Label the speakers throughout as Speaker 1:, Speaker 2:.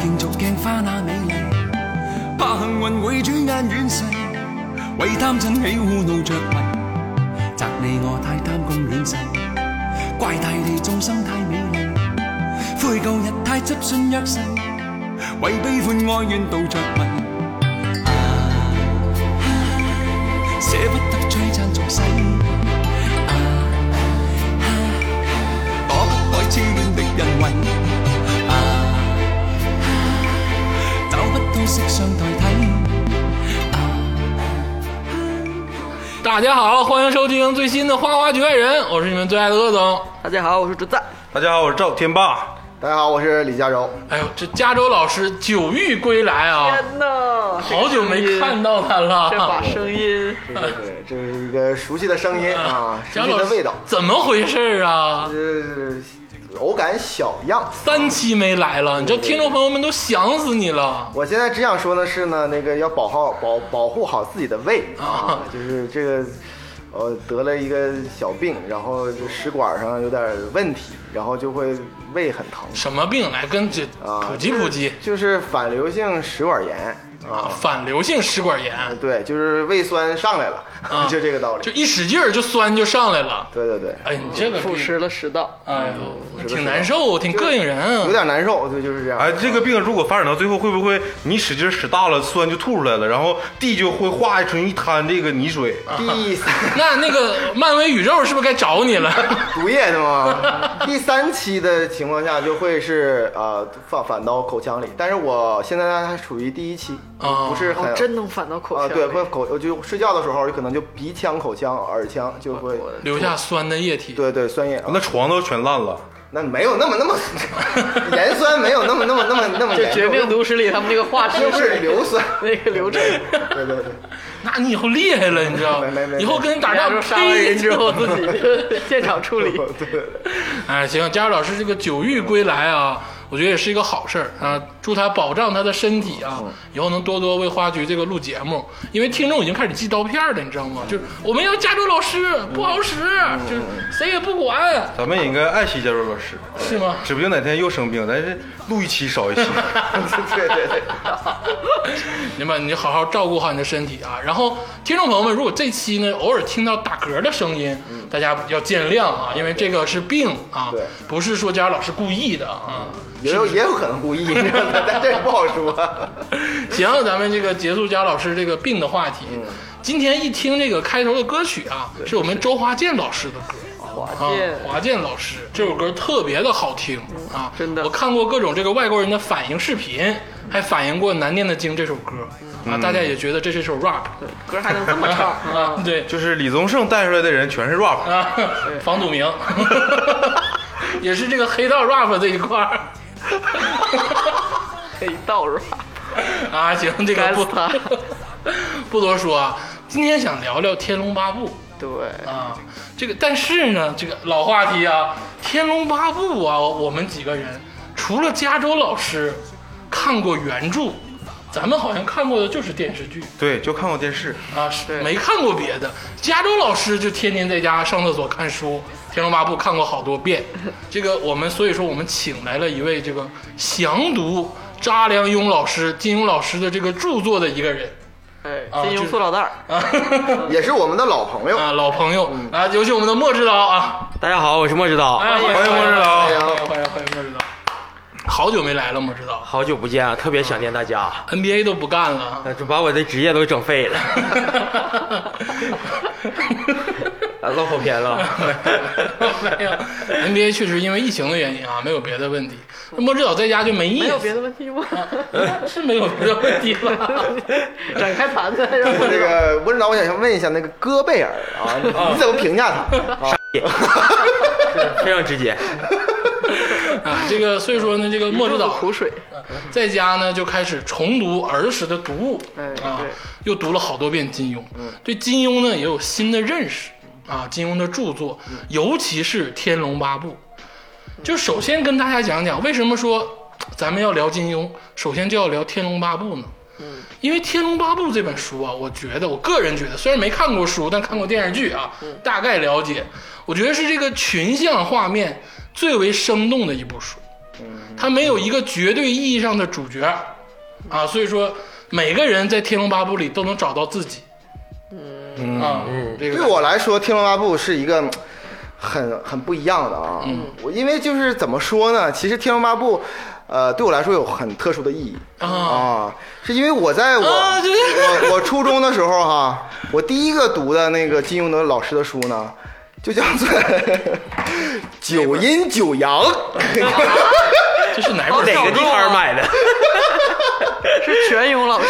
Speaker 1: 競逐鏡花那美麗，怕幸運會轉眼遠逝，為貪嗔喜惡怒着迷，責你我太貪功戀勢，怪大地眾生太美麗，悔舊日太執信約誓，為悲歡哀怨道着迷。啊捨不得摧殘俗世，啊啊躲不開痴戀的人為。啊找不到色相代替。
Speaker 2: 大家好，欢迎收听最新的《花花局外人》，我是你们最爱的鄂总。
Speaker 3: 大家好，我是竹子。
Speaker 4: 大家好，我是赵天霸。
Speaker 5: 大家好，我是李佳柔。
Speaker 2: 哎呦，这加州老师久遇归来啊，
Speaker 3: 天呐，
Speaker 2: 好久没看到他
Speaker 3: 这把
Speaker 2: 了。
Speaker 3: 声音，
Speaker 5: 对对对， 这是一个熟悉的声音啊，熟
Speaker 2: 贾
Speaker 5: 悉
Speaker 2: 嗯呃老
Speaker 5: 的
Speaker 2: 师
Speaker 5: 味道。
Speaker 2: 怎么回事啊？
Speaker 5: 呃，偶感小样。
Speaker 2: 三期没来
Speaker 5: 嗯
Speaker 2: 了，你这听众朋友们都想死你了。
Speaker 5: 我现在只想说的是呢，那个要保好保保护好自己的胃啊，就是这个，呃，得了一个小病，然后就食管上有点问题，然后就会胃很疼
Speaker 2: 什么病？来跟这
Speaker 5: 啊，
Speaker 2: 普及普及
Speaker 5: 就是反流性食管炎
Speaker 2: 啊，
Speaker 5: 啊，
Speaker 2: 反流性食管炎，
Speaker 5: 对，就是胃酸上来了，
Speaker 2: 啊
Speaker 5: 就这个道
Speaker 2: 就
Speaker 5: 理。
Speaker 2: 一使劲儿就酸就上来了。
Speaker 5: 对对对，
Speaker 2: 哎，你这个
Speaker 3: 腐
Speaker 2: 病，
Speaker 3: 蚀了食道。
Speaker 2: 哎
Speaker 5: 嗯
Speaker 2: 呦，挺难受，挺膈应人
Speaker 5: 有
Speaker 2: 啊。
Speaker 5: 点难受，对，就是这样。
Speaker 4: 哎，这个病如果发展到最后，会不会你使劲使大了，酸就吐出来了，然后地就会化成一滩这个泥水？
Speaker 5: 第三。
Speaker 2: 那那个漫威宇宙是不是该找你了？
Speaker 5: 毒液 的吗？第三期的情况下就会是呃反反到口腔里，但是我现在还处于第一期，
Speaker 2: 哦
Speaker 5: 不是
Speaker 3: 哦
Speaker 5: 很、，
Speaker 3: 真能反到口
Speaker 5: 啊、
Speaker 3: 腔里。
Speaker 5: 对，会口就睡觉的时候有可能就鼻腔、口腔、耳腔就会，
Speaker 2: 留下酸的液体。
Speaker 5: 对对酸液，哦
Speaker 4: 那床都全烂了。
Speaker 5: 那没有那么那么盐酸没有那么那么那么那么
Speaker 3: 这《
Speaker 5: 严
Speaker 3: 绝命
Speaker 5: 重，
Speaker 3: 毒师》里他们那个画
Speaker 5: 就
Speaker 3: 师
Speaker 5: 是硫酸，
Speaker 3: 那个流程，
Speaker 5: 对对对，
Speaker 2: 那你以后厉害了，你知道吗
Speaker 5: 没没？没
Speaker 2: 以后跟人打
Speaker 3: 然
Speaker 2: 仗
Speaker 3: 后杀完人之后自己 现场处理。
Speaker 5: 对对对，
Speaker 2: 呸 哎，行，佳茹老师这个久遇归来啊，我觉得也是一个好事儿啊，祝他保障他的身体啊，以后能多多为花局这个录节目，因为听众已经开始寄刀片儿了，你知道吗？就是我们要加州老师不好使，就是谁也不管，
Speaker 4: 咱们也应该爱惜加州老师，
Speaker 2: 是吗？
Speaker 4: 指不定哪天又生病，咱是录一期少一期。
Speaker 5: 对对 对，
Speaker 2: 明 白，你就好好照顾好你的身体啊。然后，听众朋友们，如果这期呢偶尔听到打嗝的声音，大家要见谅啊，因为这个是病啊
Speaker 5: 对，
Speaker 2: 不是说佳老师故意的啊。
Speaker 5: 也有也有可能故意，你知道吗 但这也不好说。
Speaker 2: 行，咱们这个结束佳老师这个病的话题。今天一听这个开头的歌曲啊，是我们周华健老师的歌。
Speaker 3: 华
Speaker 2: 啊
Speaker 3: 健，，嗯
Speaker 2: 华健老师这首歌特别的好听啊，
Speaker 3: 真的
Speaker 2: 我看过各种这个外国人的反应视频，还反映过《难念的经》这首歌啊，大家也觉得这是一首 rap
Speaker 3: 歌还能这么唱
Speaker 2: 啊，
Speaker 3: 啊！
Speaker 2: 对，
Speaker 4: 就是李宗盛带出来的人全是 rap，
Speaker 2: 啊，房祖名，也是这个黑道 rap 这一块儿。
Speaker 3: 黑道 rap，
Speaker 2: 啊，行，这个不
Speaker 3: Gangsta
Speaker 2: 不多说啊。今天想聊聊《天龙八部
Speaker 3: 对，》
Speaker 2: 啊，这个但是呢，这个老话题啊，《天龙八部》啊，我们几个人除了加州老师看过原著，咱们好像看过的就是电视剧
Speaker 4: 对，就看过电视。
Speaker 2: 啊，是
Speaker 3: 对
Speaker 2: 没看过别的。加州老师就天天在家上厕所看书，《天龙八部》看过好多遍。这个我们所以说我们请来了一位这个详读查良镛老师、金庸老师的这个著作的一个人
Speaker 3: 哎，
Speaker 2: 啊
Speaker 3: 金
Speaker 2: 就
Speaker 3: 庸
Speaker 2: 是
Speaker 3: 塑料袋儿。
Speaker 2: 啊
Speaker 5: 也是我们的老朋友，
Speaker 2: 啊，老朋友啊，有请我们的莫指导啊，
Speaker 6: 嗯大家好，我是莫指导，
Speaker 2: 哎，
Speaker 4: 欢迎莫指导
Speaker 2: 欢迎欢迎欢迎欢迎莫指导，好久没来了，莫指导
Speaker 6: 好久不见啊，特别想念大家，
Speaker 2: ，NBA 都不干了。
Speaker 6: 呃这把我的职业都整废 了， 啊唠跑偏了。
Speaker 2: 没有，NBA 确实因为疫情的原因啊，没有别的问题。那莫指导在家就没意
Speaker 3: 没
Speaker 2: 思
Speaker 3: 有，别的问题吗？
Speaker 2: 是没有别的问题 了。
Speaker 3: 展开盘 子， 让我
Speaker 5: 那个温指导，我想问一下那个戈贝尔啊，你你怎么评价 他？啊，
Speaker 6: 非常直接，
Speaker 2: 啊，这个所以说呢，这个莫指
Speaker 3: 肚子
Speaker 2: 导
Speaker 3: 苦水。
Speaker 2: 在家呢就开始重读儿时的读物，
Speaker 3: 哎
Speaker 2: 啊
Speaker 3: 对，嗯
Speaker 2: 又读了好多遍金庸，对金庸呢也有新的认识啊。金庸的著作，
Speaker 3: 嗯
Speaker 2: 尤其是《天龙八部》，就首先跟大家讲讲为什么说咱们要聊金庸，首先就要聊《天龙八部》呢。
Speaker 3: 嗯
Speaker 2: 因为《天龙八部》这本书啊，我觉得我个人觉得，虽然没看过书，但看过电视剧啊，
Speaker 3: 嗯
Speaker 2: 大概了解。我觉得是这个群像画面最为生动的一部书。
Speaker 3: 嗯
Speaker 2: 它没有一个绝对意义上的主角啊，所以说每个人在《天龙八部》里都能找到自己。嗯啊，这
Speaker 5: 对
Speaker 2: 个
Speaker 5: 我来说，《天龙八部》是一个嗯很很不一样的啊。
Speaker 2: 嗯
Speaker 5: 我因为就是怎么说呢，其实《天龙八部》呃对我来说有很特殊的意义
Speaker 2: 啊
Speaker 5: 是因为我在我、
Speaker 2: 啊这
Speaker 5: 我我初中的时候哈、我第一个读的那个金庸的老师的书呢。就叫 做 九阴九阳，
Speaker 2: 这是哪一本
Speaker 6: 哪
Speaker 2: 书？
Speaker 6: 哦个地摊买的？
Speaker 3: 是全勇老师，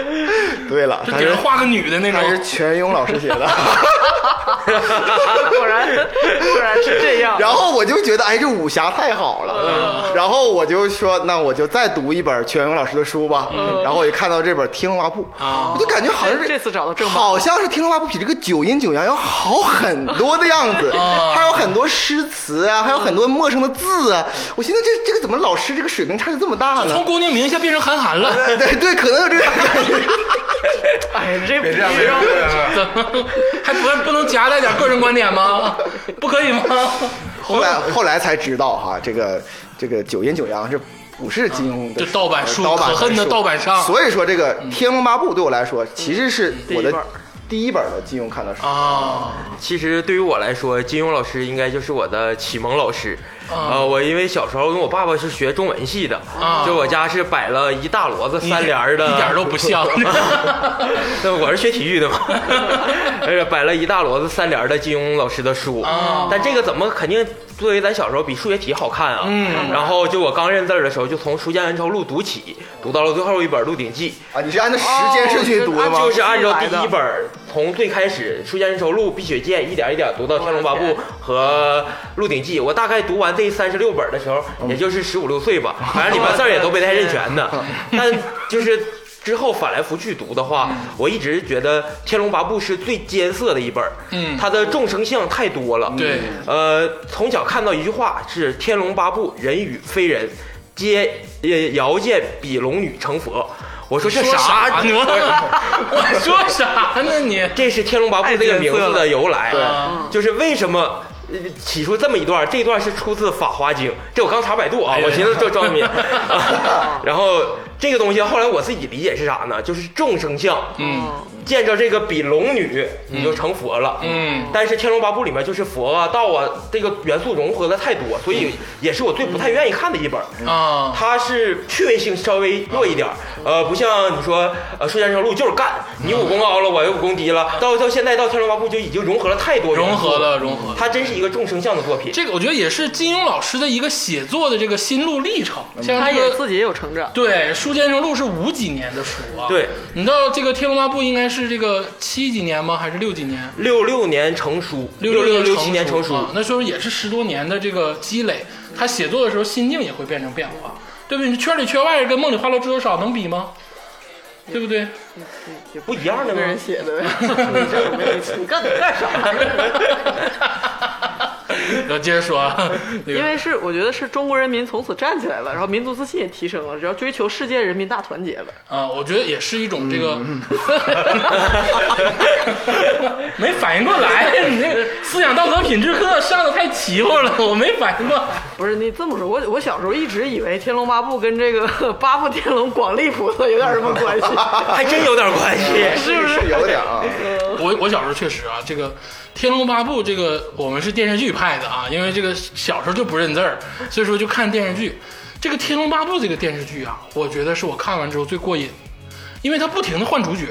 Speaker 5: 对了，
Speaker 2: 就
Speaker 5: 他
Speaker 2: 顶
Speaker 5: 是
Speaker 2: 上画个女的那
Speaker 5: 他是
Speaker 2: 种，
Speaker 5: 全庸老师写的，
Speaker 3: 果啊然果然是这样。
Speaker 5: 然后我就觉得，哎，这武侠太好
Speaker 3: 嗯
Speaker 5: 了。然后我就说，那我就再读一本全勇老师的书吧。然后我就看到这本《天龙八部》，
Speaker 2: 啊
Speaker 5: 我就感觉好像是
Speaker 3: 嗯这这次找到正版
Speaker 5: 好像是《天龙八部》比这个《九阴九阳》要好很多的样子，
Speaker 3: 嗯
Speaker 2: 啊
Speaker 5: 还有很多诗词啊，还有很多陌生的字啊。我寻思这这个怎么老师这个水平差距这么大
Speaker 2: 从
Speaker 5: 呢？
Speaker 2: 郭敬明一下变成韩寒了。
Speaker 5: 对对对，可能有这个感觉。
Speaker 3: 哎呀，这
Speaker 4: 别这样，
Speaker 3: 你
Speaker 4: 别这
Speaker 3: 让
Speaker 4: 样别这
Speaker 3: 我
Speaker 4: 样。
Speaker 2: 怎么 还不不能夹带点个人观点吗？不可以吗？
Speaker 5: 后来后来才知道哈，这个这个《九阴九阳》这不是金庸
Speaker 2: 啊
Speaker 5: 的呃
Speaker 2: 这盗版书
Speaker 5: 盗版
Speaker 2: 可恨的
Speaker 5: 书
Speaker 2: 盗版商嗯
Speaker 5: 所以说这个《天龙八部》对我来说其实是
Speaker 3: 第
Speaker 5: 我的
Speaker 3: 一本
Speaker 5: 第一本的金庸看的书。
Speaker 2: 啊，
Speaker 6: 其实对于我来说，金庸老师应该就是我的启蒙老师。
Speaker 2: 啊
Speaker 6: 呃，我因为小时候，因为我爸爸是学中文系的，
Speaker 2: 啊
Speaker 6: 就我家是摆了一大摞子三联儿的，
Speaker 2: 一点都不像。
Speaker 6: 那我是学体育 的嘛，而且摆了一大摞子三联儿的金庸老师的书，
Speaker 2: 啊
Speaker 6: 但这个怎么肯定作为咱小时候比数学题好看啊？
Speaker 2: 嗯
Speaker 6: 然后就我刚认字儿的时候，就从《书剑恩仇录》读起，读到了最后一本《鹿鼎记》，
Speaker 5: 啊，你是按照时间顺序读的吗？
Speaker 3: 哦
Speaker 6: 就是按照第一本儿从最开始《书剑恩仇录》《碧血剑》一点一点读到《天龙八部》和《鹿鼎记》，我大概读完这三十六本儿的时候，也就是十五六岁吧，反正里面字儿也都没太认全呢。但就是之后反来覆去读的话，我一直觉得《天龙八部》是最艰涩的一本儿，
Speaker 2: 嗯
Speaker 6: 它的众生相太多了。
Speaker 2: 对
Speaker 6: 呃，从小看到一句话是“天龙八部，人与非人，皆呃遥见比龙女成佛”。我 说这
Speaker 2: 说
Speaker 6: 啥
Speaker 2: 呢？ 我说啥呢你？
Speaker 6: 这是《天龙八部》这个名字的由来，啊
Speaker 2: 对
Speaker 6: 就是为什么。呃起出这么一段，这段是出自《法华经》，这我刚查百度啊，
Speaker 2: 哎呀
Speaker 6: 我寻思这 装逼。啊然后这个东西后来我自己理解是啥呢？就是众生相，
Speaker 2: 嗯
Speaker 6: 见着这个比龙女你就成佛了。
Speaker 2: 嗯
Speaker 6: 但是《天龙八部》里面就是佛啊、道啊这个元素融合的太多，所
Speaker 2: 嗯
Speaker 6: 以也是我最不太愿意看的一本。
Speaker 2: 啊，
Speaker 6: 它是趣味性稍微弱一点儿，呃，不像你说，呃，《说剑生路》就是干，你武功高了，我又武功低了，到到现在到《天龙八部》就已经融合了太多元素
Speaker 2: 融合了，融合了。
Speaker 6: 它真是一个众生相的作品。
Speaker 2: 这个我觉得也是金庸老师的一个写作的这个心路历程，像
Speaker 3: 他
Speaker 2: 这
Speaker 3: 也
Speaker 2: 个。
Speaker 3: 自己也有成长，
Speaker 2: 对，《书剑恩仇录》是五几年的书啊？
Speaker 6: 对，
Speaker 2: 你知道这个《天龙八部》应该是这个七几年吗？还是六几年？
Speaker 6: 六六年成书，
Speaker 2: 六
Speaker 6: 六六
Speaker 2: 六
Speaker 6: 七年成书，
Speaker 2: 啊，那时候也是十多年的这个积累。他写作的时候心境也会变成变化，对不对？你圈里圈外跟梦里花落知多少能比吗？对不对？
Speaker 3: 也不
Speaker 6: 不一样的
Speaker 3: 一个人
Speaker 6: 吗？
Speaker 3: 写的呗。你这没有你干干啥呀？
Speaker 2: 然后接着说啊，那
Speaker 3: 因
Speaker 2: 个
Speaker 3: 为是我觉得是中国人民从此站起来了，然后民族自信也提升了，只要追求世界人民大团结了。
Speaker 2: 啊，我觉得也是一种这个， 没反应过来，你这个思想道德品质课上的太齐乎了，我没反应过来。
Speaker 3: 不是你这么说，我我小时候一直以为《天龙八部》跟这个 八部天龙广利菩萨有点什么关系，
Speaker 6: 还真有点关系。
Speaker 3: 是不是？
Speaker 5: 是有点啊，
Speaker 2: 我我小时候确实啊，这个《天龙八部》这个我们是电视剧派的啊，因为这个小时候就不认字儿，所以说就看电视剧。这个《天龙八部》这个电视剧啊，我觉得是我看完之后最过瘾，因为它不停的换主角，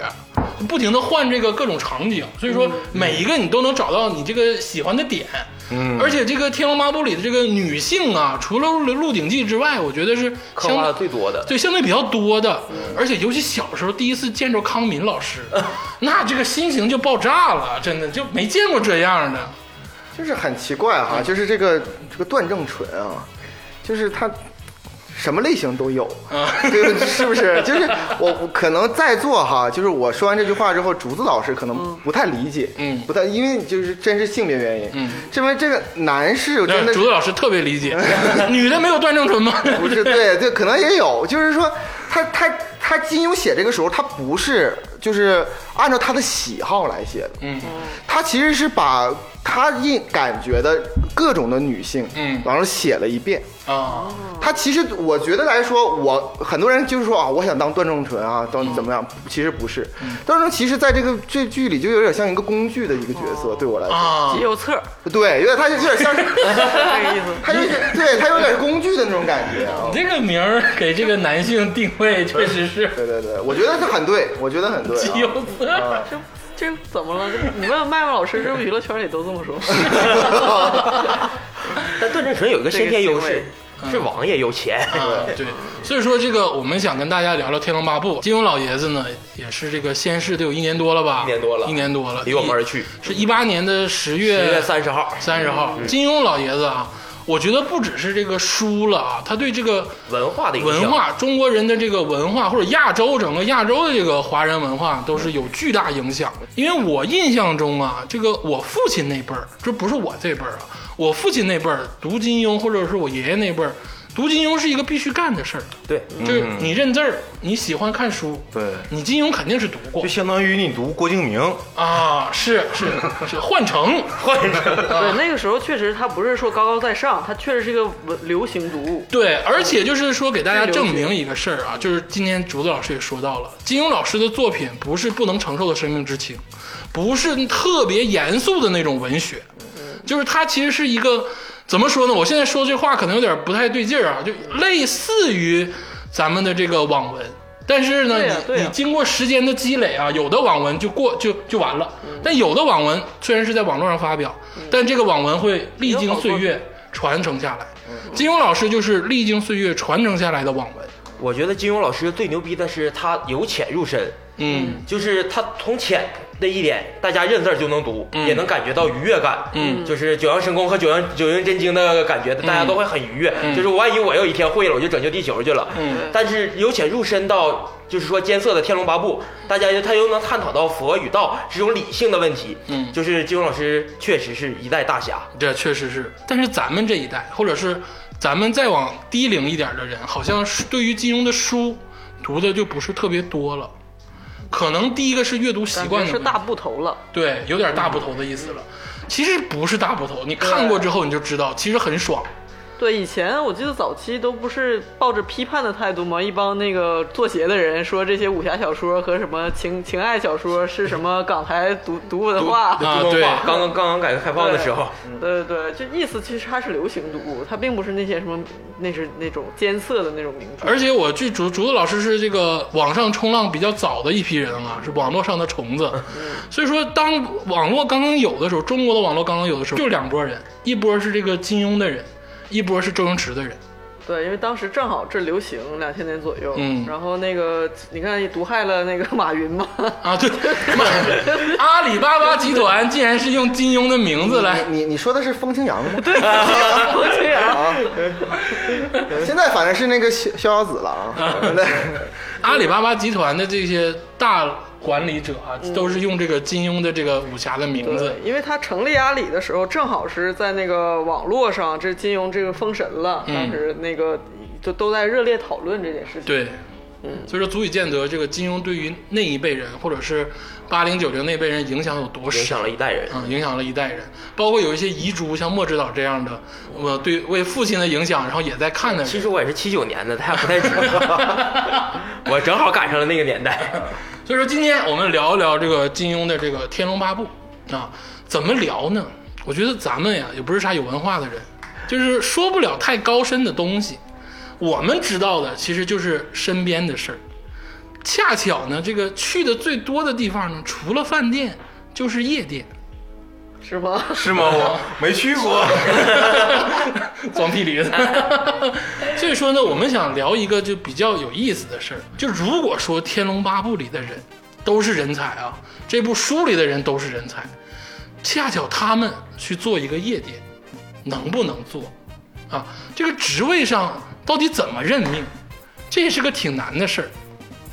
Speaker 2: 不停的换这个各种场景，所以说每一个你都能找到你这个喜欢的点。嗯，而且这个《天龙八部》里的这个女性啊，除了《鹿鼎记》之外，我觉得是
Speaker 6: 刻
Speaker 2: 相
Speaker 6: 画的最多的，
Speaker 2: 对，相对比较多的，而且尤其小时候第一次见着康敏老师，那这个心情就爆炸了，真的就没见过这样的。
Speaker 5: 就是很奇怪
Speaker 2: 嗯
Speaker 5: 哈、就是这个这个段正淳啊，就是他什么类型都有，
Speaker 2: 嗯
Speaker 5: 就是是不 是？就是我我可能在座哈，就是我说完这句话之后，竹子老师可能不太理解，
Speaker 2: 嗯
Speaker 5: 不太，因为就是真是性别原因，
Speaker 2: 嗯，
Speaker 5: 证明这个男士真的
Speaker 2: 竹子老师特别 理解，女的没有段正淳吗？
Speaker 5: 不是对对，可能也有，就是说他他他他金庸写这个时候，他不是就是按照他的喜好来写的，
Speaker 2: 嗯，
Speaker 5: 他其实是把他印感觉的各种的女性，
Speaker 2: 嗯
Speaker 5: 然后写了一遍。
Speaker 2: 啊，
Speaker 5: 他其实我觉得来说，我很多人就是说啊，我想当段正淳啊，
Speaker 2: 嗯
Speaker 5: 当怎么样？其实不是，段正淳其实在这个这剧里就有点像一个工具的一个角色，对我来说，
Speaker 2: 啊
Speaker 3: 极右侧，
Speaker 5: 对，有点他有点 像是，
Speaker 3: 这个意思。
Speaker 5: 他有点对他有点工具的那种感觉啊。
Speaker 2: 这个名儿给这个男性定位确实是
Speaker 5: 对对对，我觉得他很对，我觉得很对、啊。
Speaker 2: 极有色。
Speaker 3: 这这怎么了？这你问麦麦老师，这不娱乐圈里都这么说？
Speaker 6: 但段正淳有一个先天优
Speaker 3: 这个嗯
Speaker 6: 势，是王爷有钱。
Speaker 2: 啊，对，所以说这个我们想跟大家聊聊《天龙八部》。金庸老爷子呢，也是这个仙逝得有一年多了吧？
Speaker 6: 一年多了
Speaker 2: 一年多了，
Speaker 6: 离我们而去
Speaker 2: 是一八年的十月
Speaker 6: 十月三十号，
Speaker 2: 三十号。金庸老爷子啊，我觉得不只是这个书了啊，他对这个
Speaker 6: 文化的影响
Speaker 2: 文化，中国人的这个文化，或者亚洲整个亚洲的这个华人文化，都是有巨大影响的。因为我印象中啊，这个我父亲那辈儿，这不是我这辈儿啊，我父亲那辈儿读金庸，或者是我爷爷那辈儿读金庸是一个必须干的事儿，
Speaker 6: 对，
Speaker 2: 就是你认字儿，你喜欢看书，
Speaker 4: 对
Speaker 2: 你金庸肯定是读过
Speaker 4: 就相当于你读郭敬明，
Speaker 2: 啊，是是是，幻城，幻城，
Speaker 3: 对，那个时候确实他不是说高高在上，他确实是一个文流行读物。
Speaker 2: 对，而且就是说给大家证明一个事儿啊，
Speaker 3: 嗯
Speaker 2: 就是今天竹子老师也说到了，金庸老师的作品不是不能承受的生命之轻，不是特别严肃的那种文学，
Speaker 3: 嗯
Speaker 2: 就是它其实是一个怎么说呢？我现在说这话可能有点不太对劲儿啊，就类似于咱们的这个网文。但是呢，
Speaker 3: 对呀
Speaker 2: 你
Speaker 3: 对呀
Speaker 2: 你经过时间的积累啊，有的网文就过就就完了，
Speaker 3: 嗯
Speaker 2: 但有的网文虽然是在网络上发表，但这个网文会历经岁月传承下来。
Speaker 3: 嗯
Speaker 2: 金庸老师就是历经岁月传承下来的网文。
Speaker 6: 我觉得金庸老师最牛逼的是他由浅入深，
Speaker 2: 嗯
Speaker 6: 就是他从浅的一点，大家认字儿就能读，也能感觉到愉悦感。
Speaker 2: 嗯，
Speaker 6: 就是九阳神功和九阳九阴真经的感觉，大家都会很愉悦。就是万一我有一天会了，我就拯救地球去了。
Speaker 2: 嗯，
Speaker 6: 但是由浅入深到就是说艰涩的《天龙八部》，大家他又能探讨到佛与道这种理性的问题。
Speaker 2: 嗯
Speaker 6: 就是金庸老师确实是一代大侠。
Speaker 2: 这确实是，但是咱们这一代，或者是咱们再往低龄一点的人，好像是对于金庸的书读的就不是特别多了。可能第一个是阅读习
Speaker 3: 感
Speaker 2: 惯
Speaker 3: 觉
Speaker 2: 的问
Speaker 3: 是
Speaker 2: 题
Speaker 3: 大部头了，
Speaker 2: 对，有点大部头的意思了。其实不是大部头，你看过之后你就知道，其实很爽。
Speaker 3: 对，以前我记得早期都不是抱着批判的态度吗？一帮那个作协的人说这些武侠小说和什么情情爱小说是什么港台独独文 化，
Speaker 2: 啊
Speaker 6: 中
Speaker 2: 对
Speaker 6: 国化刚刚刚刚改革开放的时候，
Speaker 3: 对对对，就意思其实它是流行读物，它并不是那些什么那是那种艰涩的那种名著。
Speaker 2: 而且我据竹竹子老师是这个网上冲浪比较早的一批人啊，是网络上的虫子，所以说当网络刚刚有的时候，中国的网络刚刚有的时候，就两拨人，一波是这个金庸的人，一波是周星驰的人。
Speaker 3: 对，因为当时正好这流行两千年左右，
Speaker 2: 嗯
Speaker 3: 然后那个你看毒害了那个马云嘛，
Speaker 2: 啊，对，妈呀阿里巴巴集团竟然是用金庸的名字来，
Speaker 5: 你你你说的是风清扬吗？
Speaker 3: 王清扬
Speaker 5: 啊，现在反正是那个逍逍遥子了啊。对
Speaker 2: 阿里巴巴集团的这些大管理者啊，都是用这个金庸的这个武侠的名字
Speaker 3: 对，因为他成立阿里的时候，正好是在那个网络上，这金庸这个封神了，
Speaker 2: 嗯
Speaker 3: 当时那个就都在热烈讨论这件事情。
Speaker 2: 对，
Speaker 6: 嗯
Speaker 2: 所以说足以见得这个金庸对于那一辈人，或者是八零九零那辈人影响有多
Speaker 6: 影响
Speaker 2: 深。
Speaker 6: 了一代人。
Speaker 2: 啊、影响了一代人，包括有一些遗珠，像莫指导这样的，我、对为父亲的影响，然后也在看的人
Speaker 6: 其实我也是七九年的，大家不太知道， 我正好赶上了那个年代。
Speaker 2: 所以说，今天我们聊一聊这个金庸的这个《天龙八部》啊，怎么聊呢？我觉得咱们呀，也不是啥有文化的人，就是说不了太高深的东西。我们知道的其实就是身边的事儿。恰巧呢，这个去的最多的地方呢，除了饭店就是夜店。
Speaker 3: 是吗？
Speaker 4: 是吗？我没去过。
Speaker 2: 装屁驴子。所以说呢，我们想聊一个就比较有意思的事儿，就如果说《天龙八部》里的人都是人才啊，这部书里的人都是人才，恰巧他们去做一个夜店，能不能做啊？这个职位上到底怎么任命，这是个挺难的事儿，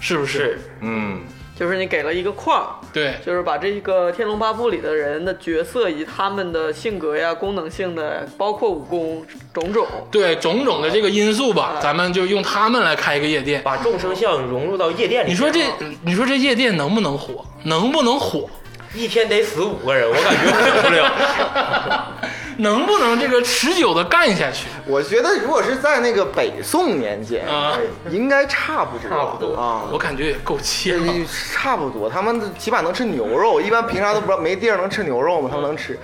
Speaker 2: 是不是？
Speaker 6: 是，
Speaker 4: 嗯，
Speaker 3: 就是你给了一个框，
Speaker 2: 对
Speaker 3: 就是把这个《天龙八部》里的人的角色以他们的性格呀、功能性的，包括武功种种，
Speaker 2: 对种种的这个因素吧，
Speaker 3: 哎
Speaker 2: 咱们就用他们来开一个夜店。
Speaker 6: 把众生相融入到夜店里。
Speaker 2: 你说这，你说这夜店能不能火？能不能火？
Speaker 6: 啊一天得死五个人，我感觉火 不了。
Speaker 2: 能不能这个持久的干下去？
Speaker 5: 我觉得如果是在那个北宋年间
Speaker 2: 啊，
Speaker 5: 应该差不
Speaker 6: 差不
Speaker 5: 多嗯
Speaker 6: 多
Speaker 5: 啊。
Speaker 2: 我感觉也够呛。
Speaker 5: 这差不多，他们起码能吃牛肉，一般平常都不知道没地儿能吃牛肉嘛，他们能吃。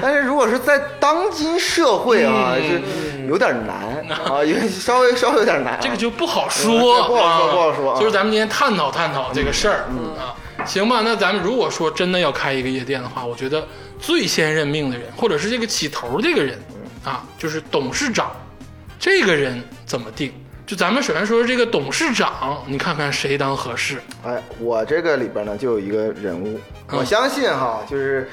Speaker 5: 但是如果是在当今社会啊，就有点难啊，有稍微稍微有点难啊。
Speaker 2: 这个就不好说，
Speaker 5: 嗯不好说
Speaker 2: 啊
Speaker 5: 不好说啊嗯
Speaker 2: 就是咱们今天探讨探讨这个事儿、啊，行吧？那咱们如果说真的要开一个夜店的话，我觉得最先任命的人，或者是这个起头这个人
Speaker 5: 嗯
Speaker 2: 啊，就是董事长，这个人怎么定？就咱们首先说这个董事长，你看看谁当合适？
Speaker 5: 哎，我这个里边呢就有一个人物，
Speaker 2: 嗯
Speaker 5: 我相信哈，就是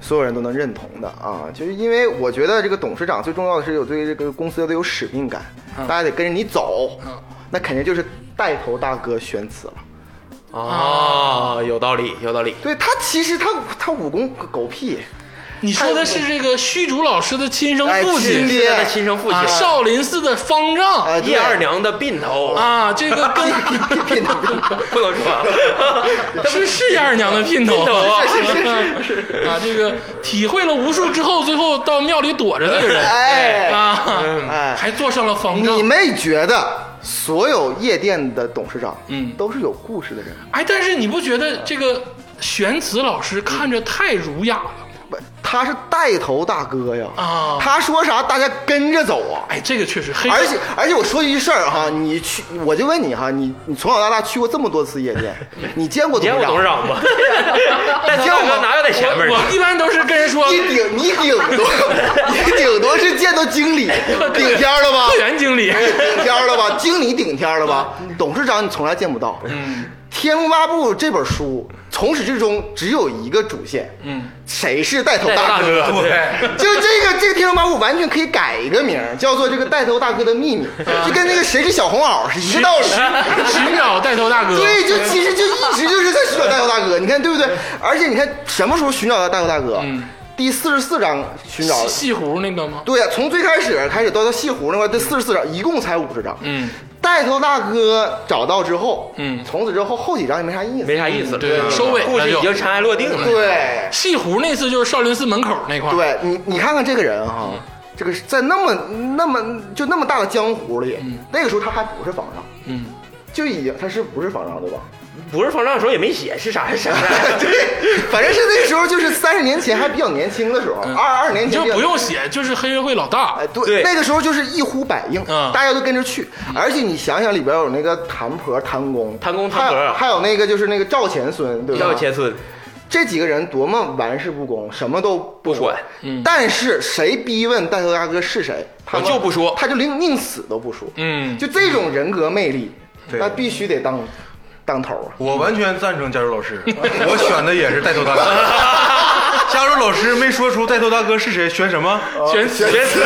Speaker 5: 所有人都能认同的啊，就是因为我觉得这个董事长最重要的是有对这个公司要得有使命感，大家得跟着你走
Speaker 2: 嗯，
Speaker 5: 那肯定就是带头大哥玄慈了。
Speaker 6: 啊，有道理，有道理。
Speaker 5: 对他其实他他武功狗屁，
Speaker 2: 你说的是这个虚竹老师的亲生
Speaker 5: 哎
Speaker 2: 父
Speaker 5: 亲
Speaker 2: 亲
Speaker 5: 爹
Speaker 6: 他的亲生父亲
Speaker 2: 啊，少林寺的方丈
Speaker 5: 哎
Speaker 6: 叶二娘的鬓头，
Speaker 2: 啊，这 个跟
Speaker 5: 骗他不
Speaker 6: 不能啊 说。
Speaker 2: 是是燕二娘的姘头啊，啊，这个体会了无数之后，最后到庙里躲着那个人，
Speaker 5: 哎
Speaker 2: 啊，
Speaker 5: 哎，
Speaker 2: 还坐上了方丈
Speaker 5: 你。没觉得所有夜店的董事长，
Speaker 2: 嗯
Speaker 5: 都是有故事的人吗？
Speaker 2: 哎，但是你不觉得这个玄慈老师看着太儒雅了吗？
Speaker 5: 不，他是带头大哥呀，
Speaker 2: 啊
Speaker 5: 他说啥大家跟着走啊。
Speaker 2: 哎，这个确实黑社，
Speaker 5: 而且而且我说一句事儿哈，你去我就问你哈，你你从小到大去过这么多次夜店，你见过
Speaker 6: 你
Speaker 5: 董
Speaker 6: 见
Speaker 5: 事
Speaker 6: 过
Speaker 5: 长？
Speaker 6: 董事长吗？带头
Speaker 5: 见
Speaker 6: 大
Speaker 5: 过
Speaker 6: 哥
Speaker 5: 吗
Speaker 6: 哪有在前面呢？
Speaker 2: 我一般都是跟人说
Speaker 5: 你顶你顶多你顶多是见到经理顶天儿了吧？
Speaker 2: 会员经理，
Speaker 5: 顶天儿了吧？经理顶天儿了吧？董事长你从来见不到。嗯，《天龙八部》这本书从始至终只有一个主线，
Speaker 2: 嗯，
Speaker 5: 谁是带头
Speaker 6: 带头
Speaker 5: 大
Speaker 6: 大
Speaker 5: 哥？
Speaker 6: 哥，对，
Speaker 5: 就这个这个《天龙八部》完全可以改一个名儿，叫做这个带头大哥的秘密，
Speaker 6: 嗯
Speaker 5: 就跟那个谁是小红袄是一个 道理。
Speaker 2: 十秒带头大哥，
Speaker 5: 对，就其实就一直就是在寻找大头大哥，你看对不对？而且你看什么时候寻找到大头大哥？
Speaker 2: 嗯
Speaker 5: 第四十四章寻找
Speaker 2: 西。西湖那个吗？
Speaker 5: 对呀、从最开始开始到到西湖那块，这四十四章一共才五十章。
Speaker 2: 嗯，
Speaker 5: 带头大哥找到之后，
Speaker 2: 嗯
Speaker 5: 从此之后后几章也没啥意思。
Speaker 6: 没啥意思了。
Speaker 2: 对
Speaker 6: 嗯
Speaker 2: 收尾了
Speaker 6: 故事
Speaker 2: 就
Speaker 6: 已经尘埃落定了。
Speaker 5: 对
Speaker 2: 西湖那次就是少林寺门口那块儿，
Speaker 5: 对，你你看看这个人哈，
Speaker 2: 嗯
Speaker 5: 这个是在那么那么就那么大的江湖里，那个时候他还不是方丈，
Speaker 2: 嗯，
Speaker 5: 就已经他是不是方丈对吧？
Speaker 6: 不是方丈的时候也没写 是啥是啥。
Speaker 5: 对， 反正是那时候就是三十年前还比较年轻的时候，二二年
Speaker 2: 你
Speaker 5: 前
Speaker 2: 就
Speaker 5: 比较
Speaker 2: 不用写，就是黑社会老大
Speaker 5: 哎，，对，
Speaker 6: 对
Speaker 5: 那个时候就是一呼百应，
Speaker 2: 嗯
Speaker 5: 大家都跟着去。而且你想想，里边有那个谭婆、谭公、
Speaker 6: 谭公谭婆
Speaker 5: 还有还有那个就是那个赵钱孙，对吧？
Speaker 6: 要钱孙，
Speaker 5: 这几个人多么玩世不恭，什么都不
Speaker 6: 不管
Speaker 2: 嗯
Speaker 5: 但是谁逼问带头大哥是谁，他们
Speaker 6: 我就不说
Speaker 5: 他就宁宁死都不说。
Speaker 2: 嗯
Speaker 5: 就这种人格魅力，
Speaker 4: 对
Speaker 5: 那必须得当当头啊。
Speaker 4: 我完全赞成加州老师， 我选的也是带头大哥。加州老师没说出带头大哥是谁，选什么？
Speaker 2: 玄慈
Speaker 6: 别死，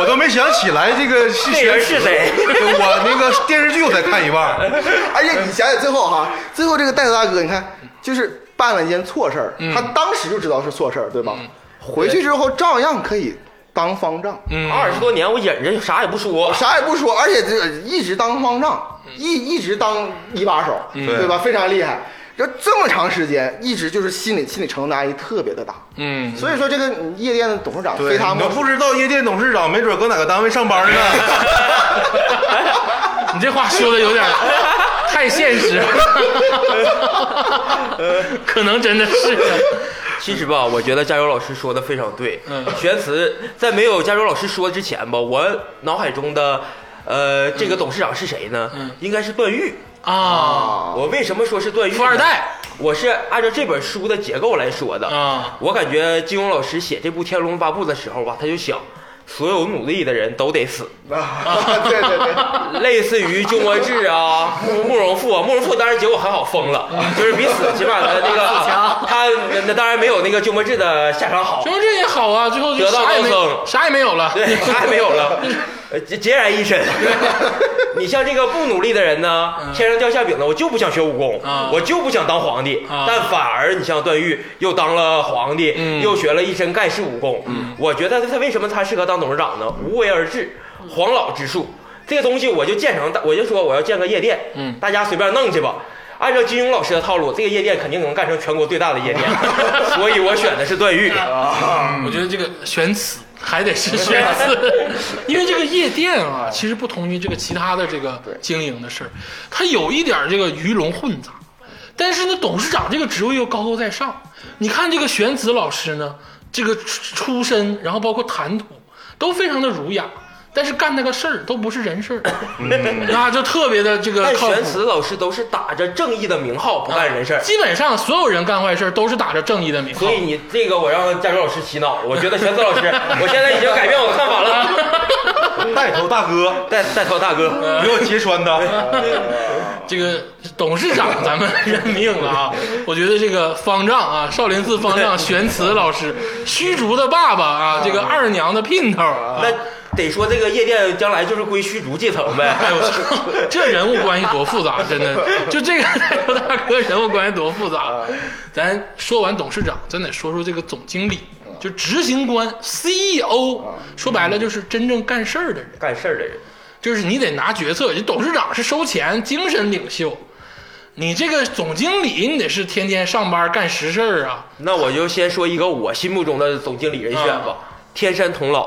Speaker 4: 我都没想起来这个是
Speaker 6: 那
Speaker 4: 谁
Speaker 6: 人是谁？
Speaker 4: 我那个电视剧我才看一半儿，
Speaker 5: 而且哎你想想最后哈，最后这个带头大哥，你看就是办了一件错事儿，他当时就知道是错事儿，对吧？回去之后照样可以当方丈，
Speaker 2: 嗯
Speaker 6: 二十多年我忍着，啥也 不说。
Speaker 5: 啥也不说，而且这一直当方丈，一一直当一把手，对吧？非常厉害。这这么长时间，一直就是心理心理承受压力特别的大，
Speaker 2: 嗯，
Speaker 5: 所以说这个夜店的董事长非
Speaker 4: 对，
Speaker 5: 他
Speaker 4: 你
Speaker 5: 莫
Speaker 4: 都
Speaker 5: 属
Speaker 4: 不知道夜店董事长没准搁哪个单位上班呢。
Speaker 2: 你这话说的有 点儿太现实 了，可能真的是。
Speaker 6: 其实吧，我觉得加州老师说的非常对。
Speaker 2: 嗯
Speaker 6: 玄慈在没有加州老师说之前吧，我脑海中的，呃，这个董事长是谁呢？
Speaker 2: 嗯
Speaker 6: 应该是段誉。
Speaker 2: 啊，
Speaker 5: 啊。
Speaker 6: 我为什么说是段誉？
Speaker 2: 富二代。
Speaker 6: 我是按照这本书的结构来说的
Speaker 2: 啊
Speaker 6: 我感觉金庸老师写这部《天龙八部》的时候吧，他就想，所有努力的人都 得死，
Speaker 5: 对对对，
Speaker 6: 类似于鸠摩智啊、慕慕容复啊，慕容复当然结果很好，疯了，
Speaker 2: 嗯
Speaker 6: 就是比死起码他 那个他那当然没有那个鸠摩智的下场好，
Speaker 2: 说这也好啊，最后就
Speaker 6: 得道
Speaker 2: 啥也
Speaker 6: 高僧
Speaker 2: 没啥也没有了。
Speaker 6: 对，啥也没有了。 呃孑孑然一身。 你像这个不努力的人呢，天上掉馅饼的，我就不想学武功，
Speaker 2: 嗯啊
Speaker 6: 我就不想当皇帝。
Speaker 2: 啊
Speaker 6: 但反而你像段誉又当了皇帝，
Speaker 2: 嗯
Speaker 6: 又学了一身盖世武功。我觉得他为什么他适合当董事长呢？无为而治，黄老之术。这个东西我就建成，我就说我要建个夜店，
Speaker 2: 嗯
Speaker 6: 大家随便弄去吧。按照金庸老师的套路，这个夜店肯定能干成全国最大的夜 店，所以我选的是段誉。
Speaker 2: 啊我觉得这个
Speaker 6: 嗯
Speaker 2: 选词还得 是选词，因为这个夜店啊，其实不同于这个其他的这个经营的事儿，它有一点儿这个鱼龙混杂。但是呢，董事长这个职位又高高在上。你看这个玄子老师呢，这个出出身，然后包括谈吐都非常的儒雅，但是干那个事儿都不是人事儿，那就特别的这个
Speaker 6: 嗯但
Speaker 2: 靠谱
Speaker 6: 玄慈老师都是打着正义的名号不干人事儿，
Speaker 2: 基本上所有人干坏事儿都是打着正义的名号
Speaker 6: 所。以你这个我让佳茹老师洗脑，我觉得玄慈老师， 我现在已经改变我的看法了。嗯
Speaker 4: 带头大哥，
Speaker 6: 带带头大哥，
Speaker 4: 给我揭穿他。
Speaker 2: 这个董事长咱们认命了啊！我觉得这个方丈啊，少林寺方丈玄慈老师，虚竹的爸爸啊，这个二娘的姘头啊，
Speaker 6: 那得说这个夜店将来就是归虚竹继承 呗。
Speaker 2: 哎呦，我操这人物关系多复杂，真的，就这个 带头大哥人物关系多复杂。咱说完董事长，咱得说说这个总经理，就执行官 CEO，说白了就是真正干事儿的人。
Speaker 6: 干事儿的人，
Speaker 2: 就是你得拿决策，你董事长是收钱，精神领袖，你这个总经理你得是天天上班干实事儿啊。
Speaker 6: 那我就先说一个我心目中的总经理人选吧，天山童姥。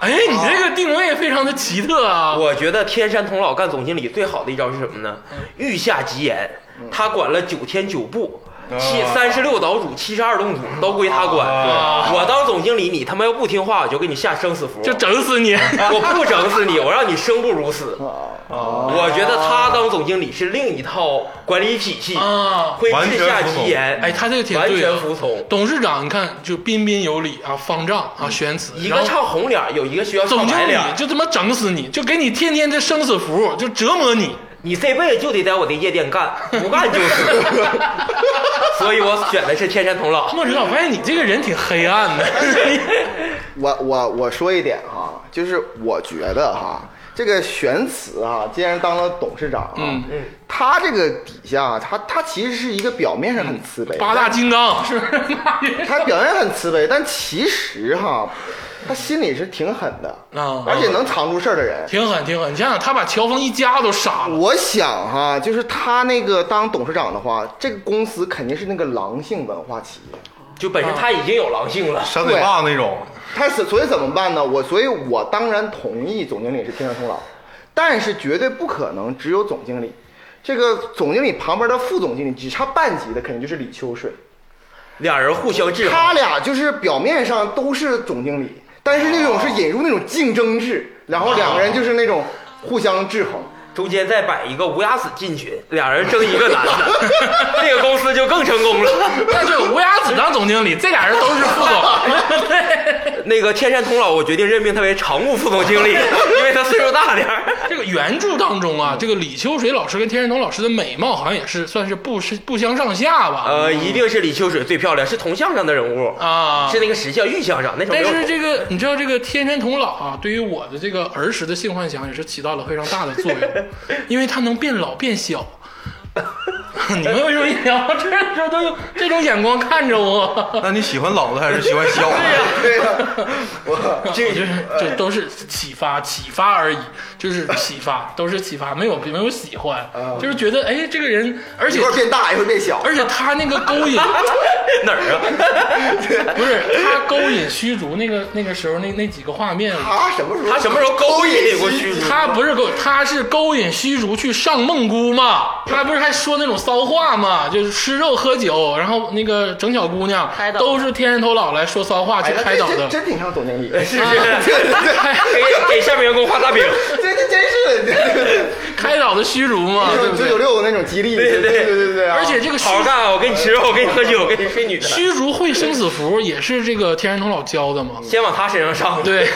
Speaker 2: 哎，你这个定位非常的奇特啊。
Speaker 6: 我觉得天山童姥干总经理最好的一招是什么呢？
Speaker 2: 嗯
Speaker 6: 御下吉言，他管了九天九部。
Speaker 2: 嗯
Speaker 6: 七三十六岛主、七十二洞主都归他管。
Speaker 2: 啊
Speaker 6: 我当总经理，你他妈要不听话，我就给你下生死符。
Speaker 2: 就整死你！
Speaker 6: 我不整死你，我让你生不 如死。
Speaker 2: 啊
Speaker 6: 我觉得他当总经理是另一套管理体系，
Speaker 2: 啊
Speaker 6: 会治下吉言。
Speaker 2: 哎，他这个挺
Speaker 6: 完
Speaker 2: 对的
Speaker 6: 全服从。嗯
Speaker 2: 董事长，你看就彬彬有礼啊，方丈啊，玄慈，
Speaker 6: 一
Speaker 2: 然
Speaker 6: 个
Speaker 2: 后
Speaker 6: 唱红脸儿，有一个需要唱
Speaker 2: 总经
Speaker 6: 白
Speaker 2: 理
Speaker 6: 脸儿。
Speaker 2: 就他妈整死你，就给你天天这生死符，就折磨你。
Speaker 6: 你这辈子就得在我的夜店干，不干就死。 所以我选的是天山童姥。
Speaker 2: 莫指导，我发现你这个人挺黑暗的。
Speaker 5: 我我我说一点哈，就是我觉得哈，这个玄慈啊，既然当了董事长啊，
Speaker 2: 嗯
Speaker 5: 他这个底下啊，他他其实是一个表面上很慈悲，
Speaker 2: 八大金 刚是不是？
Speaker 5: 他表面很慈悲，但其实哈，他心里是挺狠的，
Speaker 2: 啊
Speaker 5: 而且能藏住事儿的人。
Speaker 2: 挺狠，挺狠！你想想，他把乔峰一家都杀了，
Speaker 5: 我想哈，就是他那个当董事长的话，这个公司肯定是那个狼性文化企业。
Speaker 6: 就本身
Speaker 2: 啊
Speaker 6: 他已经有狼性了，
Speaker 4: 扇嘴巴那种，
Speaker 5: 他所所以怎么办呢？我所以，我当然同意总经理是天山童姥，但是绝对不可能只有总经理。这个总经理旁边的副总经理只差半级的，肯定就是李秋水。
Speaker 6: 俩人互相制
Speaker 5: 他
Speaker 6: 衡。
Speaker 5: 俩就是表面上都是总经理，但是那种是引入那种竞争制，然后两个人就是那种互相制衡。
Speaker 6: 中间再摆一个无崖子进群，俩人争一个 男的，这个公司就更成功了。
Speaker 2: 但是无崖子当总经理，这俩人都是副 总。对，
Speaker 6: 那个天山童姥，我决定任命他为常务副总经理，因为他岁数大点儿。
Speaker 2: 这个原著当中啊，这个李秋水老师跟田山童老师的美貌好像也是算是不是不相上下吧？
Speaker 6: 呃，一定是李秋水最漂亮，是铜像上的人物，
Speaker 2: 啊，
Speaker 6: 是那个石像玉像上那时候没
Speaker 2: 但
Speaker 6: 有
Speaker 2: 是
Speaker 6: 铜
Speaker 2: 这个你知道，这个天山童姥啊，对于我的这个儿时的性幻想也是起到了非常大的作 用，因为它能变老变小。 你们为什么一聊这这都用这种眼光看着我？
Speaker 4: 那你喜欢老的还是喜欢小的？
Speaker 5: 对呀、我
Speaker 2: 这就是这都是启发，启发而已，就是启发，都是启发，没有没有喜欢，
Speaker 5: 嗯
Speaker 2: 就是觉得哎，这个人，而且
Speaker 5: 一会儿变大，一会儿变小。
Speaker 2: 而且他那个勾引，
Speaker 6: 哪儿啊？
Speaker 2: 不是他勾引虚竹那个那个时候那那几个画面，
Speaker 5: 他什么时候？
Speaker 6: 他什么时候勾引过虚竹？
Speaker 2: 他不是勾，他是勾引虚竹去上梦姑嘛，他不是还说那种骚话嘛，就是吃肉喝酒，然后那个整小姑娘
Speaker 3: 开，导
Speaker 2: 都是天山头姥来说骚话去
Speaker 5: 哎，
Speaker 2: 啊开
Speaker 5: 这
Speaker 2: 导
Speaker 5: 这
Speaker 2: 的，
Speaker 5: 真挺像总经理，啊
Speaker 6: 是不是？ 给给下面员工画大饼，
Speaker 5: 这这真是的，
Speaker 2: 开导的虚竹嘛，啊对不
Speaker 5: 九
Speaker 2: 对
Speaker 5: 九？六那种激励，
Speaker 6: 对对
Speaker 5: 对对对对啊，
Speaker 2: 而且这个虚
Speaker 6: 好好干啊！我给你吃肉，我给你喝酒，我给你睡女的，
Speaker 2: 虚竹会生死符也是这个天山童姥教的嘛？
Speaker 6: 先往他身上上。，
Speaker 2: 对，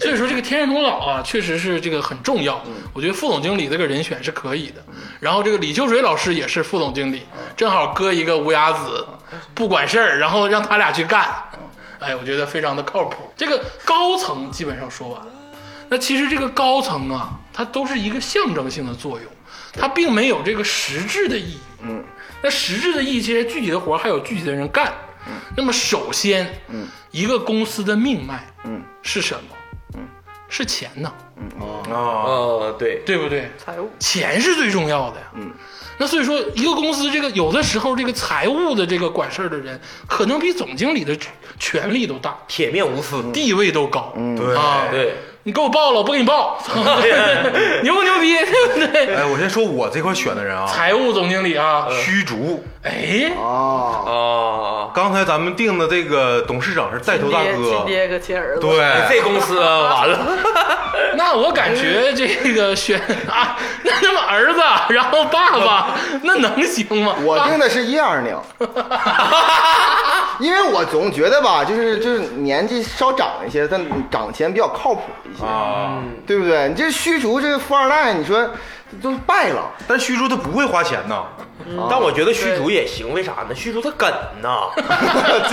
Speaker 2: 所以说这个天山童姥啊，确实是这个很重要。我觉得副总经理这个人选是可以的。然后这个李秋水老师也是副总经理，正好搁一个无崖子，不管事儿，然后让他俩去干。哎，我觉得非常的靠谱。这个高层基本上说完了。那其实这个高层啊，它都是一个象征性的作用，它并没有这个实质的意义。嗯，那实质的意义，其实具体的活儿还有具体的人干。嗯，那么首先，嗯，一个公司的命脉，嗯，是什么？嗯，是钱呐，
Speaker 4: 啊，
Speaker 6: 嗯，对，
Speaker 2: 对不对？
Speaker 3: 财务
Speaker 2: 钱是最重要的呀。嗯，那所以说，一个公司这个有的时候这个财务的这个管事儿的人，可能比总经理的权力都大，
Speaker 6: 铁面无私，
Speaker 2: 地位都高。嗯，
Speaker 4: 对
Speaker 2: 啊
Speaker 6: 对，
Speaker 2: 你给我报了，我不给你报， 牛不牛逼？对不对？
Speaker 4: 哎，我先说我这块选的人啊，
Speaker 2: 财务总经理啊，
Speaker 4: 虚竹。
Speaker 2: 哎，
Speaker 5: 啊，
Speaker 6: 啊，
Speaker 4: 刚才咱们定的这个董事长是带头大
Speaker 3: 亲爹亲
Speaker 4: 哥，
Speaker 3: 爹和亲儿子，
Speaker 4: 对，
Speaker 6: 哎这公司啊完了，
Speaker 2: 那我感觉这个选啊，那他妈儿子，然后爸爸，那能行吗？
Speaker 5: 我
Speaker 2: 爸
Speaker 5: 定的是一二年，因为我总觉得吧，就是就是年纪稍长一些，但涨钱比较靠谱一些，
Speaker 4: 啊，
Speaker 5: 对不对？你这虚竹这个富二代，你说都败了，
Speaker 4: 但虚竹他不会花钱 呐，
Speaker 6: 但我觉得虚竹也行，为啥呢？虚竹他梗呐，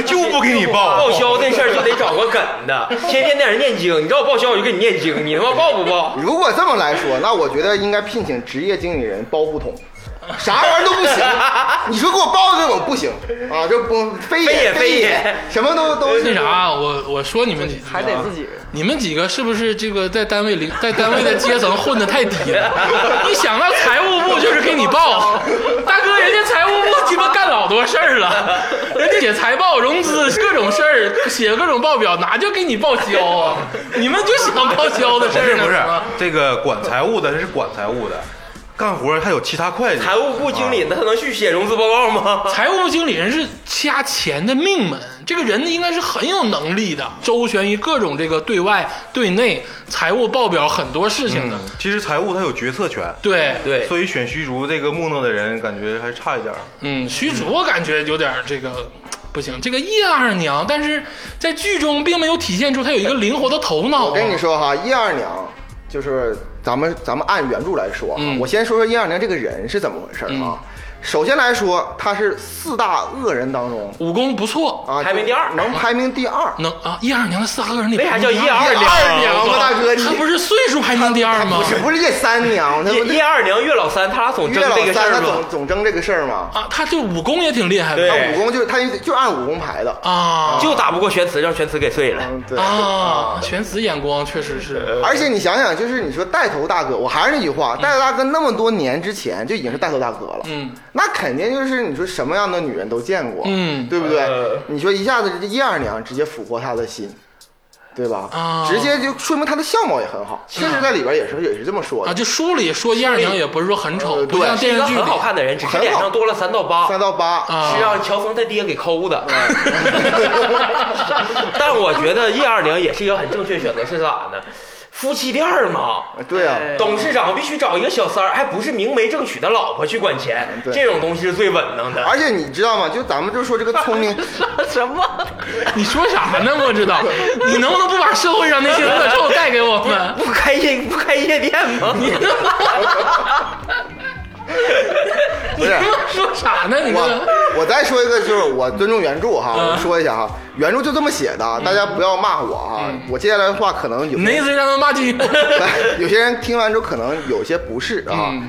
Speaker 4: 就不给你报
Speaker 6: 报。销这事儿就得找个梗的，天天在那儿念经，你让我报销我就给你念经，你他妈报不报？
Speaker 5: 如果这么来说，那我觉得应该聘请职业经理人包不同，啥玩意儿都不行。你说给我包这种不行啊，这不非
Speaker 6: 非
Speaker 5: 也
Speaker 6: 也非也
Speaker 5: 也，什么都都
Speaker 2: 那啥，我我说你们几句啊
Speaker 3: 还得自己人。
Speaker 2: 你们几个是不是这个在单位领 在单位的阶层混得太低了？ 一想到财务部就是给你 报，大哥，人家财务部鸡巴干老多事儿 了，人家写财报、融资各种事儿，写各种报表，哪就给你报销 啊？你们就想报销的事
Speaker 4: 不
Speaker 2: 儿
Speaker 4: 是
Speaker 2: 呢？
Speaker 4: 不是
Speaker 2: 吗，
Speaker 4: 这个管财务的他是管财务的，干活还有其他会计。
Speaker 6: 财务部经理那他能去写融资报告吗？
Speaker 2: 财务部经理人是掐钱的命门，这个人应该是很有能力的，周旋于各种这个对外对内财务报表很多事情的。
Speaker 4: 嗯其实财务他有决策权，
Speaker 2: 对，
Speaker 6: 对，
Speaker 4: 所以选虚竹这个木讷的人感觉还差一点儿。
Speaker 2: 嗯，虚竹我感觉有点儿这个不行，这个叶二娘，但是在剧中并没有体现出她有一个灵活的头
Speaker 6: 哦
Speaker 2: 脑。啊
Speaker 5: 我跟你，说哈，一二年就是咱们咱们按原著来说啊，
Speaker 2: 嗯
Speaker 5: 我先说说一二年这个人是怎么回事儿
Speaker 6: 嗯
Speaker 5: 啊。首先来说，他是四大恶人当中
Speaker 2: 武功不错，
Speaker 5: 啊，
Speaker 6: 排名第二
Speaker 5: 能排名第二。
Speaker 2: 能啊，叶二娘的四大恶人里
Speaker 6: 为啥叫叶二
Speaker 5: 娘二娘吗，大哥？你
Speaker 2: 她不是岁数排名第二吗
Speaker 5: 不？是不是叶三娘，他
Speaker 6: 叶叶二娘、岳老三，他俩总
Speaker 5: 岳
Speaker 6: 争
Speaker 5: 老
Speaker 6: 这个事
Speaker 5: 三
Speaker 6: 儿
Speaker 5: 他
Speaker 6: 吗
Speaker 5: 总？总争这个事儿嘛。
Speaker 2: 啊，她这武功也挺厉害的
Speaker 5: 他
Speaker 6: 对
Speaker 5: 武功就是他就按武功排的。
Speaker 2: 啊
Speaker 6: 就打不过玄慈，让玄慈给碎了。
Speaker 5: 嗯，对。
Speaker 2: 啊，玄慈眼光确实
Speaker 6: 呃
Speaker 2: 是，
Speaker 5: 而且你想想，就是你说带头大哥，我还是那句话，带头大哥那么多年之前就已经是带头大哥了，
Speaker 2: 嗯，
Speaker 5: 那肯定就是你说什么样的女人都见过，
Speaker 2: 嗯
Speaker 5: 对不对
Speaker 6: 呃？
Speaker 5: 你说一下子这一二娘直接俘获他的心，对吧？
Speaker 2: 啊
Speaker 5: 直接就说明他的相貌也很好，确实在里边也是也是这么说
Speaker 2: 啊，
Speaker 5: 的，
Speaker 2: 就书里说叶二娘也不是说很丑，
Speaker 5: 呃
Speaker 2: 不像
Speaker 5: 对
Speaker 2: 电
Speaker 6: 一
Speaker 2: 视
Speaker 6: 个
Speaker 2: 剧里
Speaker 6: 很好看的人，只是脸上多了三到八，
Speaker 5: 三到八，
Speaker 2: 啊
Speaker 6: 是让乔峰他爹给抠的。 但我觉得叶二娘也是一个很正确选择，是咋呢？夫妻店儿嘛，
Speaker 5: 对啊，
Speaker 3: 哎
Speaker 6: 董事长必须找一个小三儿，还哎不是明媒正娶的老婆去管钱，
Speaker 5: 对哎
Speaker 6: 这种东西是最稳当的。
Speaker 5: 而且你知道吗？就咱们就说这个聪 明，
Speaker 3: 什么？
Speaker 2: 你说啥呢？我知 道，你能不能不把社会上那些恶臭带给我们？
Speaker 6: 不开夜不开夜店吗？
Speaker 5: 不是。
Speaker 2: 说啥呢？你这
Speaker 5: 我我再说一个，就是我尊重原著哈，
Speaker 2: 嗯
Speaker 5: 我说一下哈，原著就这么写的，大家不要骂我哈。
Speaker 2: 嗯
Speaker 5: 我接下来的话可能有
Speaker 2: 你那意思是让他骂街？
Speaker 5: 有些人听完之后可能有些不适啊。
Speaker 2: 嗯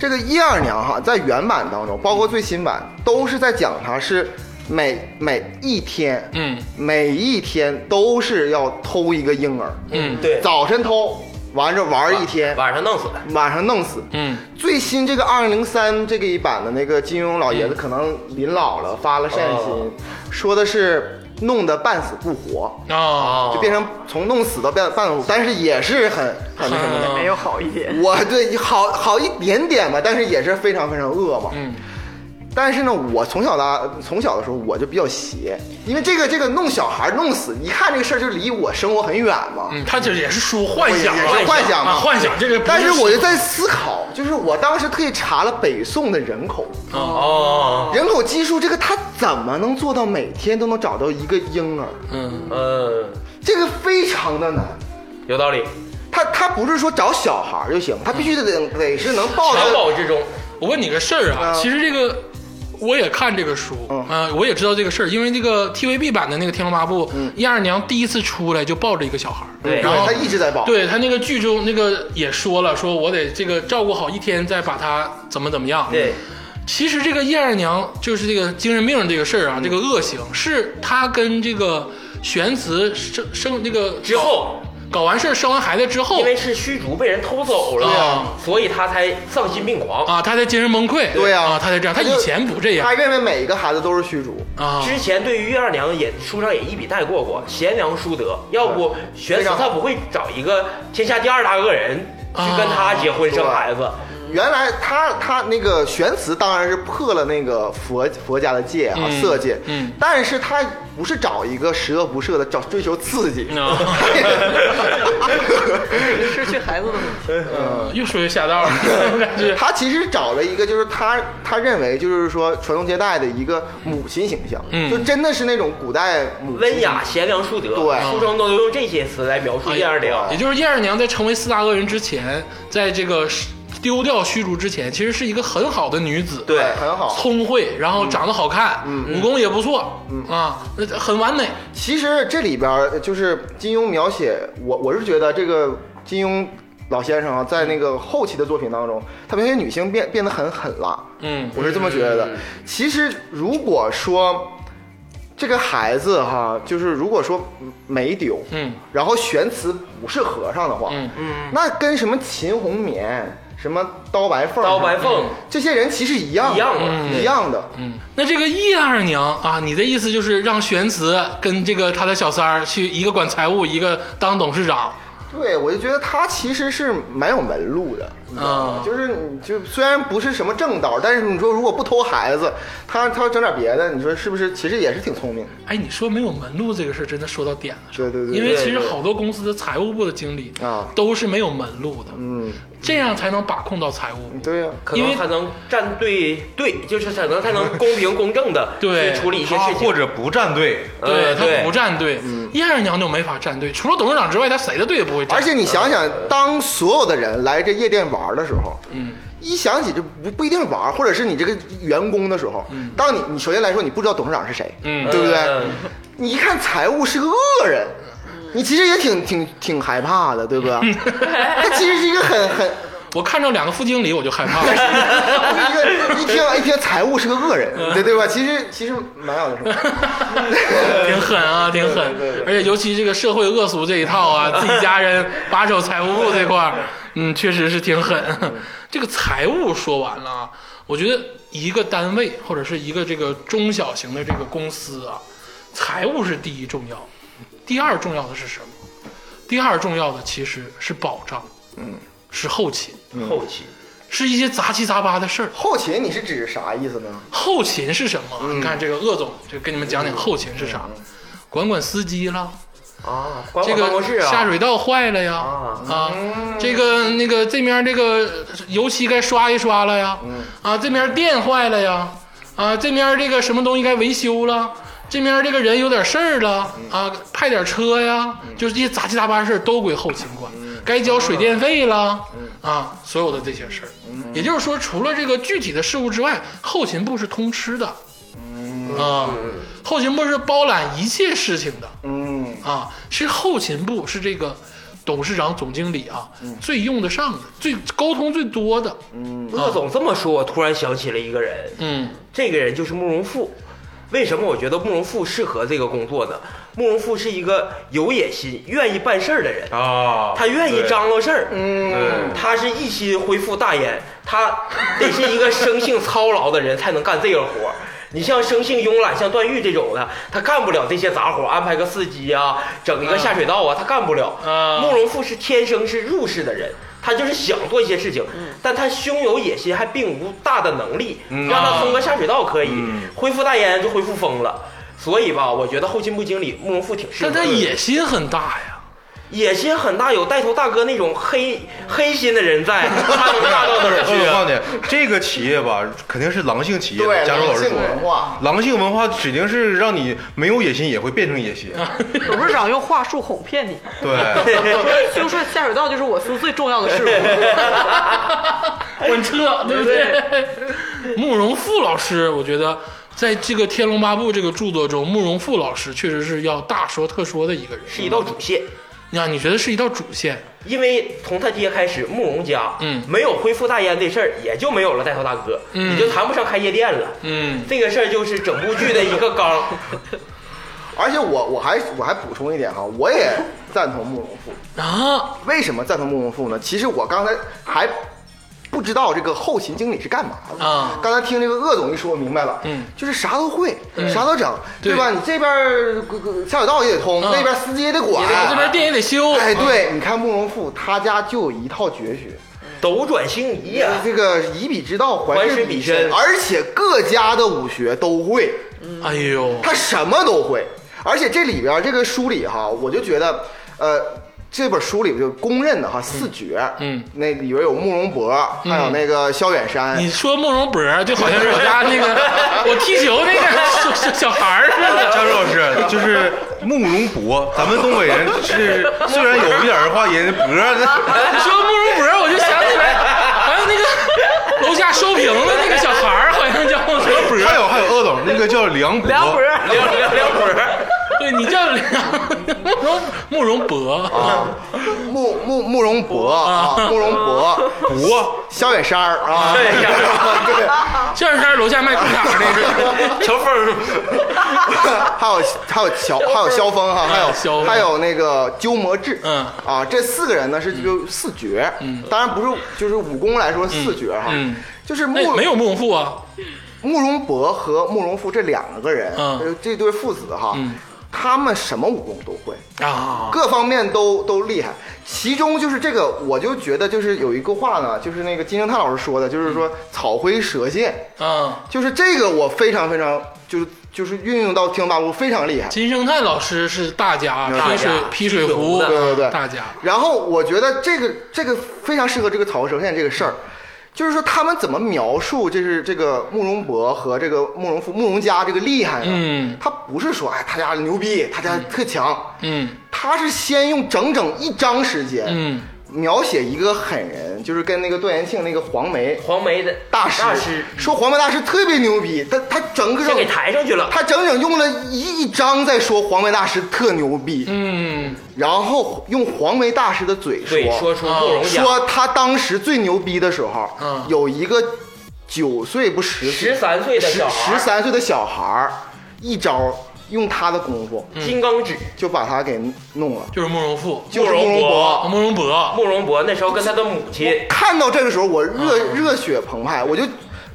Speaker 5: 这个一二娘哈，在原版当中，包括最新版，都是在讲她是每每一天，
Speaker 2: 嗯
Speaker 5: 每一天都是要偷一个婴儿，
Speaker 2: 嗯
Speaker 6: 对，
Speaker 5: 早晨偷，完之后玩一天，
Speaker 6: 晚上弄死的。
Speaker 5: 晚上弄死，
Speaker 2: 嗯，
Speaker 5: 最新这个二零零三这个一版的那个金庸老爷
Speaker 2: 嗯
Speaker 5: 子可能临老了发了善心，
Speaker 6: 哦
Speaker 5: 说的是弄得半死不活，
Speaker 2: 啊，
Speaker 5: 就变成从弄死到半半死不活，但是也是很很那什
Speaker 2: 嗯
Speaker 5: 么的。
Speaker 3: 没有好 一点。
Speaker 5: 我对好好一点点吧，但是也是非常非常恶嘛。
Speaker 2: 嗯，
Speaker 5: 但是呢，我从小的从小的时候我就比较邪，因为这个这个弄小孩弄死，一看这个事儿就离我生活很远嘛。
Speaker 2: 嗯，他这也是说幻想
Speaker 5: 也
Speaker 2: 啊，
Speaker 5: 是幻想嘛
Speaker 2: 啊幻想这个不。
Speaker 5: 但是我就在思考，就是我当时特意查了北宋的人口，
Speaker 6: 哦，
Speaker 5: 人口基数这个他怎么能做到每天都能找到一个婴儿？
Speaker 2: 嗯
Speaker 6: 嗯，
Speaker 5: 这个非常的难。
Speaker 6: 有道理，
Speaker 5: 他他不是说找小孩儿就行，他必须得得是能抱
Speaker 6: 襁
Speaker 5: 着
Speaker 6: 褓之中。
Speaker 2: 我问你个事儿啊，
Speaker 5: 啊
Speaker 2: 其实这个我也看这个书，啊、我也知道这个事儿，因为这个 TVB 版的那个《天龙八部》，燕二娘第一次出来就抱着一个小孩儿，
Speaker 6: 对
Speaker 2: 然后
Speaker 5: 他一直在保，
Speaker 2: 对他那个剧中那个也说了，说我得这个照顾好一天，再把他怎么怎么样。
Speaker 6: 对，
Speaker 2: 其实这个燕二娘就是这个精神病这个事儿啊，这个恶行是她跟这个玄慈生生这个
Speaker 6: 之后
Speaker 2: 搞完事儿生完孩子之后
Speaker 6: 因为是虚竹被人偷走
Speaker 2: 哦啊
Speaker 6: 了，所以他才丧心病狂。
Speaker 2: 啊，她才精神崩溃，
Speaker 5: 对啊
Speaker 2: 啊，她才这样，她
Speaker 5: 她就
Speaker 2: 以前不这样
Speaker 5: 他认为每一个孩子都是虚竹，
Speaker 2: 啊，
Speaker 6: 之前对于岳二娘也书上也一笔带过过，贤良淑德，要不玄
Speaker 5: 非
Speaker 6: 慈
Speaker 5: 常好
Speaker 6: 他不会找一个天下第二大恶人去跟他结婚生孩子。
Speaker 5: 原来他他那个玄慈当然是破了那个佛佛家的戒啊、
Speaker 2: 嗯
Speaker 5: 色戒，
Speaker 2: 嗯
Speaker 5: 但是他不是找一个十恶不赦的，找追求刺激，
Speaker 2: 啊，
Speaker 3: 失去孩子的母亲，
Speaker 2: 又说又下道了，感觉
Speaker 5: 他其实找了一个就是他他认为就是说传宗接代的一个母亲形象，
Speaker 2: 嗯
Speaker 5: 就真的是那种古代母亲
Speaker 6: 温雅、贤良、淑德，
Speaker 5: 对
Speaker 6: 书中都用这些词来描述
Speaker 2: 哎
Speaker 6: 岳二娘
Speaker 2: 啊也。就是燕二娘在成为四大恶人之前，在这个丢掉虚竹之前，其实是一个很好的女子，
Speaker 6: 对，
Speaker 5: 很好，
Speaker 2: 聪慧，然
Speaker 5: 嗯
Speaker 2: 后长得好看，武功也不错，啊，那很完美。
Speaker 5: 其实这里边儿就是金庸描写我，我是觉得这个金庸老先生啊，在那个后期的作品当中，他描写女性变变得很狠了，
Speaker 2: 嗯
Speaker 5: 我是这么觉得的。其实如果说这个孩子哈，就是如果说没丢，
Speaker 2: 嗯，
Speaker 5: 然后玄慈不是和尚的话，
Speaker 2: 嗯
Speaker 5: 那跟什么秦红棉、什么刀白凤、
Speaker 6: 刀白凤
Speaker 5: 这些人其实一样
Speaker 6: 一样的
Speaker 5: 一样的，
Speaker 2: 嗯，那这个叶二娘啊，你的意思就是让玄慈跟这个他的小三儿去一个管财务，一个当董事长，
Speaker 5: 对，我就觉得他其实是蛮有门路的，你知道吗
Speaker 2: 啊
Speaker 5: 就是你就虽然不是什么正道，但是你说如果不偷孩子，他他要整点别的，你说是不是？其实也是挺聪明的。
Speaker 2: 哎，你说没有门路这个事儿，真的说到点了，是吧
Speaker 5: 对对对
Speaker 2: 因为其实
Speaker 5: 对对
Speaker 2: 好多公司的财务部的经理
Speaker 5: 啊
Speaker 2: 都是没有门路的，
Speaker 5: 嗯，
Speaker 2: 这样才能把控到财务。
Speaker 5: 对啊呀、
Speaker 6: 可
Speaker 2: 因为
Speaker 6: 能才能站队，对，就是才能才能公平公正的
Speaker 2: 对
Speaker 6: 去处理一些
Speaker 4: 他
Speaker 6: 事情，
Speaker 4: 或者不站队，
Speaker 6: 呃
Speaker 2: 他不
Speaker 6: 对，
Speaker 2: 站队，叶二娘就没法站队，除了董事长之外，他谁的队也不会站。
Speaker 5: 嗯而且你想想，当所有的人来这夜店玩的时候，嗯，一想起这不不一定玩，或者是你这个员工的时候，当你你首先来说，你不知道董事长是谁，
Speaker 2: 嗯
Speaker 5: 对不对？
Speaker 6: 嗯
Speaker 5: 你一看财务是个恶人。你其实也挺挺挺害怕的，对 不对？他其实是一个很很
Speaker 2: 我看着两个副经理我就害怕了。
Speaker 5: 一 个一听一听财务是个恶人，对对吧？其实其实蛮有的是吧，
Speaker 2: 挺狠啊，挺狠
Speaker 5: 对对。
Speaker 2: 而且尤其这个社会恶俗这一套啊，自己家人把守财务部这块儿，嗯，确实是挺狠。 这个财务说完了啊，我觉得一个单位或者是一个这个中小型的这个公司啊，财务是第一重要，第二重要的是什么？第二重要的其实是保障，嗯，是后勤，
Speaker 6: 后期
Speaker 2: 是一些杂七杂八的事儿。
Speaker 5: 后勤你是指啥意思呢？
Speaker 2: 后勤是什么？
Speaker 5: 嗯
Speaker 2: 你看这个鄂总就跟你们讲讲后勤是啥，管管司机了。
Speaker 6: 啊，管
Speaker 2: 这
Speaker 6: 管
Speaker 2: 个
Speaker 6: 办公室啊，
Speaker 2: 下水道坏了呀，
Speaker 6: 啊
Speaker 2: 啊，这个那个这面这个油漆该刷一刷了呀，
Speaker 6: 嗯
Speaker 2: 啊，这面电坏了呀，啊，这面这个什么东西该维修了。这面这个人有点事儿了
Speaker 6: 嗯
Speaker 2: 啊，派点车呀，就是这些杂七杂八事儿都归后勤管，
Speaker 6: 嗯
Speaker 2: 该交水电费了啊，所有的这些事儿。
Speaker 6: 嗯
Speaker 2: 也就是说，除了这个具体的事务之外，后勤部是通吃的，
Speaker 6: 嗯
Speaker 2: 啊，后勤部是包揽一切事情的。
Speaker 5: 嗯，
Speaker 2: 啊，是后勤部是这个董事长、总经理啊、
Speaker 6: 嗯
Speaker 2: 最用得上的、最沟通最多的。
Speaker 6: 乐总这么说，我突然想起了一个人，
Speaker 2: 嗯
Speaker 6: 这个人就是慕容复。为什么我觉得慕容复适合这个工作呢？慕容复是一个有野心、愿意办事儿的人，
Speaker 4: 啊，
Speaker 6: 他愿意
Speaker 4: 对，嗯
Speaker 6: 张罗事儿，
Speaker 4: 对，
Speaker 6: 他是一心恢复大烟，他得是一个生性操劳的人才能干这个活儿。你像生性慵懒，像段誉这种的，他干不了这些杂活，安排个司机啊，整一个下水道啊，他干不了。
Speaker 2: 啊
Speaker 6: 慕容复是天生是入世的人，他就是想做一些事情，但他胸有野心，还并无大的能力。让他封个下水道可以，恢复大烟就恢复疯了。所以吧，我觉得后勤部经理慕容复挺适合
Speaker 2: 但
Speaker 6: 的。
Speaker 2: 他野心很大呀，
Speaker 6: 野心很大，有带头大哥那种黑 黑心的人 在，他能大到哪儿
Speaker 4: 我
Speaker 6: 去
Speaker 4: 告
Speaker 6: 啊
Speaker 4: 诉？你，这个企业吧，肯定是狼性企业的。
Speaker 5: 对
Speaker 4: 加州老师
Speaker 5: 狼性文化
Speaker 4: 说，狼性文化指定是让你没有野心也会变成野心。
Speaker 3: 董事长用话术哄骗 你，
Speaker 4: 对，
Speaker 3: 就说下水道就是我司最重要的 事物。
Speaker 6: 哎
Speaker 2: 混车，对不对？慕容复老师，我觉得在这个《天龙八部》这个著作中，慕容复老师确实是要大说特说的一个人。
Speaker 6: 是一道主线，
Speaker 2: 呀，你觉得是一道主线？
Speaker 6: 因为从他爹开始，慕容家，
Speaker 2: 嗯
Speaker 6: 没有恢复大烟这事儿，也就没有了带头大哥，
Speaker 2: 嗯
Speaker 6: 也就谈不上开夜店了。
Speaker 2: 嗯，
Speaker 6: 这个事儿就是整部剧的一个纲，
Speaker 5: 而且我我还我还补充一点哈，我也赞同慕容复。
Speaker 2: 啊，
Speaker 5: 为什么赞同慕容复呢？其实我刚才还不知道这个后勤经理是干嘛的
Speaker 2: 啊
Speaker 5: 刚才听这个鄂总一说，明白了，
Speaker 2: 嗯
Speaker 5: 就是啥都会，啥都整，
Speaker 2: 对
Speaker 5: 对吧？你这边儿呃呃下水道也得通，
Speaker 2: 啊
Speaker 5: 那边司机也得管，
Speaker 2: 这边店也得嗯修。
Speaker 5: 哎，对，你看慕容复，他家就有一套绝学，
Speaker 6: 斗转星移呀、
Speaker 5: 这个以彼之道还
Speaker 6: 还施
Speaker 5: 施
Speaker 6: 彼
Speaker 5: 彼
Speaker 6: 身
Speaker 5: 身，而且各家的武学都会，
Speaker 2: 哎呦，
Speaker 5: 他什么都会。而且这里边儿这个书里哈，我就觉得，呃，这本书里就公认的哈四绝，
Speaker 2: 嗯
Speaker 5: 那里边有慕容博，还有那个萧远山，
Speaker 6: 哎
Speaker 2: 你说慕容博儿就好像是我家 那个我踢球那个小小孩儿似的。
Speaker 4: 加州老师就是慕容博，咱们东北人是虽然有一点儿话，人博那
Speaker 2: 你说慕容博儿，我就想起来，好像那个楼下收瓶的那个小孩儿，好像叫慕容博儿。
Speaker 4: 还有还有鄂总那个叫梁博，
Speaker 3: 梁博，
Speaker 6: 梁梁梁博儿，
Speaker 2: 对你叫梁慕容慕容博，
Speaker 5: 慕慕慕容博啊，慕容博，
Speaker 4: 博
Speaker 5: 萧远山儿啊，
Speaker 6: 对呀
Speaker 5: 对，
Speaker 2: 像是他楼下卖裤衩儿那个
Speaker 6: 乔峰，
Speaker 5: 还有还有乔，还有萧峰哈，还
Speaker 2: 嗯萧
Speaker 5: 有
Speaker 2: 峰
Speaker 5: 还有那个鸠摩智，
Speaker 2: 嗯
Speaker 5: 啊，这四个人呢是就四绝，嗯，当然不是就是武功来说四绝哈，
Speaker 2: 嗯嗯
Speaker 5: 就是慕
Speaker 2: 那没有慕容复啊，
Speaker 5: 慕容博和慕容复这两个人，
Speaker 2: 嗯
Speaker 5: 呃这对父子哈，
Speaker 2: 嗯
Speaker 5: 他们什么武功都会，
Speaker 2: 啊，
Speaker 5: 各方面都都厉害。其中就是这个，我就觉得就是有一个话呢，就是那个金正叹老师说的，就是
Speaker 2: 嗯
Speaker 5: 说草灰蛇蝎，
Speaker 2: 啊，
Speaker 5: 就是这个我非常非常就是就是运用到《天龙八部》非常厉害。
Speaker 2: 金圣叹老师是大家，
Speaker 5: 大
Speaker 2: 劈水
Speaker 6: 家
Speaker 2: 劈水壶，
Speaker 6: 对
Speaker 5: 对对
Speaker 2: 大家，
Speaker 5: 然后我觉得这个这个非常适合这个草灰蛇蝎这个事儿。就是说，他们怎么描述就是这个慕容博和这个慕容复、慕容家这个厉害呢？
Speaker 2: 嗯
Speaker 5: 他不是说哎他家牛逼，他家特强，
Speaker 2: 嗯
Speaker 5: 他是先用整整一章时间，
Speaker 2: 嗯，
Speaker 5: 描写一个狠人，就是跟那个段延庆那个黄梅
Speaker 6: 黄梅的
Speaker 5: 大师
Speaker 6: 大师
Speaker 5: 说黄梅大师特别牛逼，他他整个
Speaker 6: 先给抬上去了，
Speaker 5: 他整整用了一一章在说黄梅大师特牛逼，
Speaker 2: 嗯，
Speaker 5: 然后用黄梅大师的嘴说哦
Speaker 6: 对，说出慕容啊家
Speaker 5: 说他当时最牛逼的时候，
Speaker 2: 嗯
Speaker 5: 有一个九岁不十
Speaker 6: 十
Speaker 5: 岁
Speaker 6: 三岁的
Speaker 5: 十
Speaker 6: 小孩
Speaker 5: 十
Speaker 6: 儿，
Speaker 5: 三岁的小孩儿，一招用他的功夫
Speaker 6: 金刚指
Speaker 5: 就把他给弄了。
Speaker 2: 就是慕容复，
Speaker 5: 就是
Speaker 6: 慕
Speaker 5: 慕
Speaker 6: 容
Speaker 5: 容
Speaker 6: 博
Speaker 5: 博，
Speaker 2: 慕容博，
Speaker 6: 慕容博那时候跟他的母亲
Speaker 5: 看到这个时候，我热、热血澎湃，我就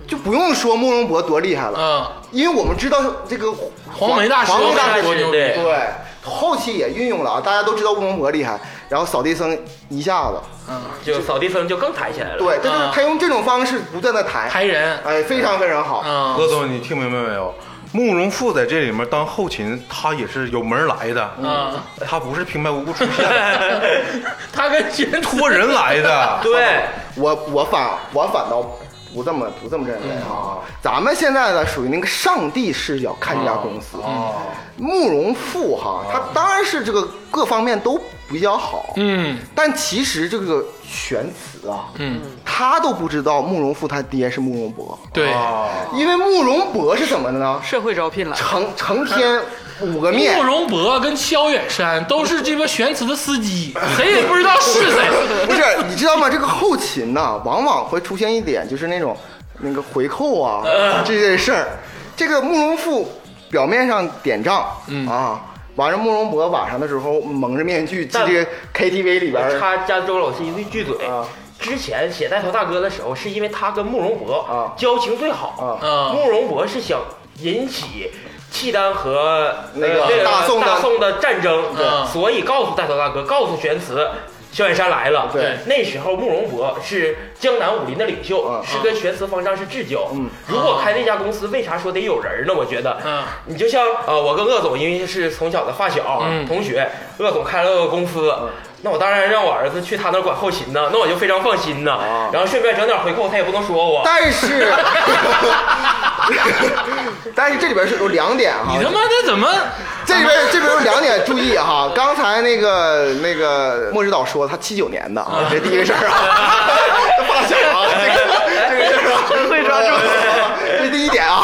Speaker 5: 就不用说慕容博多厉害了，
Speaker 2: 嗯，
Speaker 5: 因为我们知道这个
Speaker 2: 黄梅大师，
Speaker 5: 黄梅
Speaker 6: 大
Speaker 5: 大
Speaker 6: 师
Speaker 5: 师
Speaker 2: 多牛逼
Speaker 6: 对
Speaker 5: 对后期也运用了啊，大家都知道慕容博厉害，然后扫地僧一下子，
Speaker 6: 就扫地僧就更抬起来了。
Speaker 5: 对，但
Speaker 2: 啊
Speaker 5: 是他用这种方式不断的抬，
Speaker 2: 抬人，
Speaker 5: 哎，非常非常好，
Speaker 2: 嗯，
Speaker 4: 鄂总你听明白没有？慕容复在这里面当后勤，他也是有门儿来的，
Speaker 2: 啊，
Speaker 4: 他不是平白无故出现的，
Speaker 2: 他跟人
Speaker 4: 托人来的。
Speaker 6: 对，
Speaker 5: 我我反我反倒不这么不这么认为
Speaker 2: 嗯
Speaker 5: 啊。咱们现在呢，属于那个上帝视角看这家公司。
Speaker 2: 哦
Speaker 5: 慕容复哈，他当然是这个各方面都比较好，
Speaker 2: 嗯，
Speaker 5: 但其实这个玄慈啊，
Speaker 2: 嗯，哦
Speaker 5: 他都不知道慕容复他爹是慕容博，
Speaker 2: 对，
Speaker 4: 啊，
Speaker 5: 因为慕容博是怎么的呢？
Speaker 3: 社会招聘了，
Speaker 5: 成成天五个面
Speaker 2: 慕，容博跟萧远山都是这个玄慈的司机， 谁也不知道是谁。
Speaker 5: 不是，你知道吗？这个后勤呐、往往会出现一点，就是那种那个回扣啊、这些事儿。这个慕容复表面上点账，嗯啊，完了慕容博晚上的时候蒙着面具去
Speaker 6: 但
Speaker 5: 这个 KTV 里边儿，
Speaker 6: 呃插加州老师一句句嘴
Speaker 5: 啊。
Speaker 6: 之前写带头大哥的时候，是因为他跟慕容博
Speaker 5: 啊
Speaker 6: 交情最好，
Speaker 2: 啊
Speaker 6: 慕容博是想引起契丹和
Speaker 5: 那个
Speaker 6: 呃
Speaker 5: 大宋的
Speaker 6: 大宋的战争
Speaker 2: 嗯，
Speaker 6: 所以告诉带头大哥，告诉玄慈，萧远山来了，
Speaker 5: 对
Speaker 6: 那时候慕容博是江南武林的领袖，
Speaker 5: 嗯
Speaker 6: 是跟玄慈方丈是至交。如果开那家公司，为啥说得有人儿呢？我觉得，
Speaker 2: 嗯
Speaker 6: 你就像呃，我跟鄂总因为是从小的发小、
Speaker 2: 嗯
Speaker 6: 同学，鄂总开了个公司。那我当然让我儿子去他那儿管后勤呢，那我就非常放心呐。然后顺便整点回扣，他也不能说我。
Speaker 5: 但是， 但是这里边是有两点啊哈
Speaker 2: 你，他妈的怎么？
Speaker 5: 这里边这边有两点注意哈。刚才那个那个莫指导说他七九年的啊，这第一个事儿啊，不能讲啊，这个这个事儿啊，真 会抓住，这是第一点啊。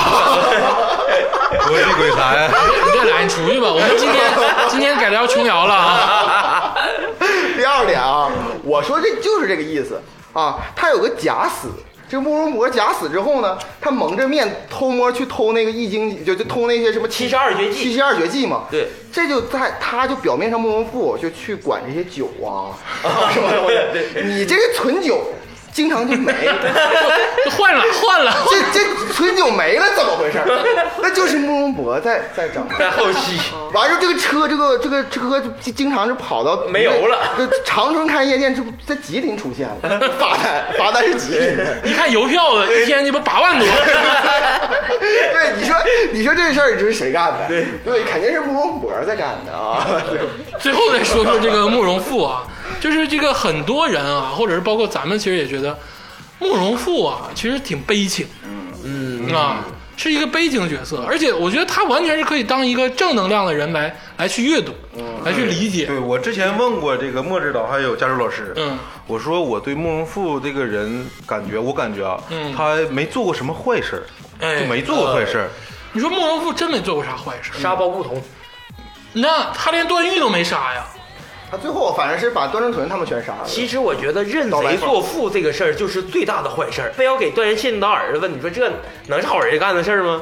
Speaker 4: 逻辑鬼啥呀？
Speaker 2: 你这俩你出去吧，我们今天今天改聊琼瑶了啊！
Speaker 5: 第二点啊，我说这就是这个意思啊，他有个假死。这个慕容博假死之后呢，他蒙着面偷摸去偷那个易经，就就偷那些什么
Speaker 6: 七十二绝
Speaker 5: 七
Speaker 6: 技，
Speaker 5: 十二绝技嘛。
Speaker 6: 对，
Speaker 5: 这就在他就表面上慕容复就去管这些酒 啊，什么什么的。你这个存酒经常就没，
Speaker 2: 换了换了，
Speaker 5: 这这存酒没了怎么回事儿？那就是慕容博在在整。
Speaker 6: 在后期。
Speaker 5: 完了之后，这个车，这个这个车就经经常就跑到
Speaker 6: 没油了
Speaker 5: 这长春开夜店，这不在吉林出现了， 嗯罚单罚单是吉林的。
Speaker 2: 一看邮票的，一天鸡巴八万多，
Speaker 5: 对，你说你说这事儿是谁干的？对，肯定是慕容博在干的啊。
Speaker 2: 最后再说说这个慕容复啊，就是这个很多人啊，或者是包括咱们，其实也觉得慕容复啊，其实挺悲情，嗯啊，是一个悲情角色，而且我觉得他完全是可以当一个正能量的人来来去阅读，来去理解，
Speaker 4: 对我之前问过这个莫指导还有加州老师，
Speaker 2: 嗯，
Speaker 4: 我说我对慕容复这个人感觉，我感觉啊，
Speaker 2: 嗯
Speaker 4: 他没做过什么坏事儿，
Speaker 2: 哎
Speaker 4: 就没做过坏事儿，
Speaker 2: 你说慕容复真没做过啥坏事，
Speaker 6: 杀包不同，
Speaker 2: 那他连段誉都没杀呀，
Speaker 5: 他最后反正是把段正淳他们全杀了。
Speaker 6: 其实我觉得认贼作父这个事儿就是最大的坏事儿。非要给段仁信当儿子，你说这能是好人干的事儿吗？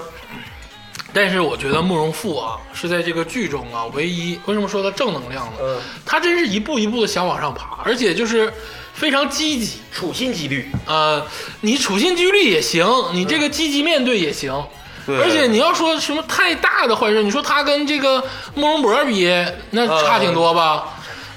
Speaker 2: 但是我觉得慕容复啊，是在这个剧中啊唯一为什么说他正能量呢？
Speaker 6: 嗯
Speaker 2: 他真是一步一步的想往上爬，而且就是非常积极。
Speaker 6: 处心积虑，
Speaker 2: 呃，你处心积虑也行，你这个积极面对也行。
Speaker 4: 对
Speaker 2: 而且你要说什么太大的坏事，你说他跟这个慕容博比，那差挺多吧？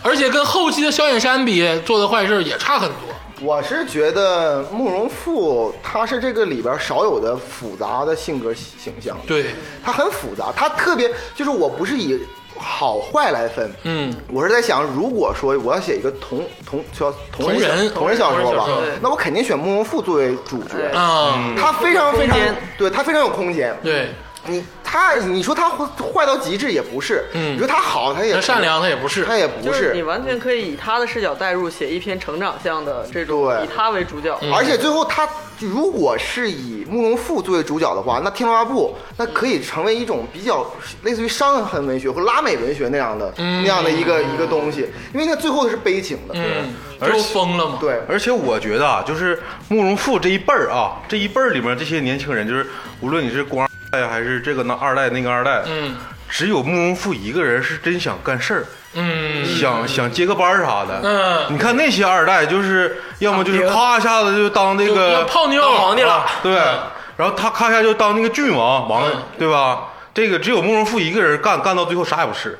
Speaker 2: 而且跟后期的萧远山比，做的坏事也差很多。
Speaker 5: 我是觉得慕容复他是这个里边少有的复杂的性格形象，
Speaker 2: 对，
Speaker 5: 他很复杂，他特别就是我不是以好坏来分，
Speaker 2: 嗯，
Speaker 5: 我是在想，如果说我要写一个同同叫同人
Speaker 2: 同人
Speaker 5: 小同人小说吧
Speaker 2: 同人小说，
Speaker 5: 那我肯定选慕容复作为主角
Speaker 3: 对，
Speaker 2: 啊、
Speaker 5: 他非常非常
Speaker 3: 空间
Speaker 5: 对他非常有空间，
Speaker 2: 对，
Speaker 5: 你他你说他坏坏到极致也不是，
Speaker 2: 嗯
Speaker 5: 你说他好他也
Speaker 2: 那善良他也不是。
Speaker 5: 他也不
Speaker 3: 就是
Speaker 5: 是
Speaker 3: 你，完全可以以他的视角代入，写一篇成长向的这种，
Speaker 5: 对嗯
Speaker 3: 以他为主角。
Speaker 2: 嗯
Speaker 5: 而且最后他如果是以慕容复作为主角的话，那《天龙八部》那可以成为一种比较类似于伤痕文学或拉美文学那样的、那样的一个一个东西，因为它最后是悲情的，
Speaker 2: 嗯，
Speaker 4: 而
Speaker 2: 就
Speaker 4: 且
Speaker 2: 疯了嘛。
Speaker 5: 对。
Speaker 4: 而且我觉得啊，就是慕容复这一辈儿啊，这一辈儿里面这些年轻人，就是无论你是官二代还是这个那二代那个二代，
Speaker 2: 嗯
Speaker 4: 只有慕容复一个人是真想干事儿，
Speaker 2: 嗯
Speaker 4: 想想接个班儿啥的。
Speaker 2: 嗯，
Speaker 4: 你看那些二代，就是要么就是咔一下子就当这
Speaker 2: 就
Speaker 4: 个
Speaker 2: 要泡妞
Speaker 6: 当皇帝了。
Speaker 4: 对，
Speaker 2: 嗯
Speaker 4: 然后他咔一下就当那个郡王王，对吧？这个只有慕容复一个人干，干到最后啥也不 是。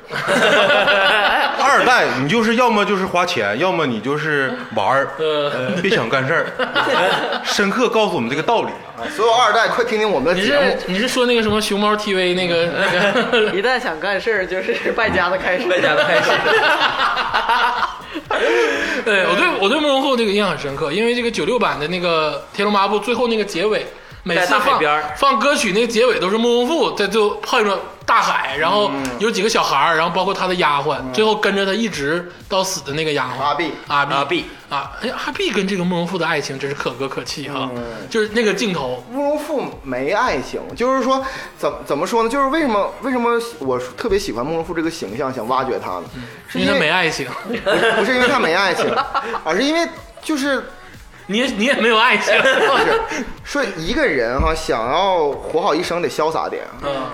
Speaker 4: 二代你就是要么就是花钱，要么你就是
Speaker 2: 嗯
Speaker 4: 玩儿，呃别想干事 儿。深刻告诉我们这个道理。
Speaker 5: 所有二代快听听我们的
Speaker 2: 你
Speaker 5: 节
Speaker 2: 是
Speaker 5: 目，
Speaker 2: 你是说那个什么熊猫 TV 那个那个？
Speaker 3: 一旦想干事儿，就是败家的开始。
Speaker 6: 败家的开始
Speaker 2: 对我对我对慕容复这个印象很深刻，因为这个九六版的那个《天龙八部》最后那个结尾，每次
Speaker 6: 在大海
Speaker 2: 放
Speaker 6: 边儿
Speaker 2: 放歌曲那个结尾都是慕容复在最后泡着大海，然后有几个小孩儿，然后包括他的丫鬟，最后跟着他一直到死的那个丫鬟
Speaker 5: 阿碧
Speaker 2: 阿碧
Speaker 6: 阿碧
Speaker 2: 啊，哎呀阿碧跟这个慕容复的爱情真是可歌可泣哈，就是那个镜头，
Speaker 5: 慕容复没爱情，就是说怎怎么说呢？就是为什么为什么我特别喜欢慕容复这个形象，想挖掘他呢？是
Speaker 2: 嗯因为他
Speaker 5: 因为
Speaker 2: 没爱情，
Speaker 5: 不是不是因为他没爱 情，而是因为就是
Speaker 2: 你也你也没有爱 情，嗯
Speaker 5: 说一个人哈，想要啊
Speaker 6: 嗯
Speaker 5: 活好一生得潇洒点。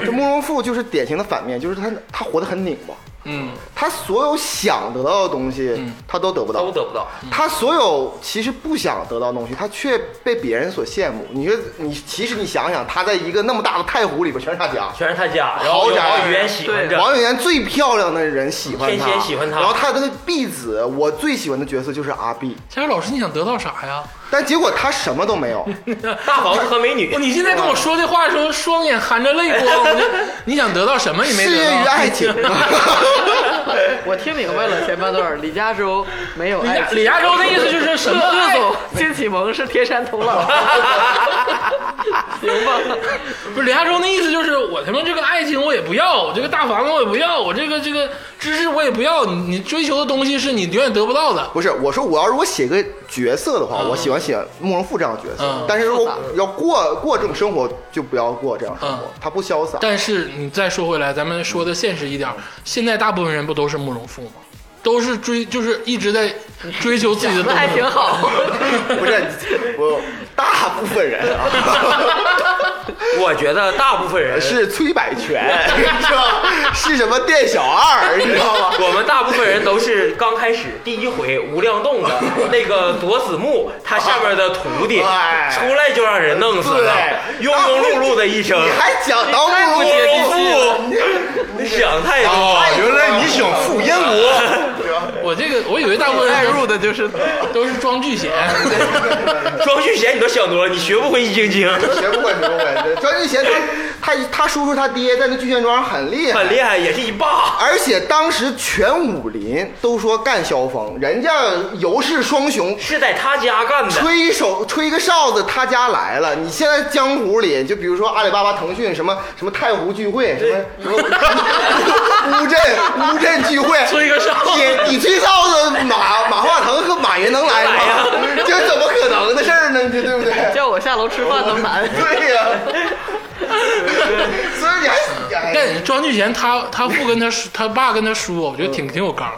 Speaker 5: 这慕容复就是典型的反面，就是他他活得很拧巴，
Speaker 2: 嗯，
Speaker 5: 他所有想得到的东西，他都得不到，
Speaker 6: 嗯都得不到。
Speaker 5: 他所有其实不想得到的东西，他却被别人所羡慕。你说你其实你想想，他在一个那么大的太湖里边全是他家，
Speaker 6: 全是他家，然后
Speaker 5: 豪
Speaker 6: 有
Speaker 5: 宅
Speaker 6: 王语嫣喜欢
Speaker 3: 对
Speaker 6: 着，
Speaker 5: 王语嫣最漂亮的人喜欢
Speaker 6: 天
Speaker 5: 她，
Speaker 6: 仙喜欢她
Speaker 5: 然后她的那个婢子，我最喜欢的角色就是阿碧，
Speaker 2: 夏雨老师，你想得到啥呀？
Speaker 5: 但结果她什么都 没有。
Speaker 6: 大房子和美女
Speaker 2: 不，，哦你现在跟我说这话的时候，双眼含着泪光，我 就你想得到什么？你没
Speaker 5: 事
Speaker 2: 得
Speaker 5: 业
Speaker 2: 到
Speaker 5: 与爱 情，
Speaker 3: 我听明白了前半段，李嘉洲没 有
Speaker 2: 李
Speaker 3: 爱
Speaker 2: 亚
Speaker 3: 情。
Speaker 2: 李亚洲的意思就是什么
Speaker 3: 贺
Speaker 2: 爱？
Speaker 3: 总金启蒙是天山 童姥，行吧？
Speaker 2: 不是李亚洲的意思就是我他妈这个爱情我也不要，我这个大房子我也不要，我这个这个知识我也不要。你你追求的东西是你永远得不到的。
Speaker 5: 不是我说，我要如果写个角色的话，我喜欢写慕容复这样的角
Speaker 2: 嗯
Speaker 5: 色。但是如果要过过这种生活，就不要过这样生活
Speaker 2: 嗯，
Speaker 5: 他不潇洒。
Speaker 2: 但是你再说回来，咱们说的现实一点儿，现在大部分人不都是慕容复吗？都是追，就是一直在追求自己的东
Speaker 3: 那还
Speaker 2: 西
Speaker 3: 挺。好。
Speaker 5: 不是我大部分人啊，
Speaker 6: 我觉得大部分人
Speaker 5: 是崔百全，是吧？是什么店小二，你知道吗？
Speaker 6: 我们大部分人都是刚开始第一回无量洞 的那个左子木，他下面的徒弟
Speaker 5: 哎
Speaker 6: 出来就让人弄死了，
Speaker 5: 对
Speaker 6: 庸庸碌碌的一生
Speaker 5: 你，还讲到慕容复？
Speaker 6: 你想太多。
Speaker 4: 哦，原来你想赴燕
Speaker 2: 哦
Speaker 4: 国？
Speaker 2: 我这个我以为大部分
Speaker 3: 带
Speaker 2: 人
Speaker 3: 入的就是
Speaker 2: 都是装巨险，
Speaker 6: 庄旭贤你都想多了，你学不会易筋经，
Speaker 5: 学不会，学不会。庄俊贤他他他叔叔他爹在那聚贤庄很厉害，
Speaker 6: 很厉害，也是一霸。
Speaker 5: 而且当时全武林都说干萧峰，人家尤氏双雄
Speaker 6: 是在他家干的，
Speaker 5: 吹一手吹个哨子，他家来了。你现在江湖里，就比如说阿里巴巴、腾讯什么什么太湖聚会，什么什么 乌镇乌镇聚会，
Speaker 2: 吹个哨
Speaker 5: 你你吹哨子，马马化腾和马云能来吗？这怎么可能的事儿呢？这 对不对？
Speaker 3: 叫我下楼吃饭都难。
Speaker 5: 对呀、所以你还哎你还
Speaker 2: 但庄巨贤他他父跟他叔他爸跟他叔，我觉得挺挺有刚儿。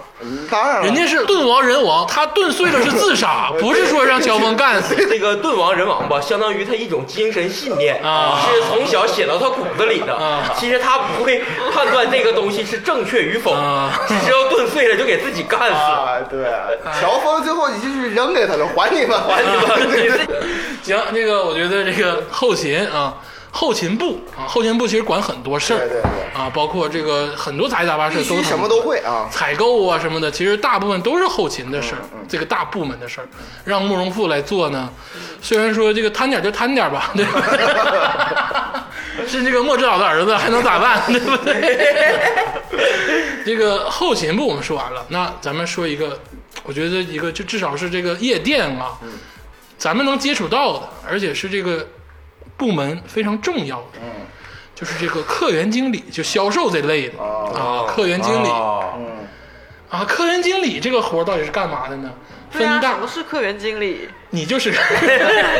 Speaker 5: 当然了，
Speaker 2: 人家是盾王人王，他盾碎了是自 杀，不是说让乔峰干 死。
Speaker 6: 那个盾王人王吧，相当于他一种精神信念，
Speaker 2: 啊
Speaker 6: 是从小写到他骨子里的。
Speaker 2: 啊
Speaker 6: 其实他不会判断这个东西是正确与否，
Speaker 2: 啊
Speaker 6: 只要盾碎了就给自己干死。
Speaker 5: 啊，对，乔峰最后你就是扔给他了，还你吧，还你吧，对对对
Speaker 2: 行，那个我觉得这个后勤啊，后勤部啊，后勤部其实管很多事儿，
Speaker 5: 对对对
Speaker 2: 啊，包括这个很多杂七杂八事
Speaker 5: 必
Speaker 2: 儿都
Speaker 5: 须什么都会啊。
Speaker 2: 采购啊什么的，其实大部分都是后勤的事儿，这个大部门的事儿，让慕容复来做呢。虽然说这个贪点儿就贪点儿吧，对吧？是这个莫指导的儿子，还能咋办？对不对？这个后勤部我们说完了，那咱们说一个，我觉得一个就至少是这个夜店啊，咱们能接触到的，而且是这个部门非常重要的，就是这个客源经理，就销售这类的、啊，客源经理。
Speaker 4: 哦
Speaker 2: 啊，客源经理这个活儿到底是干嘛的呢？
Speaker 3: 对
Speaker 2: 分
Speaker 3: 啊，
Speaker 2: 档
Speaker 3: 什么，是客源经理？
Speaker 2: 你就是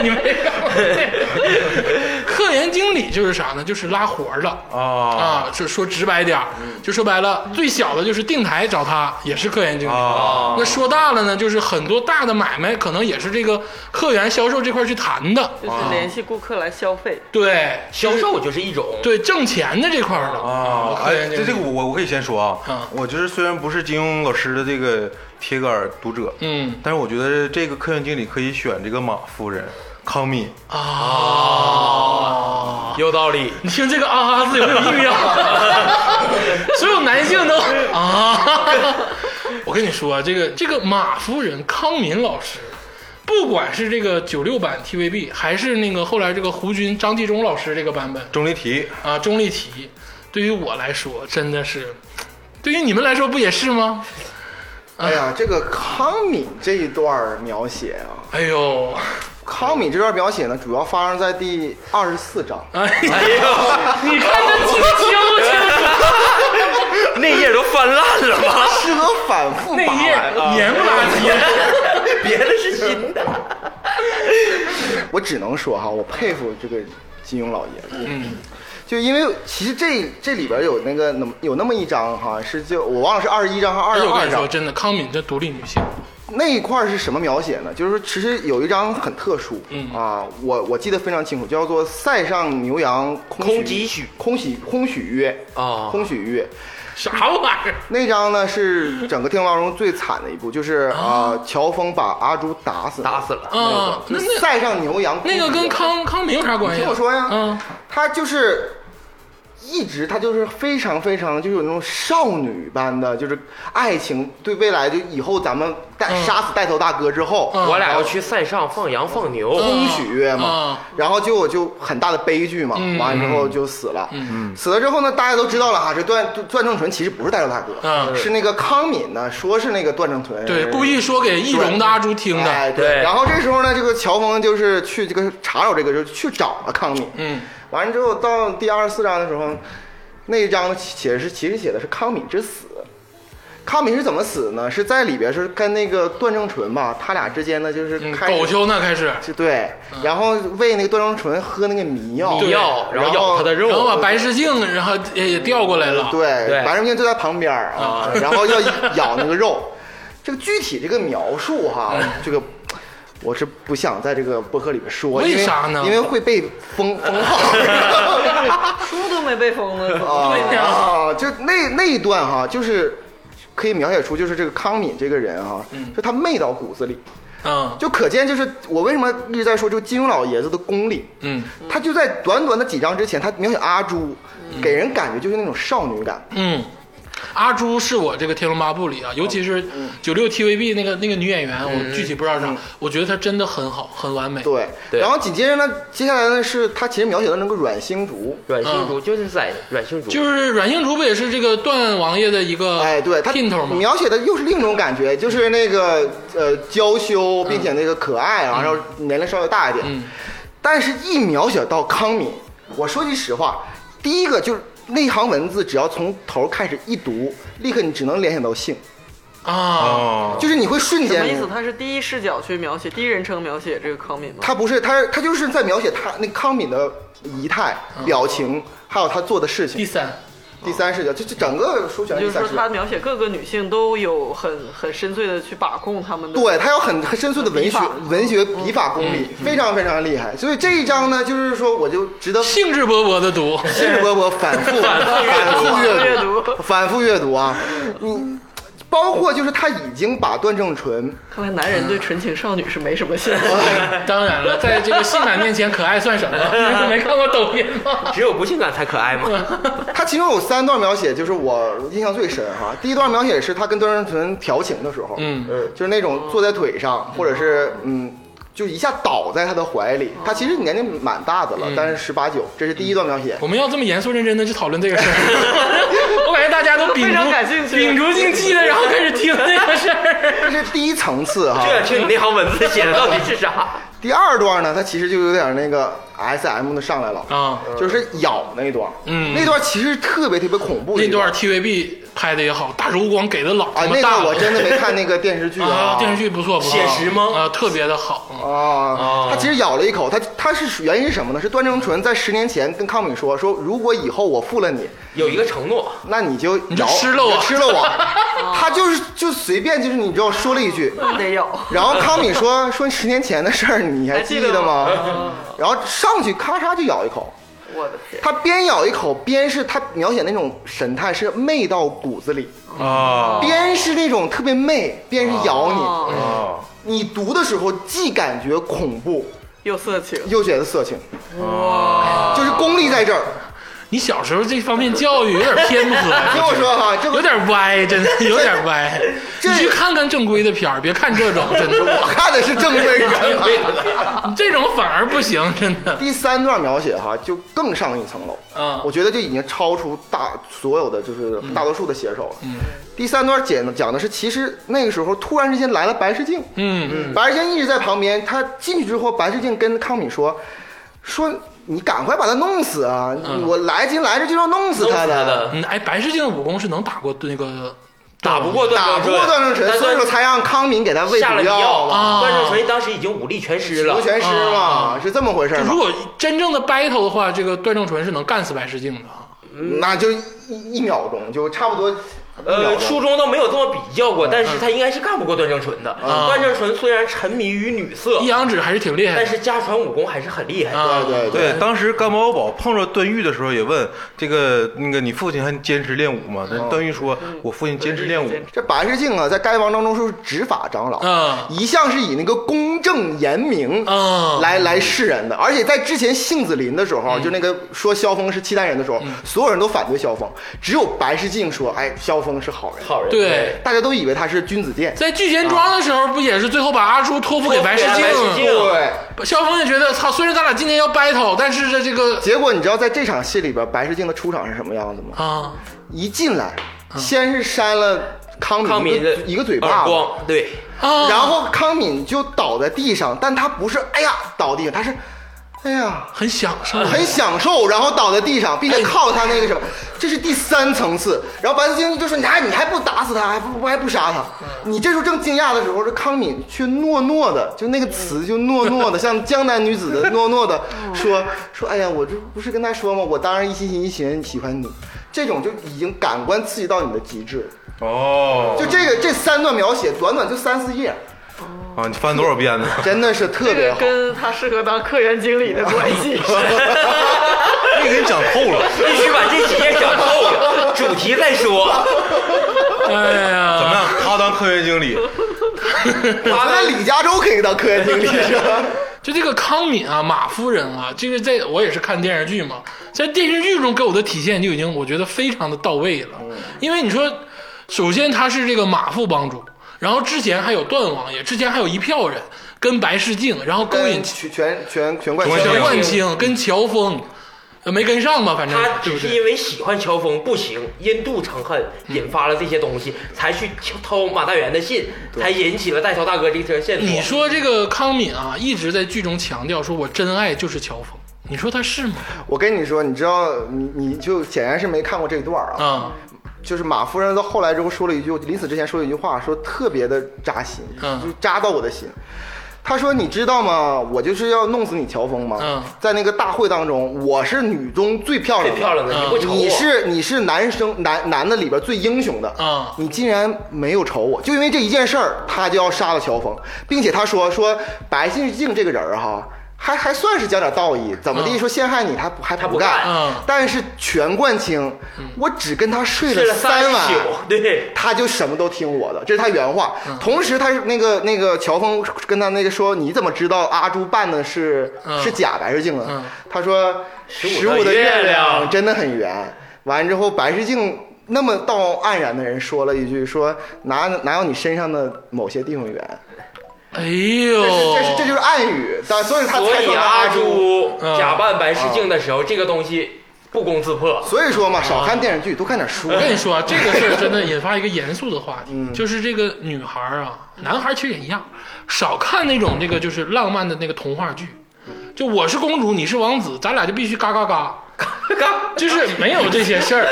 Speaker 2: 你没干过这个客源经理就是啥呢？就是拉活儿的
Speaker 4: 哦嗯
Speaker 2: 啊，就说直白点儿，就说白了，最小的就是定台找他也是客源经理。
Speaker 4: 哦
Speaker 2: 那说大了呢，就是很多大的买卖可能也是这个客源销售这块儿去谈的，
Speaker 3: 就是
Speaker 5: 啊
Speaker 3: 联系顾客来消费。
Speaker 2: 对，
Speaker 6: 销售就是一种，
Speaker 2: 对挣钱的这块儿的
Speaker 4: 哦，
Speaker 2: 客
Speaker 4: 哎
Speaker 2: 源，经
Speaker 4: 这
Speaker 2: 理
Speaker 4: 这个我我可以先说
Speaker 2: 嗯
Speaker 4: 啊，我就是虽然不是金庸老师的这个铁杆读者，
Speaker 2: 嗯
Speaker 4: 但是我觉得这个客源经理可以选这个马夫人康敏，
Speaker 2: 啊。
Speaker 6: 有道 理。
Speaker 2: 你听这个啊字有没有抑郁啊？所有男性都啊！ 我跟你说啊，这个这个马夫人康敏老师，不管是这个九六版 TVB，还是那个后来这个胡军张纪中老师这个版本
Speaker 4: 钟丽缇，
Speaker 2: 啊，钟丽缇，对于我来说真的是，对于你们来说不也是吗？
Speaker 5: 哎呀，这个康敏这一段儿描写啊，
Speaker 2: 哎呦，
Speaker 5: 康敏这段描写呢，主要发生在第二十四章。
Speaker 2: 哎 呦，你看这记得清不清楚？
Speaker 6: 那页都翻烂了 吗？
Speaker 5: 适合反复
Speaker 2: 那
Speaker 5: 扒
Speaker 2: 一页
Speaker 5: 来啊！
Speaker 2: 黏不拉几的。
Speaker 6: 别的是新的，
Speaker 5: 我只能说哈，我佩服这个金庸老爷子，
Speaker 2: 嗯，
Speaker 5: 就因为其实这这里边有那个那么有那么一章哈，是就我忘了是二十一章还是二
Speaker 2: 而且
Speaker 5: 十
Speaker 2: 哎我跟
Speaker 5: 二
Speaker 2: 你说，
Speaker 5: 章，
Speaker 2: 真的，康敏这独立女性，
Speaker 5: 那一块儿是什么描写呢？就是说，其实有一张很特殊，
Speaker 2: 嗯
Speaker 5: 啊，我我记得非常清楚，叫做“塞上牛羊空
Speaker 6: 空几许
Speaker 5: 空许空许曰”
Speaker 6: 哦
Speaker 5: 空许曰，
Speaker 2: 啥玩意儿？
Speaker 5: 那张呢是整个《天龙八部》中最惨的一部，就是啊、呃乔峰把阿朱打死，
Speaker 6: 打死了。
Speaker 2: 啊，那那
Speaker 5: 赛上牛羊，
Speaker 2: 那个跟康康明有啥关系啊？
Speaker 5: 听我说呀
Speaker 2: 嗯，
Speaker 5: 他就是一直他就是非常非常就是有那种少女般的，就是爱情对未来就以后咱们带
Speaker 2: 嗯
Speaker 5: 杀死带头大哥之后，
Speaker 2: 嗯
Speaker 6: 我俩要去塞上放羊放牛，
Speaker 5: 公许
Speaker 2: 嗯，
Speaker 5: 嘛然后就就很大的悲剧嘛
Speaker 2: 嗯，
Speaker 5: 完了之后就死了。死了之后呢，大家都知道了哈，这段段正淳其实不是带头大
Speaker 2: 嗯
Speaker 5: 哥，是那个康敏呢，说是那个段正淳，
Speaker 2: 对，故意说给易容的阿朱听
Speaker 5: 哎，
Speaker 2: 的。
Speaker 5: 对。
Speaker 6: 对
Speaker 5: 然后这时候呢，这个乔峰就是去这个查找这个，就是去找了康敏。
Speaker 2: 嗯。
Speaker 5: 完了之后，到第二十四章的时候，那一章写的是其实写的是康敏之死。康敏是怎么死呢？是在里边是跟那个段正淳吧，他俩之间呢就是
Speaker 2: 嗯，
Speaker 5: 开始
Speaker 2: 狗修呢开始，
Speaker 5: 是对，然后喂那个段正淳喝那个迷药，
Speaker 6: 嗯迷药，
Speaker 5: 然
Speaker 6: 然后咬他的
Speaker 2: 然后把
Speaker 6: 肉，
Speaker 2: 白世镜，然后也也调过来了。
Speaker 5: 嗯对，
Speaker 6: 对
Speaker 5: 白胜庆就在旁边儿啊，然后要咬那个肉。 这个具体这个描述哈，
Speaker 6: 嗯
Speaker 5: 这个我是不想在这个播客里面说，
Speaker 2: 为
Speaker 5: 因
Speaker 2: 啥呢
Speaker 5: 因为会被封封 号。
Speaker 3: 书都没被封呢，怎么
Speaker 5: 啊
Speaker 3: 会
Speaker 2: 呀
Speaker 5: 啊，就那那一段哈，就是可以描写出就是这个康敏这个人哈，
Speaker 6: 嗯
Speaker 5: 就他媚到骨子里，
Speaker 2: 嗯
Speaker 5: 就可见就是我为什么一直在说就金庸老爷子的功力，
Speaker 2: 嗯
Speaker 5: 他就在短短的几章之前，他描写阿朱，给人感觉就是那种少女感。
Speaker 2: 嗯，阿朱是我这个《天龙八部》里
Speaker 5: 嗯
Speaker 2: 啊，尤其是九六 TVB 那个那个女演员，我具体不知道啥，我觉得她真的很好，很完美。
Speaker 5: 嗯对，
Speaker 6: 对
Speaker 5: 然后紧接着呢，接下来呢是他其实描写的那个阮星竹，
Speaker 6: 软性竹嗯就是在软性竹，
Speaker 2: 就是阮姓竹不也是这个段王爷的一个
Speaker 5: 哎，对他
Speaker 2: 啊姘头吗？
Speaker 5: 描写的又是另一种感觉，就是那个呃娇羞，并且那个可爱啊，然后年龄稍微大一点，
Speaker 2: 嗯
Speaker 5: 但是一描写到康敏，我说句实话，第一个就是那行文字，只要从头开始一读，立刻你只能联想到性，
Speaker 2: 啊，
Speaker 4: 哦，
Speaker 5: 就是你会瞬
Speaker 3: 什
Speaker 5: 间
Speaker 3: 么意思？他是第一视角去描写，第一人称描写这个康敏吗？
Speaker 5: 他不是他，他就是在描写他那康敏的仪态、
Speaker 3: 嗯
Speaker 5: 表情，还有他做的事
Speaker 2: 第
Speaker 5: 情。
Speaker 2: 三，
Speaker 5: 第三视角，就就整个书全
Speaker 3: 就是是
Speaker 5: 第三
Speaker 3: 说，
Speaker 5: 视
Speaker 3: 他
Speaker 5: 角。
Speaker 3: 描写各个女性都有很很深邃的去把控她们的。
Speaker 5: 对他有很很深邃的文
Speaker 3: 笔
Speaker 5: 学
Speaker 3: 法、嗯
Speaker 5: 文学笔法功力，非常非常厉害。所以这一章呢，就是说我就值得
Speaker 2: 兴致勃勃的读。
Speaker 5: 兴致勃勃反复反复阅读。
Speaker 3: 阅读，
Speaker 5: 反复阅读啊，你包括就是他已经把段正淳，
Speaker 3: 看来男人对纯情少女是没什么兴趣。
Speaker 5: 嗯
Speaker 2: 当然了，在这个性感面前，可爱算 什么？你没看过抖音吗？
Speaker 6: 只有不性感才可爱嘛。
Speaker 5: 他其中有三段描写，就是我印象最深哈。第一段描写是他跟段正淳调情的时候，呃
Speaker 2: 嗯，
Speaker 5: 就是那种坐在腿上，或者是嗯。就一下倒在他的怀里，他其实年龄蛮大的了，
Speaker 2: 嗯
Speaker 5: 但是十八九，这是第一段描写。
Speaker 2: 我们要这么严肃认真的去讨论这个事 儿，我感觉大家都
Speaker 3: 非
Speaker 2: 秉
Speaker 3: 常感兴
Speaker 2: 烛
Speaker 3: 趣
Speaker 2: 秉烛静气的，然后开始听这个事 儿。
Speaker 5: 这是第一层次哈。
Speaker 6: 这听你那行文字写的到底是啥？
Speaker 5: 第二段呢，他其实就有点那个 S M 的上来了，
Speaker 2: 啊，
Speaker 5: 就是咬那一段，
Speaker 2: 嗯
Speaker 5: 那段其实特别特别恐怖的
Speaker 2: 那
Speaker 5: 一
Speaker 2: 段 TVB 拍的也好，大柔光给的老
Speaker 5: 啊
Speaker 2: 他，妈
Speaker 5: 那
Speaker 2: 大
Speaker 5: 个
Speaker 2: 了
Speaker 5: 我真的没看那个电视剧
Speaker 2: 啊，电视剧不错，不错
Speaker 6: 写实吗
Speaker 2: 啊，特别的好。
Speaker 5: 啊，他其实咬了一口，他他是原因是什么呢？是段正淳在十年前跟康敏说，说如果以后我负了你，
Speaker 6: 有一个承诺，
Speaker 5: 那你就
Speaker 2: 就
Speaker 5: 咬
Speaker 2: 吃了我
Speaker 5: 你就吃了我。他就是就随便就是你知道说了一句，
Speaker 3: 得有。
Speaker 5: 然后康敏说说十年前的事儿你还
Speaker 3: 还
Speaker 5: 记
Speaker 3: 记
Speaker 5: 得
Speaker 3: 得吗
Speaker 5: 吗？然后上去咔嚓就咬一口，
Speaker 3: 我的天，
Speaker 5: 他边咬一口边是他描写那种神态是媚到骨子里，
Speaker 4: 啊
Speaker 5: 边是那种特别媚，边是咬你。
Speaker 3: 哦，
Speaker 4: 啊
Speaker 5: 你读的时候既感觉恐怖，
Speaker 3: 又色情，
Speaker 5: 又觉得色情，哇，就是功力在这儿。
Speaker 2: 你小时候这方面教育有点偏
Speaker 5: 听我
Speaker 2: 颇，
Speaker 5: 说哈，这
Speaker 2: 啊有
Speaker 5: 个
Speaker 2: 点歪，真 的有点歪。
Speaker 5: 这
Speaker 2: 你去看看正规的片儿，别看这种，真
Speaker 5: 我
Speaker 2: 的，
Speaker 5: 看的是正规 人。啊
Speaker 2: 你这种反而不行，真 的。
Speaker 5: 第三段描写哈，就更上一层楼。
Speaker 2: 嗯
Speaker 5: 我觉得就已经超出大所有的，就是大多数的写手了。嗯，第三段讲讲的是，其实那个时候突然之间来了白世镜，
Speaker 2: 嗯，
Speaker 5: 白世镜一直在旁边。他进去之后，白世镜跟康敏说：“说你赶快把他弄死啊！我来今来这就要弄死
Speaker 6: 弄死
Speaker 5: 他
Speaker 6: 他
Speaker 5: 的。”
Speaker 6: 的，
Speaker 2: 嗯，哎，白世镜的武功是能打过那个
Speaker 6: 打不过段
Speaker 5: 打不
Speaker 6: 正
Speaker 5: 过
Speaker 6: 淳，
Speaker 5: 段正
Speaker 6: 但
Speaker 5: 淳，所以说才让康敏给他喂
Speaker 6: 下
Speaker 5: 毒
Speaker 6: 了迷
Speaker 5: 药嘛。
Speaker 2: 啊
Speaker 6: 段正淳当时已经武力全失了
Speaker 5: 无，全师嘛，是这么回事
Speaker 2: 就
Speaker 5: 儿
Speaker 2: 如
Speaker 5: 嘛？
Speaker 2: 果真正的 battle 的话，这个段正淳是能干死白世镜的啊。
Speaker 5: 那就一一秒钟，就差不多
Speaker 6: 呃，初中倒没有这么比较过，
Speaker 5: 嗯
Speaker 6: 但是他应该是干不过段正淳的。段正淳虽然沉迷于女色
Speaker 2: 一，阳指还是挺厉害
Speaker 6: 但
Speaker 2: 的
Speaker 6: 是家传武功还是很厉害的。
Speaker 2: 啊。
Speaker 5: 对
Speaker 4: 对，当时甘宝宝碰着段誉的时候，也问这个那个你父亲还坚持练武
Speaker 6: 哦
Speaker 4: 吗？但是段誉说，我父亲坚持练武。
Speaker 5: 这白世镜啊，在丐帮当中是执法长老，
Speaker 2: 啊
Speaker 5: 一向是以那个公正严明
Speaker 2: 啊
Speaker 5: 来来示人的。而且在之前杏子林的时候，就那个说萧峰是契丹人的时候，所有人都反对萧峰，只有白世镜说，哎，萧峰是好人，
Speaker 6: 好人，
Speaker 2: 对
Speaker 5: 大家都以为他是君子剑。
Speaker 2: 在聚贤庄的时候，不也是最后把阿朱托付给白世
Speaker 6: 托付给白世
Speaker 2: 镜
Speaker 6: 镜？
Speaker 5: 对，
Speaker 2: 萧峰也觉得，操，虽然咱俩今天要 battle，但是这这个
Speaker 5: 结果你知道在这场戏里边，白世镜的出场是什么样子吗？
Speaker 2: 啊，
Speaker 5: 一进来，先是扇了康
Speaker 6: 嗯康
Speaker 5: 敏一
Speaker 6: 敏
Speaker 5: 个
Speaker 6: 的
Speaker 5: 一个嘴
Speaker 6: 耳
Speaker 5: 巴子，
Speaker 6: 光，对，
Speaker 2: 啊
Speaker 5: 然后康敏就倒在地上，但他不是哎呀倒地上，他是哎呀
Speaker 2: 很享受，
Speaker 6: 哎
Speaker 5: 很享受，然后倒在地上，并且靠他那个什么，这是第三层次。然后白思晶就说：“你还你还不打死他，还不还不杀他？”你这时候正惊讶的时候，这康敏却糯糯的，就那个词就糯糯的，像江南女子的糯糯的说说：“哎呀，我这不是跟他说吗？我当然一心一心喜欢你。”这种就已经感官刺激到你的极致了。
Speaker 4: 哦
Speaker 5: 就，这个这三段描写，短短就三四页，
Speaker 4: 啊，你翻多少 遍呢？
Speaker 5: 真的是特
Speaker 3: 这
Speaker 5: 别
Speaker 3: 个
Speaker 5: 好。嗯
Speaker 3: 跟他适合当科研经理的关系是
Speaker 4: 这给你讲透了。
Speaker 6: 必须把这几页讲透了， 主题再说。
Speaker 2: 哎
Speaker 4: 怎么
Speaker 2: 呀，
Speaker 4: 样？他当科研经理，
Speaker 5: 他在李嘉洲可以当科研经理是吧？
Speaker 2: 就这个康敏啊，马夫人啊，这个在我也是看电视剧嘛，在电视剧中给我的体现就已经我觉得非常的到位了，
Speaker 5: 嗯
Speaker 2: 因为你说，首先他是这个马副帮主，然后之前还有段王爷，之前还有一票人跟白世镜，然后勾引
Speaker 5: 跟全全全全冠
Speaker 4: 全
Speaker 5: 军
Speaker 2: 陈
Speaker 4: 冠
Speaker 2: 冠清跟乔峰，呃没跟上吧，反正
Speaker 6: 他
Speaker 2: 对
Speaker 6: 只
Speaker 2: 不
Speaker 6: 是
Speaker 2: 对？
Speaker 6: 因为喜欢乔峰不行，因妒成恨，引发了这些东西，才去偷马大元的信，才引起了代乔大哥这条线索。
Speaker 2: 你说这个康敏啊，一直在剧中强调说我真爱就是乔峰，你说他是吗？
Speaker 5: 我跟你说，你知道，你你就显然是没看过这段儿啊。
Speaker 2: 啊、
Speaker 5: 就是马夫人到后来之后说了一句，临死之前说了一句话，说特别的扎心，
Speaker 2: 嗯
Speaker 5: 就扎到我的心。她说：“你知道吗？我就是要弄死你乔峰吗？
Speaker 2: 嗯
Speaker 5: 在那个大会当中，我是女中最漂亮
Speaker 6: 最
Speaker 5: 的，
Speaker 6: 漂亮
Speaker 2: 啊
Speaker 6: 的，你不啊瞅我，
Speaker 5: 你是你是男生男男的里边最英雄的
Speaker 2: 啊
Speaker 5: 你竟然没有瞅我，就因为这一件事儿，他就要杀了乔峰，并且他说说白敬静这个人儿哈。还还算是讲点道义，怎么地
Speaker 2: 啊
Speaker 5: 说陷害你他不还
Speaker 6: 嗯他
Speaker 5: 不
Speaker 6: 不干嗯
Speaker 2: 啊
Speaker 5: 但是全冠清，我只跟他睡
Speaker 6: 睡
Speaker 5: 了
Speaker 6: 了
Speaker 5: 三晚
Speaker 6: 宿，，对，
Speaker 5: 他就什么都听我的，这是他原话。同时，他是那个那个乔峰跟他那个说，你怎么知道阿朱扮的是、
Speaker 2: 嗯
Speaker 5: 是假白世镜啊？
Speaker 2: 嗯
Speaker 5: 他说十
Speaker 6: 15
Speaker 5: 的
Speaker 6: 的月
Speaker 5: 亮
Speaker 6: 亮
Speaker 5: 真的很圆。完之后，白世镜那么道岸然的人说了一句说哪哪有你身上的某些地方圆？
Speaker 2: 哎
Speaker 5: 这
Speaker 2: 呦，
Speaker 5: 是这是这就是暗语，但所以他
Speaker 6: 所
Speaker 5: 猜
Speaker 6: 以
Speaker 5: 测
Speaker 6: 阿
Speaker 5: 朱。
Speaker 6: 朱
Speaker 2: 嗯
Speaker 6: 假扮白世镜的时候，这个东西不攻自破。
Speaker 5: 所以说嘛，少看电视剧，多看点书。
Speaker 2: 我跟你说啊，这个事儿真的引发一个严肃的话题，就是这个女孩儿啊，男孩儿其实也一样，少看那种这个就是浪漫的那个童话剧，就我是公主，你是王子，咱俩就必须嘎嘎嘎，就是没有这些事儿。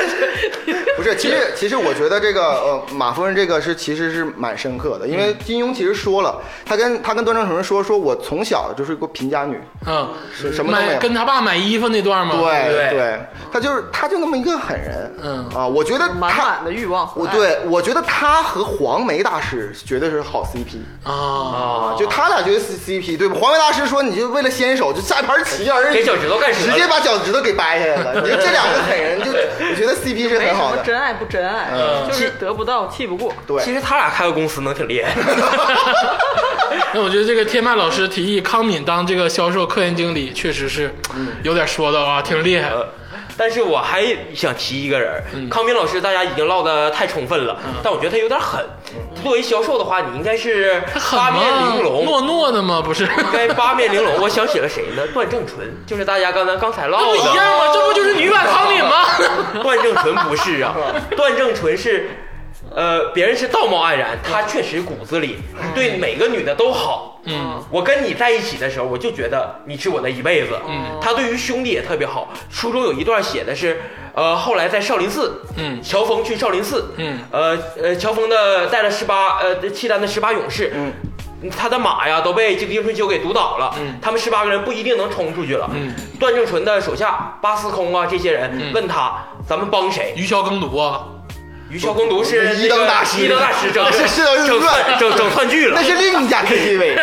Speaker 5: 不是，其实其实我觉得这个呃，马夫人这个是其实是蛮深刻的，因
Speaker 6: 嗯
Speaker 5: 为金庸其实说了，他跟他跟段正淳说，说我从小就是一个贫家女，
Speaker 2: 嗯，
Speaker 5: 是什么都没
Speaker 2: 买
Speaker 5: 有。
Speaker 2: 跟他爸买衣服那段吗？
Speaker 5: 对
Speaker 6: 哦对
Speaker 5: 对，他就是他就那么一个狠人，
Speaker 2: 嗯
Speaker 5: 啊，我觉得
Speaker 3: 满
Speaker 5: 他
Speaker 3: 满，的欲望和
Speaker 5: 我
Speaker 3: 爱。
Speaker 5: 对我觉得他和黄梅大师绝对是好 CP，
Speaker 2: 啊，
Speaker 6: 啊
Speaker 5: 就他俩绝对是 CP，对吧？黄梅大师说你就为了先手就下一盘棋而已，
Speaker 6: 给脚趾头干折
Speaker 5: 直
Speaker 6: 了
Speaker 5: 接把脚趾头给掰下来了，你就这两个狠人就我觉得 CP 是
Speaker 3: 没
Speaker 5: 很
Speaker 3: 什
Speaker 5: 好
Speaker 3: 么
Speaker 5: 的，嗯
Speaker 3: 真爱不真爱，就是得不到气不过。
Speaker 5: 对。
Speaker 6: 其实他俩开个公司能挺 厉害，
Speaker 2: 那我觉得这个天麦老师提议康敏当这个销售科研经理，确实是有点说道啊，挺厉害。
Speaker 6: 呃但是我还想提一个人儿，
Speaker 2: 嗯
Speaker 6: 康敏老师，大家已经唠得太充分了，但我觉得他有点狠。作为销售的话，你应该是
Speaker 2: 他狠
Speaker 6: 八
Speaker 2: 吗？
Speaker 6: 面玲珑，
Speaker 2: 糯糯的吗？不是。
Speaker 6: 应 该八面玲珑。我想起了谁呢？段正淳，就是大家刚才刚才唠
Speaker 2: 不一
Speaker 6: 的。
Speaker 2: 样吗？这不就是女版康敏吗？
Speaker 6: 段正淳不是啊，段正淳是，呃，别人是道貌岸然，他确实骨子里对每个女的都好。
Speaker 2: 嗯，
Speaker 6: 我跟你在一起的时候，我就觉得你是我的一辈子。嗯，他对于兄弟也特别好。书中有一段写的是，呃，后来在少林寺，
Speaker 2: 嗯
Speaker 6: 乔峰去少林寺，
Speaker 2: 嗯，
Speaker 6: 呃呃，乔峰的带了十八呃契丹的十八勇士，嗯。他的马呀都被这个英春秋给毒倒了，
Speaker 2: 嗯
Speaker 6: 他们十八个人不一定能冲出去了。
Speaker 2: 嗯
Speaker 6: 段正淳的手下巴司空啊这些人、
Speaker 2: 嗯
Speaker 6: 问他，咱们帮谁？
Speaker 2: 鱼枭耕读啊，
Speaker 6: 于桥攻读是
Speaker 5: 那
Speaker 6: 那个
Speaker 5: 一灯大师
Speaker 6: 一灯大师整
Speaker 5: 啊是是的是
Speaker 6: 整
Speaker 5: 乱
Speaker 6: 串整整串剧了
Speaker 5: 那。是另一家 KTV，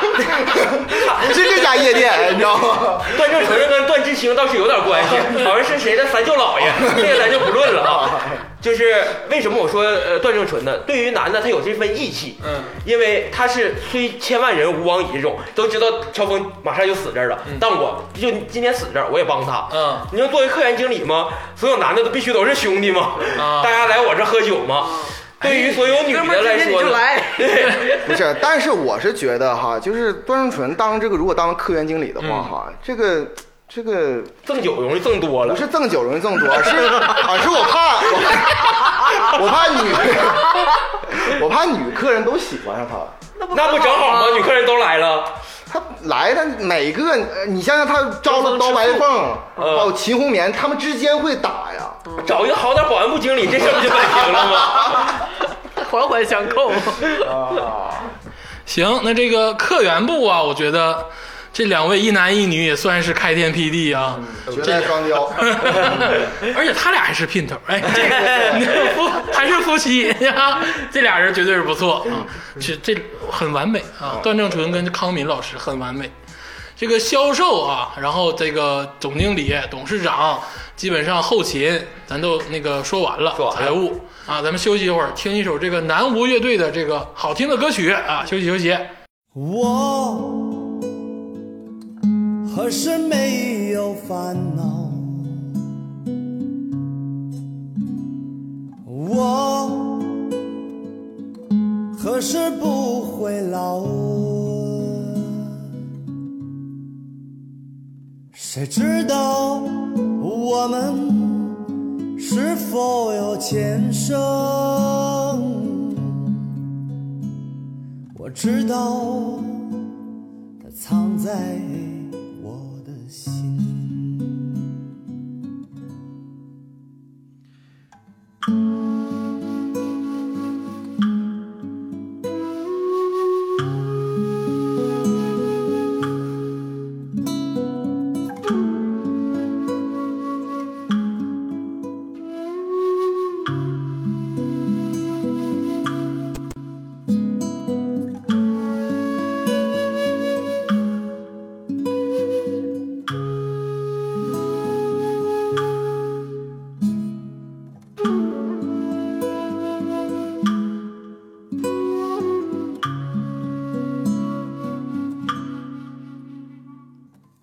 Speaker 5: 不是这家夜店，哎你知道吗？
Speaker 6: 段正淳跟段志清倒是有点关系，好像是谁的三舅姥爷，这个咱就不论了啊。就是为什么我说呃段正淳呢？对于男的他有这份义气，
Speaker 2: 嗯，
Speaker 6: 因为他是虽千万人吾往矣这种，都知道乔峰马上就死这儿了，但我就今天死这儿我也帮他，
Speaker 2: 嗯
Speaker 6: 你说作为科研经理吗？所有男的都必须都是兄弟吗？
Speaker 2: 啊
Speaker 6: 大家来我这喝酒吗？对于所有女
Speaker 3: 哥们
Speaker 6: 的
Speaker 3: 儿今
Speaker 6: 来
Speaker 3: 天你
Speaker 6: 说
Speaker 3: 就
Speaker 6: 呢，
Speaker 3: 来，
Speaker 5: 不是，但是我是觉得哈，就是段正淳当这个如果当科研经理的话哈，这个这个
Speaker 6: 赠酒容易赠多了
Speaker 5: 不。是赠酒容易赠多，是啊，是我怕我我怕女我怕女客人都喜欢上他。
Speaker 6: 那不正好吗？女客人都来了，
Speaker 5: 他来的每个，呃你想想他招了刀白凤，哦，秦红棉，他们之间会打呀。
Speaker 6: 找一个好点保安部经理，这事儿不就摆平了吗？
Speaker 3: 环环相 扣。啊
Speaker 2: 行，那这个客源部啊，我觉得这两位一男一女也算是开天辟地啊，
Speaker 5: 绝代双骄，
Speaker 6: 嗯
Speaker 2: 而且他俩还是姘头，哎，这 个你看夫还是夫 妻啊，这俩人绝对是不错啊，
Speaker 6: 嗯
Speaker 2: 这这很完美啊，段正淳跟康敏老师很完美。这个销售啊，然后这个总经理、董事长，基本上后勤咱都那个说完了，
Speaker 6: 说完了嗯
Speaker 2: 财务啊，咱们休息一会儿，听一首这个南无乐队的这个好听的歌曲啊，休息休息。
Speaker 7: 我何时没有烦恼？我何时不会老？谁知道我们是否有前生？我知道它藏在我的心。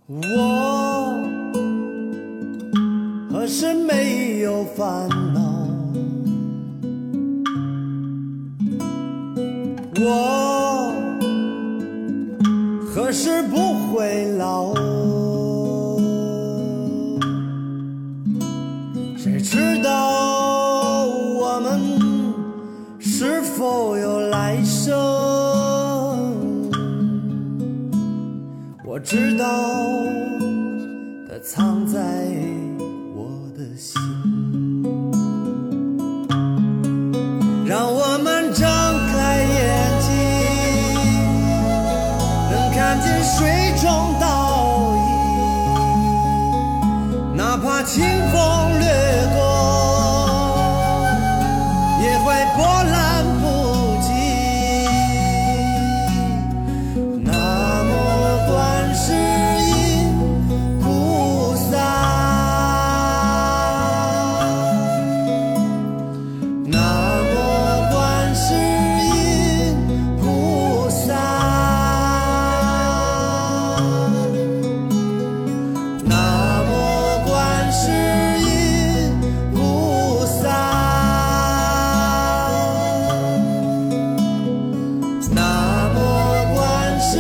Speaker 7: 我何时没有烦恼？我何时不会老？谁知道我们是否有来生？我知道它藏在我的心，让我们张开眼睛，能看见水中倒影，哪怕清风掠过，也会波澜不惊。南无观世音菩萨，南无观世音菩萨，南无观世音菩萨。南无观世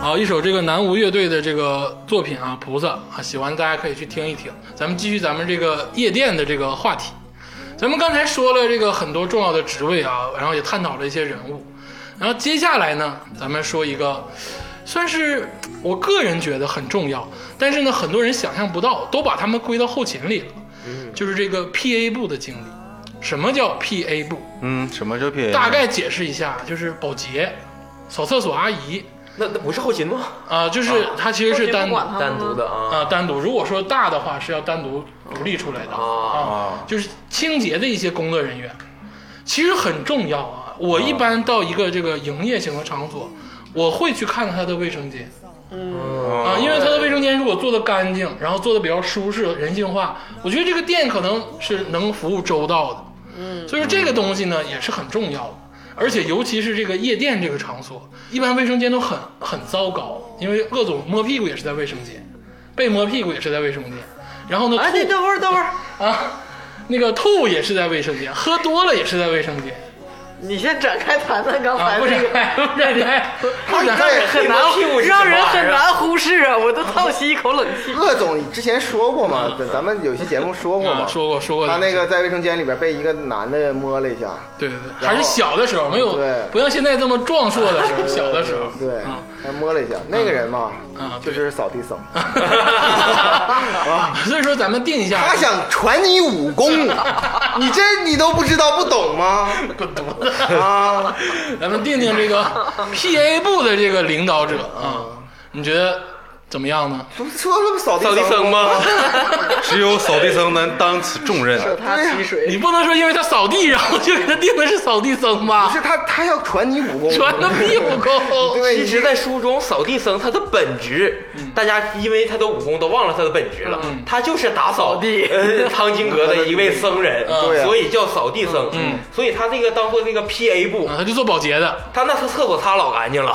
Speaker 2: 好一首这个南无乐队的这个作品啊，《菩萨》啊，喜欢大家可以去听一听。咱们继续咱们这个夜店的这个话题。咱们刚才说了这个很多重要的职位啊，然后也探讨了一些人物，然后接下来呢，咱们说一个，算是我个人觉得很重要，但是呢，很多人想象不到，都把他们归到后勤里了，就是这个 PA 部的经理。什么叫 PA 部？
Speaker 4: 嗯，什么叫 PA？
Speaker 2: 大概解释一下，就是保洁、扫厕所阿姨
Speaker 6: 那那不是后勤吗？
Speaker 2: 啊、就是他其实是单
Speaker 3: 不管他们
Speaker 6: 单独的
Speaker 2: 啊、
Speaker 6: 啊
Speaker 2: 单独。如果说大的话，是要单独独立出来的啊，就是清洁的一些工作人员，其实很重要啊。我一般到一个这个营业型的场所，我会去看看他的卫生间啊、
Speaker 4: 啊
Speaker 2: 因为他的卫生间如果做的干净，然后做的比较舒适、人性化，我觉得这个店可能是能服务周到的。嗯，所以说这个东西呢也是很重要的，而且尤其是这个夜店这个场所，一般卫生间都很很糟糕，因为鄂总摸屁股也是在卫生间，被摸屁股也是在卫生间，然 后呢
Speaker 3: 哎，你
Speaker 2: 吐
Speaker 3: 等会儿，等会儿，
Speaker 2: 啊，那个吐也是在卫生间，喝多了也是在卫生间
Speaker 3: 你先展开谈谈刚
Speaker 2: 啊，
Speaker 3: 才
Speaker 2: 不
Speaker 3: 那
Speaker 2: 展
Speaker 3: 个。
Speaker 2: 开不展开不 展
Speaker 5: 这
Speaker 6: 哎
Speaker 2: 开，
Speaker 5: 也
Speaker 3: 很难
Speaker 6: 屁股，是什么
Speaker 3: 让人
Speaker 6: 玩意儿
Speaker 3: 很难忽视啊！我都倒吸一口 冷
Speaker 2: 啊
Speaker 3: 气。
Speaker 5: 鄂总之前说过嘛，对咱们有期节目说过
Speaker 2: 啊
Speaker 5: 嘛，
Speaker 2: 说过说过啊
Speaker 5: 他那个在卫生间里边被一个男的摸了一下，
Speaker 2: 对对对，还是小的时候没有
Speaker 5: 对，
Speaker 2: 不像现在这么壮硕的时候，小的时候
Speaker 5: 对
Speaker 2: 啊，
Speaker 5: 他摸了一下那个人嘛
Speaker 2: 啊，
Speaker 5: 就
Speaker 2: 对
Speaker 5: 是扫地僧， 啊
Speaker 2: 所以说咱们定一下，
Speaker 5: 他想传你武 功，你这你都不知道不懂吗？
Speaker 2: 滚犊子
Speaker 5: 啊，
Speaker 2: 咱们定定这 个 PA 部的这个领导者
Speaker 5: 嗯
Speaker 2: 啊，你觉得怎么样呢？
Speaker 5: 不是说了吗扫地
Speaker 6: 扫地僧吗？
Speaker 4: 只有扫地僧能担此重任。啊
Speaker 6: 哎
Speaker 3: 他吸水，
Speaker 2: 你不能说因为他扫地，然后就给他定的是扫地僧
Speaker 5: 不
Speaker 2: 吧
Speaker 5: 是？他，他要传你武功，
Speaker 2: 传的屁股
Speaker 5: 对
Speaker 2: 沟。
Speaker 5: 吧？
Speaker 6: 其
Speaker 5: 你
Speaker 6: 实，在书中，扫地僧他的本职，大家因为他的武功都忘了他的本职了，他就是打扫
Speaker 3: 地
Speaker 6: 呃，藏经阁的一位僧人，
Speaker 5: 对啊
Speaker 6: 所以叫扫地僧。嗯，所以他这个当做这个 PA 部
Speaker 2: 啊，，他就做保洁的，
Speaker 6: 他那他厕所擦老干净 了。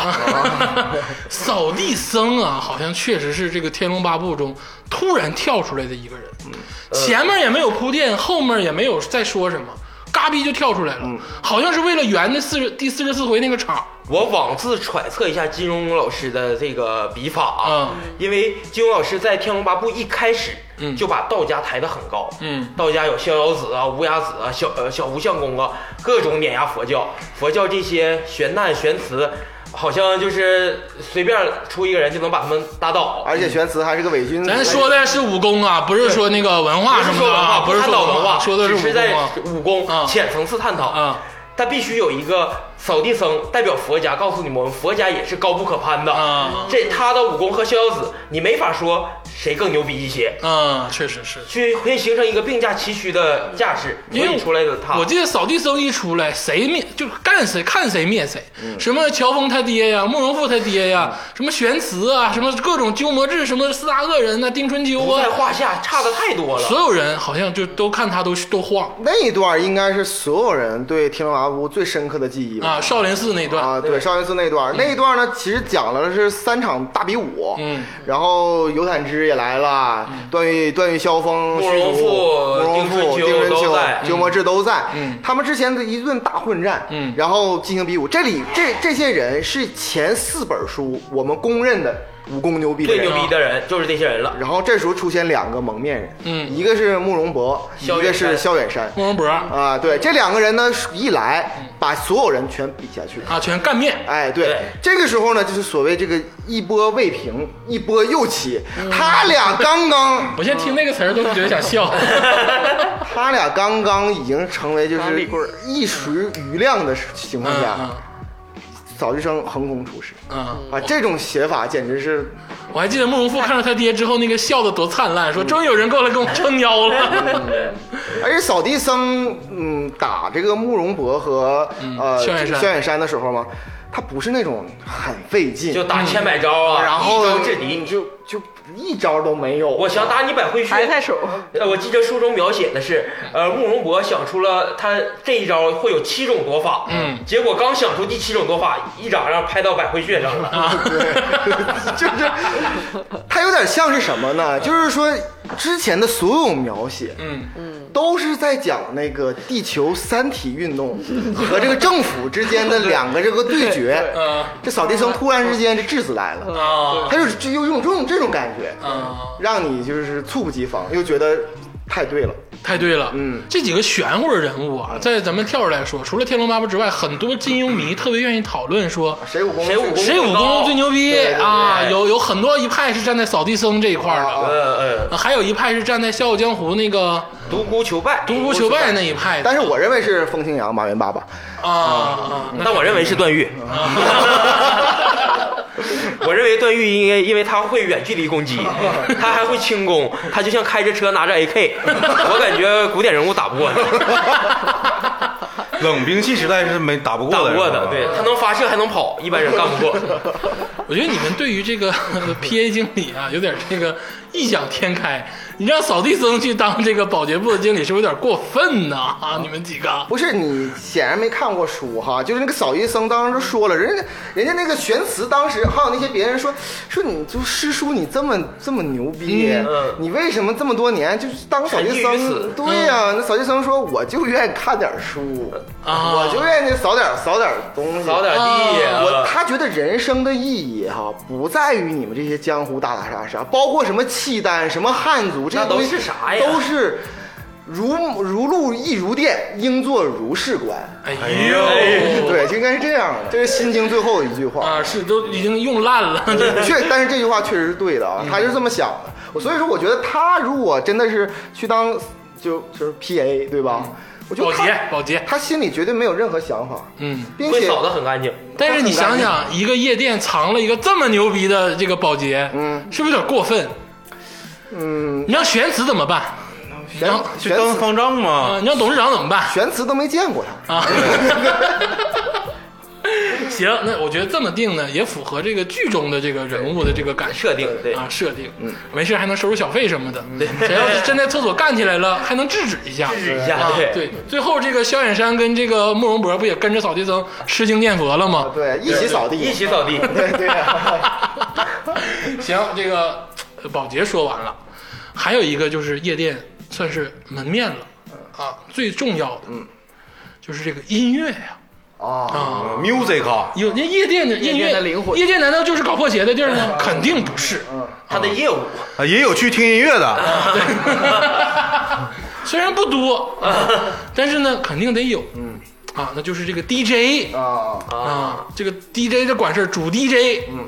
Speaker 2: 扫地僧啊，好像确实是这个《天龙八部》中突然跳出来的一个人，
Speaker 6: 嗯呃
Speaker 2: 前面也没有铺垫，后面也没有再说什么，嘎逼就跳出来了，
Speaker 6: 嗯
Speaker 2: 好像是为了圆那四十第四十四回那个场。
Speaker 6: 我妄自揣测一下金庸老师的这个笔法啊
Speaker 2: 嗯，
Speaker 6: 因为金庸老师在《天龙八部》一开始
Speaker 2: 嗯
Speaker 6: 就把道家抬得很高，
Speaker 2: 嗯
Speaker 6: 道家有逍遥子啊、无崖子啊、小呃小无相公啊，各种碾压佛教，佛教这些玄难玄词，好像就是随便出一个人就能把他们打倒，
Speaker 5: 而且玄慈还是个伪
Speaker 6: 嗯
Speaker 5: 君子，
Speaker 2: 咱说的是武功啊，不是说那个文化
Speaker 6: 不
Speaker 2: 什
Speaker 6: 是
Speaker 2: 么
Speaker 6: 说
Speaker 2: 的
Speaker 6: 文
Speaker 2: 啊，
Speaker 6: 化，
Speaker 2: 不是
Speaker 6: 探
Speaker 2: 说
Speaker 6: 讨文化，
Speaker 2: 说的是
Speaker 6: 只
Speaker 2: 武
Speaker 6: 是
Speaker 2: 功
Speaker 6: 在
Speaker 2: 啊。
Speaker 6: 武功
Speaker 2: 啊
Speaker 6: 浅层次探讨
Speaker 2: 啊。
Speaker 6: 他必须有一个扫地僧代表佛家，告诉你们，我们佛家也是高不可攀的。
Speaker 2: 啊
Speaker 6: 这他的武功和逍遥子，你没法说谁更牛逼一些，
Speaker 2: 嗯，确实是。
Speaker 6: 去会形成一个并驾齐驱的架势。
Speaker 2: 因
Speaker 6: 所
Speaker 2: 为
Speaker 6: 以出来的他，
Speaker 2: 我记得扫地僧一出来，谁灭就是干谁，看谁灭谁。
Speaker 6: 嗯
Speaker 2: 什么乔峰他爹呀，慕容复他爹呀，什么玄慈啊，什么各种鸠摩智，什么四大恶人呐、丁春秋
Speaker 6: 不在
Speaker 2: 啊，
Speaker 6: 话下，差的太多
Speaker 2: 所
Speaker 6: 了。
Speaker 2: 有人好像就都看他都都晃
Speaker 5: 那一段应该是所有人对《天龙八部》最深刻的记忆吧
Speaker 6: 嗯
Speaker 2: 啊。少林寺那段，
Speaker 5: 啊，对，少林寺那段儿，那一段呢，其实讲了是三场大比武，
Speaker 2: 嗯，
Speaker 5: 然后尤坦之也来了，段誉、段誉、萧峰、
Speaker 6: 嗯慕
Speaker 5: 虚
Speaker 6: 容
Speaker 5: 竹
Speaker 6: 复
Speaker 5: 慕容
Speaker 6: 丁春
Speaker 5: 复、
Speaker 6: 秋
Speaker 5: 丁春
Speaker 6: 都
Speaker 5: 秋
Speaker 6: 在、
Speaker 5: 鸠摩智都在，
Speaker 2: 嗯
Speaker 5: 他们之前的一顿大混战，
Speaker 2: 嗯
Speaker 5: 然后进行比武，这里这这些人是前四本书我们公认的武功牛逼的
Speaker 6: 最
Speaker 2: 啊
Speaker 5: 人
Speaker 6: 牛。逼的人就是这些人了。
Speaker 5: 然后这时候出现两个蒙面人，
Speaker 2: 嗯
Speaker 5: 一个是慕容博，一
Speaker 6: 萧
Speaker 5: 个
Speaker 6: 远
Speaker 5: 是
Speaker 6: 山嗯
Speaker 5: 萧远山，
Speaker 2: 慕容博啊，
Speaker 5: 啊，对，这两个人呢一来，把所有人全比下去了。
Speaker 2: 啊全干面。
Speaker 5: 哎，对，
Speaker 6: 对
Speaker 5: 这个时候呢，就是所谓这个一波未平，一波又起。他俩刚刚，
Speaker 2: 我现在听那个词儿都觉得想
Speaker 6: 哎
Speaker 2: 笑。
Speaker 5: 他俩刚刚已经成为就
Speaker 3: 刚
Speaker 5: 是
Speaker 3: 立棍儿
Speaker 5: 一时余量的情况下，
Speaker 2: 嗯
Speaker 5: 扫地僧横空出世
Speaker 2: 嗯嗯，
Speaker 5: 啊！这种写法简直是，
Speaker 2: 我还记得慕容复看到他爹之后那个笑的多灿烂，
Speaker 6: 嗯
Speaker 2: 说终于有人过来跟我撑腰了。
Speaker 5: 而且扫地僧，嗯，打这个慕容博和、呃
Speaker 2: 萧远山
Speaker 5: 萧远山的时候嘛，他不是那种很费劲，
Speaker 6: 就打千百招啊，
Speaker 5: 然后
Speaker 6: 一招制
Speaker 5: 嗯
Speaker 6: 敌。
Speaker 5: 就就一招都没有。
Speaker 6: 我想打你百会穴，
Speaker 3: 抬抬手，
Speaker 6: 呃，我记得书中描写的是，呃，慕容博想出了他这一招会有七种躲法，
Speaker 2: 嗯
Speaker 6: 结果刚想出第七种躲法，一掌让拍到百会穴上
Speaker 2: 啊
Speaker 6: 了。
Speaker 5: 就是它有点像是什么呢？就是说之前的所有描写，
Speaker 2: 嗯，
Speaker 5: 都是在讲那个地球三体运动和这个政府之间的两个这个对决。 嗯这扫地僧突然之间这质子来
Speaker 6: 嗯
Speaker 5: 了，
Speaker 2: 啊
Speaker 5: 他就是就又用这种这种感觉，
Speaker 2: 啊！
Speaker 5: 让你就是猝不及防，又觉得太对了。
Speaker 2: 太对了，
Speaker 5: 嗯
Speaker 2: 这几个玄乎的人物啊，在咱们跳出来说，除了《天龙八部》之外，很多金庸 迷特别愿意讨论说。
Speaker 5: 谁武功
Speaker 6: 谁武功
Speaker 2: 谁武功最牛逼
Speaker 5: 对对对
Speaker 2: 啊？有有很多一派是站在扫地僧这一块儿的，
Speaker 6: 呃呃，
Speaker 2: 啊还有一派是站在《笑傲江湖》那个
Speaker 6: 独孤求败，
Speaker 2: 独孤求败那一派的
Speaker 5: 但是嗯我认为是风清扬马云爸爸，
Speaker 2: 啊啊
Speaker 6: 但我认为是段誉。 我认为段誉应该，因为他会远距离攻击，他还会轻功，他就像开着车拿着 AK，我感觉古典人物打不过他，
Speaker 4: 冷兵器时代是没打不过
Speaker 6: 打
Speaker 4: 的，
Speaker 6: 不过
Speaker 4: 是
Speaker 6: 的，
Speaker 4: 吧
Speaker 6: 对
Speaker 2: 啊
Speaker 6: 他能发射还能跑，一般人干不过。
Speaker 2: 我觉得你们对于这个 PA 经理啊，有点这个异想天开。你让扫地僧去当这个保洁部的经理，是不是有点过分呢？啊，你们几个
Speaker 5: 不是你显然没看过书哈，就是那个扫医僧当时就说了，人家人家那个玄慈当时还有那些别人说说你就师叔你这么这么牛逼，
Speaker 6: 嗯
Speaker 5: 你为什么这么多年就是当扫医
Speaker 6: 沉浸于此
Speaker 5: 僧？对呀、
Speaker 6: 嗯
Speaker 5: 那扫医僧说我就愿意看点书，
Speaker 2: 啊
Speaker 5: 我就愿意扫点扫点东西，
Speaker 6: 扫点地，
Speaker 2: 啊
Speaker 5: 我
Speaker 6: 我
Speaker 5: 他觉得人生的意义哈、不在于你们这些江湖打打杀杀，包括什么契丹、什么汉族，这些
Speaker 6: 那都
Speaker 5: 东西
Speaker 6: 是啥呀
Speaker 5: 都是如如露亦如电，应作如是观。
Speaker 2: 哎呦，
Speaker 5: 对，就应该是这样的。这是《心经》最后一句话，
Speaker 2: 哦啊，是都已经用烂了，
Speaker 5: 确，但是这句话确实是对的啊，他是这么想的。我所以说，我觉得他如果真的是去当就就是 P A 对吧？我觉得
Speaker 2: 保
Speaker 5: 他
Speaker 2: 洁保洁，
Speaker 5: 他心里绝对没有任何想法，
Speaker 2: 嗯。
Speaker 5: 并
Speaker 6: 会
Speaker 5: 且
Speaker 6: 扫的很干净。
Speaker 2: 但是你想想，一个夜店藏了一个这么牛逼的这个保洁，
Speaker 5: 嗯，
Speaker 2: 是不是有点过分？
Speaker 5: 嗯，
Speaker 2: 你让玄慈怎么办？
Speaker 5: 玄
Speaker 2: 然后
Speaker 4: 去
Speaker 5: 玄
Speaker 4: 当
Speaker 5: 慈
Speaker 4: 方丈
Speaker 2: 啊，
Speaker 4: 嘛。
Speaker 2: 你让董事长怎么办？
Speaker 5: 玄慈都没见过他。
Speaker 2: 啊。行，那我觉得这么定呢，也符合这个剧中的这个人物的这个感受
Speaker 6: 设定对
Speaker 2: 啊设定。嗯，没事还能收收小费什么的。对，谁要是真在厕所干起来了， 还能制止一下。
Speaker 6: 制止一下
Speaker 2: 啊
Speaker 6: 对
Speaker 2: 对。最后这个萧远山跟这个慕容博不也跟着扫地僧吃惊念佛了吗？
Speaker 5: 啊对，一起扫地，
Speaker 6: 一起扫地，
Speaker 5: 对对呀、
Speaker 2: 行，这个呃保洁说完了，还有一个就是夜店算是门面了啊，最重要的，嗯，就是这个音乐呀
Speaker 5: 啊，
Speaker 6: 嗯
Speaker 2: 啊，
Speaker 4: music 啊，
Speaker 2: 有那夜店的音
Speaker 3: 夜
Speaker 2: 乐
Speaker 3: 店的灵魂
Speaker 2: 夜店难道就是搞破鞋的地儿吗？肯定不是。
Speaker 6: 他的业务
Speaker 4: 啊也有去听音乐的，
Speaker 2: 虽然不多，但是呢，肯定得有。嗯，啊，那就是这个 DJ
Speaker 5: 啊，
Speaker 2: 啊，这个 DJ 这管事儿，主 DJ，嗯，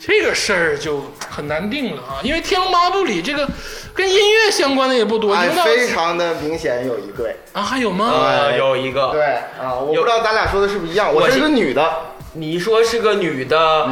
Speaker 2: 这个事儿就很难定了啊，因为《天龙八部》里这个跟音乐相关的也不多，
Speaker 5: 哎
Speaker 2: 影响，
Speaker 5: 非常的明显有一对，
Speaker 2: 啊，还有吗？
Speaker 6: 啊有一个
Speaker 5: 对啊，我不
Speaker 6: 有
Speaker 5: 知道咱俩说的是不是一样，我
Speaker 6: 我
Speaker 5: 是
Speaker 6: 是
Speaker 5: 个女的，
Speaker 6: 你说是个女的，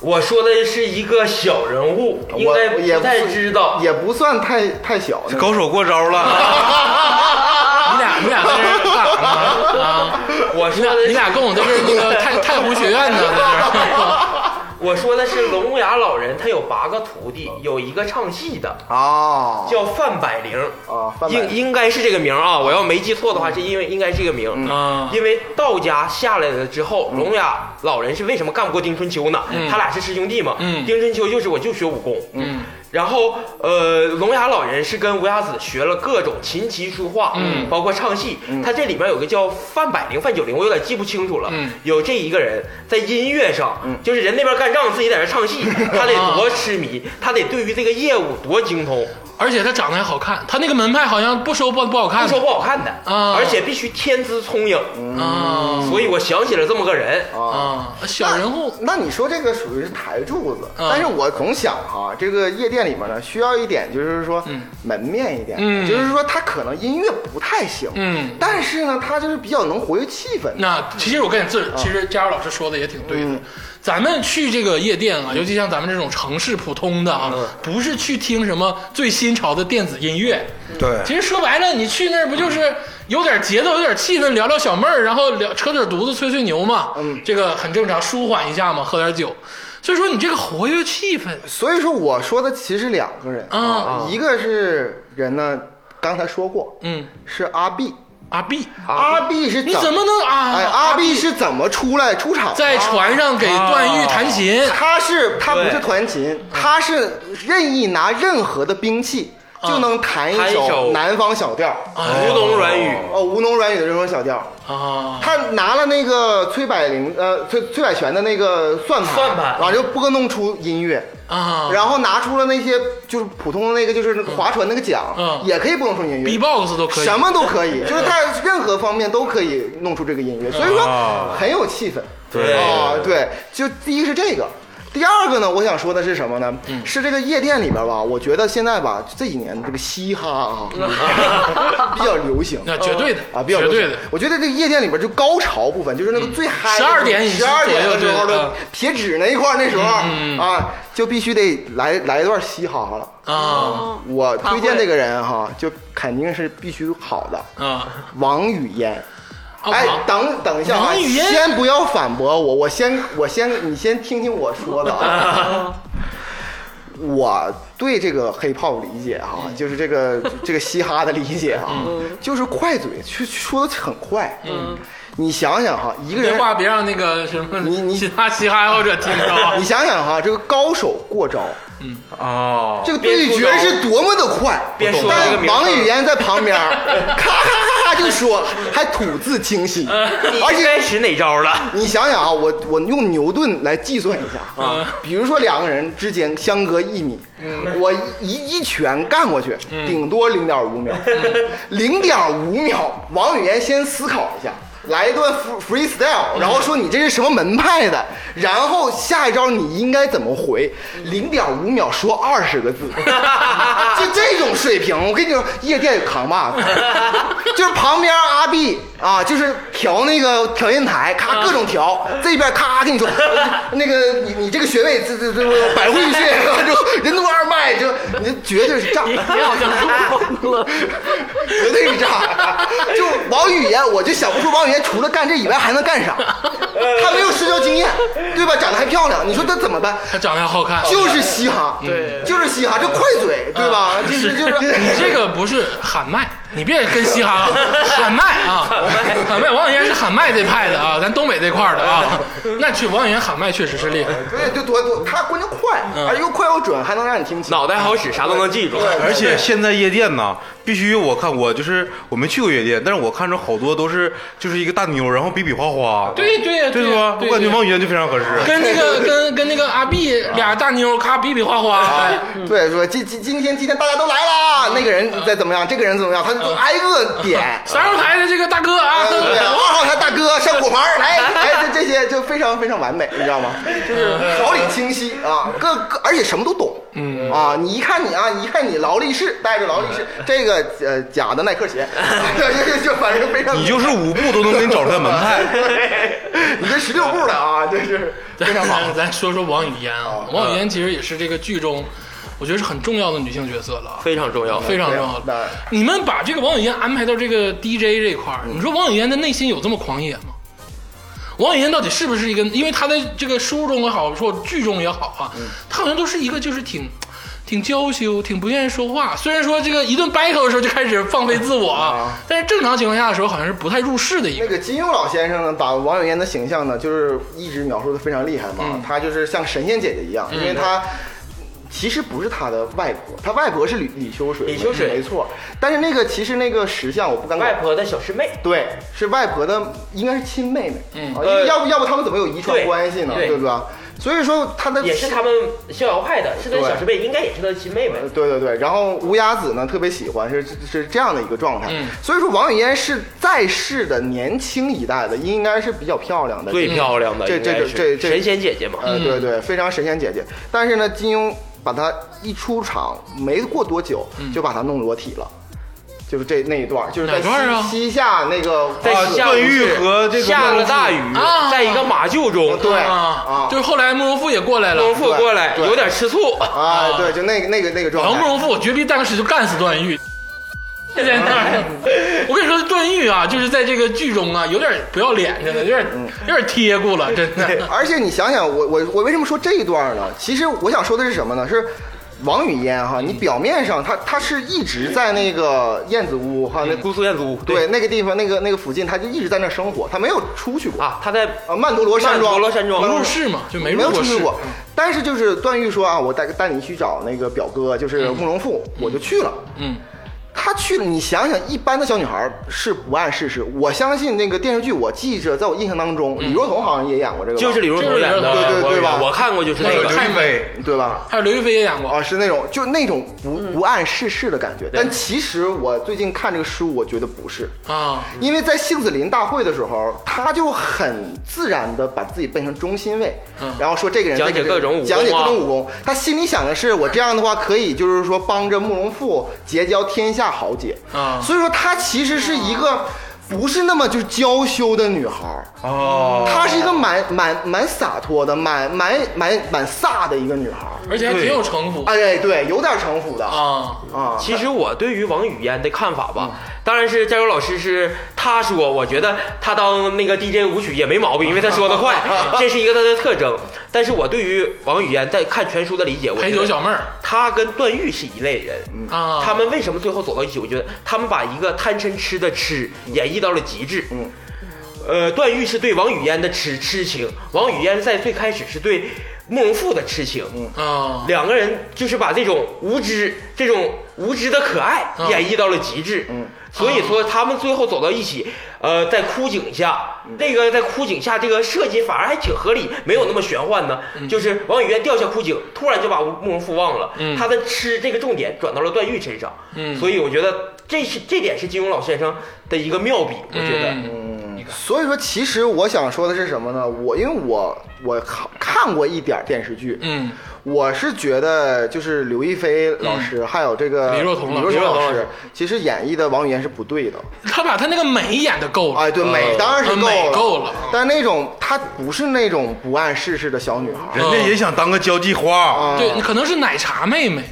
Speaker 6: 我说的是一个小人物，应
Speaker 5: 嗯我
Speaker 6: 该
Speaker 5: 也算
Speaker 6: 不太知道。
Speaker 5: 也不算太太小，那个
Speaker 4: 高手过招了。
Speaker 2: 你俩你俩在这儿干啥呢啊？
Speaker 6: 我
Speaker 2: 你
Speaker 6: 说
Speaker 2: 俩
Speaker 6: 的
Speaker 2: 你俩跟我在这儿那个太太湖学院呢，在这儿。
Speaker 6: 我说的是聋哑老人，他有八个徒弟，有一个唱戏的
Speaker 5: 啊
Speaker 6: 叫范百灵，
Speaker 5: 啊，翻
Speaker 6: 应
Speaker 5: 版
Speaker 6: 应该是这个名儿啊，我要没记错的话，是因为应该是这个名儿。
Speaker 2: 啊
Speaker 6: 因为道家下来了之后，
Speaker 2: 嗯
Speaker 6: 聋哑老人是为什么干不过丁春秋呢？他俩是师兄弟嘛。
Speaker 2: 嗯
Speaker 6: 丁春秋就是我就学武功。嗯。然后，呃，聋哑老人是跟无崖子学了各种琴棋书画，
Speaker 2: 嗯
Speaker 6: 包括唱戏。他这里面有个叫范百灵、范九龄，我有点记不清楚了。
Speaker 2: 嗯
Speaker 6: 有这一个人在音乐上，就是人那边干仗，自己在这 唱戏，他得多痴迷，他得对于这个业务多精通。
Speaker 2: 而且他长得还好看，他那个门派好像不收不不好看
Speaker 6: 不
Speaker 2: 的，
Speaker 6: 说不好看的
Speaker 2: 啊
Speaker 6: 而且必须天资聪颖。
Speaker 2: 啊
Speaker 6: 所以我想起了这么个人，
Speaker 5: 啊。
Speaker 2: 啊，小人物
Speaker 5: 那你说这个属于是台柱子，
Speaker 2: 嗯
Speaker 5: 但是我总想哈，这个夜店里面呢，需要一点就是说
Speaker 6: 嗯
Speaker 5: 门面一点，
Speaker 2: 嗯
Speaker 5: 就是说他可能音乐不太行，
Speaker 2: 嗯
Speaker 5: 但是呢，他就是比较能活跃气氛，
Speaker 2: 那其实我跟你这，其实佳茹老师说的也挺对的。
Speaker 5: 嗯
Speaker 2: 咱们去这个夜店啊，尤其像咱们这种城市普通的啊，不是去听什么最新潮的电子音乐。
Speaker 4: 对，
Speaker 2: 其实说白了，你去那儿不就是有点节奏、有点气氛，聊聊小妹儿，然后聊扯扯犊子、吹吹牛嘛？嗯，这个很正常，舒缓一下嘛，喝点酒。所以说你这个活跃气氛
Speaker 5: 所以说我说的其实两个人
Speaker 2: 啊
Speaker 5: 一个是人呢，刚才说过，
Speaker 2: 嗯，
Speaker 5: 是阿碧，
Speaker 2: 阿碧，
Speaker 5: 阿碧是
Speaker 2: 你怎么能啊？
Speaker 5: 哎，阿碧是怎么出来出场的？啊
Speaker 2: 在船上给段誉弹琴，
Speaker 5: 他是他不
Speaker 6: 对
Speaker 2: 嗯
Speaker 5: 是弹琴，他是任意拿任何的兵器
Speaker 2: 嗯
Speaker 5: 就能弹一
Speaker 6: 弹一首
Speaker 5: 首南方小调，
Speaker 6: 啊吴侬软语
Speaker 5: 哦，吴侬软语的这种小调。
Speaker 2: 啊，
Speaker 5: 他拿了那个崔百灵，呃，崔崔百泉的那个算盘，
Speaker 6: 算盘
Speaker 5: 完了就拨弄出音乐，
Speaker 2: 啊
Speaker 5: 然后拿出了那些就是普通的那个就是那个划船那个桨，
Speaker 2: 嗯
Speaker 5: 也可以拨弄出音乐。
Speaker 2: ，B-box 都可以，
Speaker 5: 什么都可以，就是在任何方面都可以弄出这个音
Speaker 2: 嗯
Speaker 5: 乐，所以说
Speaker 4: 啊
Speaker 5: 很有气氛。
Speaker 6: 对
Speaker 5: 啊，对，就第一是这个。第二个呢，我想说的是什么呢？
Speaker 2: 嗯
Speaker 5: 是这个夜店里边吧，我觉得现在吧，这几年这个嘻哈 啊比较流行
Speaker 2: 那绝对的
Speaker 5: 啊，比较
Speaker 2: 绝
Speaker 5: 流
Speaker 2: 对
Speaker 5: 行
Speaker 2: 的。
Speaker 5: 我觉得这个夜店里边就高潮部分，就是那个最嗨的时候，
Speaker 2: 12点以
Speaker 5: 十二点的时候
Speaker 2: 左右嗯对
Speaker 5: 的
Speaker 2: 嗯
Speaker 5: 铁指那一块儿那时候啊，就必须得来来一段嘻哈了。
Speaker 2: 啊
Speaker 5: 我推荐
Speaker 3: 他会
Speaker 5: 这个人哈，就肯定是必须好的。
Speaker 2: 啊，
Speaker 5: 王语嫣。
Speaker 2: 啊
Speaker 5: 哎
Speaker 2: 王，
Speaker 5: 等等一下啊，
Speaker 2: 王语嫣
Speaker 5: 先不要反驳我，我先我先你先听听我说的啊。我对这个黑炮理解哈、就是这个这个嘻哈的理解哈、就是快嘴，去说的很快。嗯，你想想哈、一个
Speaker 2: 这
Speaker 5: 人，
Speaker 2: 话别让那个什么
Speaker 5: 你你
Speaker 2: 其他嘻哈爱好者听到啊
Speaker 5: 你想想哈、这个高手过招，
Speaker 4: 啊，
Speaker 5: 这个对决是多么的快，
Speaker 6: 边说那
Speaker 5: 但
Speaker 6: 个名字
Speaker 5: 王语嫣在旁边，咔咔咔咔就说，还吐字清晰，
Speaker 6: 嗯
Speaker 5: 而且
Speaker 6: 该使哪招了？
Speaker 5: 你想想啊，我我用牛顿来计算一下啊，比如说两个人之间相隔一米，我一一拳干过去，顶多零点五秒，零点五秒，王语嫣先思考一下。来一段 free- freestyle，然后说你这是什么门派的，然后下一招你应该怎么回？零点五秒说二十个字，就这种水平，我跟你说，夜店有扛把子， 就是旁边阿碧啊，就是调那个调音台，咔各种调，这边咔跟你说，那个你你这个穴位，这这这百会穴，就任督二脉，就你这绝对是炸，绝对是炸。就王语嫣，我就想不出王语嫣除了干这以外还能干啥，她没有社交经验，对吧？长得还漂亮，你说她怎么办？
Speaker 2: 他长得还好看，
Speaker 5: 就是嘻哈，
Speaker 3: 对
Speaker 5: 就是嘻哈，就快嘴，对吧？ 就是就是
Speaker 2: 嗯你这个不是喊麦，你别跟嘻哈啊喊麦啊，喊麦。王语嫣是喊麦这派的啊，咱东北这块儿的啊。那去王语嫣喊麦确实是厉害，
Speaker 5: 对，就多多，他关键快，而又快又准，还能让你听清。
Speaker 6: 脑袋好使，啥都能记住。
Speaker 4: 而且现在夜店呢，必须我看我就是我没去过夜店，但是我看着好多都是就是一个大妞，然后比比划划，
Speaker 2: 对对呀
Speaker 4: 对啊
Speaker 2: 对呀
Speaker 4: 吧？
Speaker 2: 对
Speaker 4: 我感觉
Speaker 2: 对
Speaker 4: 王语嫣就非常合适。
Speaker 2: 跟那个跟跟那个阿碧俩大妞咔比比划划，
Speaker 5: 啊
Speaker 2: 哎
Speaker 5: 对，说今今今天今天大家都来了，那个人再怎么样，这个人怎么样，他就挨个点。
Speaker 2: 三号台的这个大哥啊，
Speaker 5: 对，二号他大哥上果盘儿来，哎，这这些就非常非常完美，你知道吗？就是条理清晰啊，各各而且什么都懂，嗯啊，你一看你啊，你一看你劳力士带着劳力士这个呃假的耐克鞋， 就就就反正非常，
Speaker 4: 你就是五步都能给你找出来门 派，
Speaker 5: 你这十六步的啊，这是非常好。
Speaker 2: 咱咱说说王语嫣啊，王语嫣其实也是这个剧中，我觉得是很重要的女性角色了啊。
Speaker 6: 非常重要，
Speaker 2: 非常重
Speaker 5: 对
Speaker 2: 要
Speaker 5: 那。
Speaker 2: 你们把这个王语嫣安排到这个 DJ 这一块儿，
Speaker 6: 嗯
Speaker 2: 你说王语嫣的内心有这么狂野吗？王语嫣到底是不是一个？因为她在这个书中也好，说剧中也好啊，
Speaker 6: 嗯
Speaker 2: 她好像都是一个就是挺。挺娇羞，挺不愿意说话。虽然说这个一顿 battle 的时候就开始放飞自我，啊、但是正常情况下的时候好像是不太入世的一
Speaker 5: 那
Speaker 2: 个。
Speaker 5: 个金庸老先生呢，把王语嫣的形象呢，就是一直描述的非常厉害嘛。
Speaker 6: 嗯
Speaker 5: 她就是像神仙姐姐一样，因为她其实不是她的外婆，她外婆是李李秋水，
Speaker 6: 李秋水
Speaker 5: 没错。但是那个其实那个石像我不敢管
Speaker 6: 外，婆的小师妹，
Speaker 5: 对，是外婆的，应该是亲妹妹，
Speaker 2: 嗯
Speaker 5: 啊因为要不要不他们怎么有遗传
Speaker 6: 呃对
Speaker 5: 关系呢？
Speaker 6: 对
Speaker 5: 对不对？所以说她的
Speaker 6: 也是他们逍遥派的，是他的小师妹，应该也是他的亲妹妹
Speaker 5: 呃。对对对，然后乌鸦子呢特别喜欢，是是是这样的一个状态。
Speaker 2: 嗯
Speaker 5: 所以说王语嫣是在世的年轻一代的，应该是比较漂亮的，
Speaker 6: 最漂亮的，
Speaker 5: 这
Speaker 6: 应该是
Speaker 5: 这这这
Speaker 6: 神仙姐姐嘛，
Speaker 5: 呃，
Speaker 2: 嗯
Speaker 5: 对对，非常神仙姐姐。但是呢，金庸把她一出场没过多久，就把她弄裸体了，就是这那一段儿，就是
Speaker 2: 哪
Speaker 5: 在
Speaker 2: 段儿啊
Speaker 5: 西西夏那个
Speaker 6: 在
Speaker 4: 啊
Speaker 6: 下
Speaker 4: 段
Speaker 6: 午
Speaker 4: 誉
Speaker 6: 是
Speaker 4: 和这个
Speaker 6: 下
Speaker 4: 慕容
Speaker 6: 了
Speaker 4: 复
Speaker 6: 大雨
Speaker 2: 啊，
Speaker 6: 在一个马厩中，
Speaker 5: 对
Speaker 2: 啊
Speaker 5: 啊，
Speaker 2: 就是后来慕容复也过来了
Speaker 6: 慕，容复过来
Speaker 5: 对
Speaker 6: 有点吃醋，
Speaker 5: 啊，对，就那个那个那个
Speaker 2: 然
Speaker 5: 状
Speaker 2: 后
Speaker 5: 态
Speaker 2: 慕。容复，我绝逼当时就干死段誉。现在那儿，我跟你说，段誉啊，就是在这个剧中啊，有点不要脸，真的，有点有点贴过了，真的。
Speaker 5: 而且你想想，我我我为什么说这一段呢？其实我想说的是什么呢？是王语嫣哈，你表面上她她是一直在那个燕子屋哈，那
Speaker 6: 姑苏燕子屋
Speaker 5: 对那个地方那个那个附近，她就一直在那生活，她没有出去过
Speaker 6: 啊，他在
Speaker 5: 啊，曼陀罗山庄，
Speaker 6: 曼陀罗山庄
Speaker 5: 曼
Speaker 2: 不入
Speaker 5: 陀罗
Speaker 2: 室嘛，就没入
Speaker 5: 没有
Speaker 2: 过
Speaker 5: 出去
Speaker 2: 室。
Speaker 5: 过。但是就是段誉说啊，我带带你去找那个表哥，就是慕容复，我就去了。
Speaker 2: 嗯，
Speaker 5: 他去了，你想想，一般的小女孩是不谙世事。我相信那个电视剧，我记着，在我印象当中，李若彤好像也演过这个吧，
Speaker 6: 就是李若彤演的，
Speaker 5: 对对对
Speaker 6: 我
Speaker 5: 对吧
Speaker 6: 我看过就是那
Speaker 2: 那
Speaker 6: 个
Speaker 2: 个
Speaker 4: 刘
Speaker 2: 太
Speaker 4: 亦菲，
Speaker 5: 对吧？
Speaker 2: 还有刘亦菲也演过，
Speaker 5: 啊，是那种就那种不不谙世事的感觉。但其实我最近看这个书，我觉得不是，
Speaker 2: 啊，
Speaker 5: 因为在杏子林大会的时候，他就很自然的把自己变成中心位，然后说这个人
Speaker 6: 嗯讲
Speaker 5: 这
Speaker 6: 解
Speaker 5: 个人
Speaker 6: 各种武功啊
Speaker 5: 讲解各种武功，他心里想的是我这样的话可以就是说帮着慕容复结交天下豪杰
Speaker 6: 嗯
Speaker 2: 啊
Speaker 5: 所以说她其实是一个不是那么就是娇羞的女孩儿，
Speaker 4: 哦，
Speaker 5: 她是一个蛮蛮蛮洒脱的，蛮蛮蛮蛮飒的一个女孩儿，
Speaker 2: 而且还挺有城府
Speaker 5: 哎对，有点城府的
Speaker 6: 哦
Speaker 2: 啊。
Speaker 5: 啊
Speaker 6: 其实我对于王语嫣的看法吧，
Speaker 5: 嗯
Speaker 6: 当然是加油老师是他说，我觉得他当那个 DJ 舞曲也没毛病，因为他说 的快，这是一个他的特征。但是我对于王语嫣在看全书的理解，我
Speaker 2: 陪
Speaker 6: 觉
Speaker 2: 酒小妹
Speaker 6: 得
Speaker 2: 儿
Speaker 6: 他跟段誉是一类人。
Speaker 5: 嗯
Speaker 2: 啊，
Speaker 6: 他们为什么最后走到一起？我觉得他们把一个贪嗔痴的痴演绎到了极致。
Speaker 5: 嗯，
Speaker 6: 呃，段誉是对王语嫣的痴痴情，王语嫣在最开始是对慕容复的痴情。嗯，
Speaker 2: 啊，
Speaker 6: 两个人就是把这种无知、这种无知的可爱
Speaker 2: 嗯
Speaker 6: 演绎到了极致。嗯，所以说他们最后走到一起，呃，在枯井下，那个在枯井下这个设计反而还挺合理，没有那么玄幻呢。就是王语嫣掉下枯井，突然就把慕容复忘了，
Speaker 2: 嗯
Speaker 6: 他的吃这个重点转到了段誉身上。
Speaker 2: 嗯
Speaker 6: 所以我觉得这是这点是金庸老先生的一个妙笔，我觉得。
Speaker 2: 嗯
Speaker 5: 所以说，其实我想说的是什么呢？我因为我我看看过一点儿电视剧，
Speaker 2: 嗯，
Speaker 5: 我是觉得就是刘亦菲老师、还有这个
Speaker 2: 嗯李若彤
Speaker 5: 李
Speaker 2: 老
Speaker 5: 若
Speaker 2: 师
Speaker 5: 彤
Speaker 2: 李若
Speaker 5: 老
Speaker 2: 彤老
Speaker 5: 师
Speaker 2: 师，
Speaker 5: 其实演绎的王语嫣是不对的。
Speaker 2: 他把他那个美演的够了，
Speaker 5: 哎，对，美当然是
Speaker 2: 嗯
Speaker 5: 够了，啊
Speaker 2: 美够了
Speaker 5: 但那种她不是那种不谙世事的小女孩
Speaker 4: 人家也想当个交际花，
Speaker 5: 啊。
Speaker 2: 对，可能是奶茶妹妹。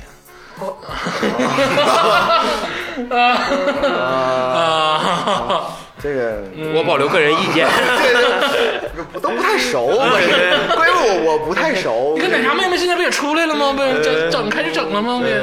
Speaker 2: 啊，
Speaker 5: 这个。
Speaker 6: 我保留个人意见。
Speaker 5: 这个我都不太熟，我这关键我我不太熟。
Speaker 2: 嗯 你看奶茶妹妹现在不也出来了吗？不
Speaker 6: 呃
Speaker 2: 是整整开始整了吗？不也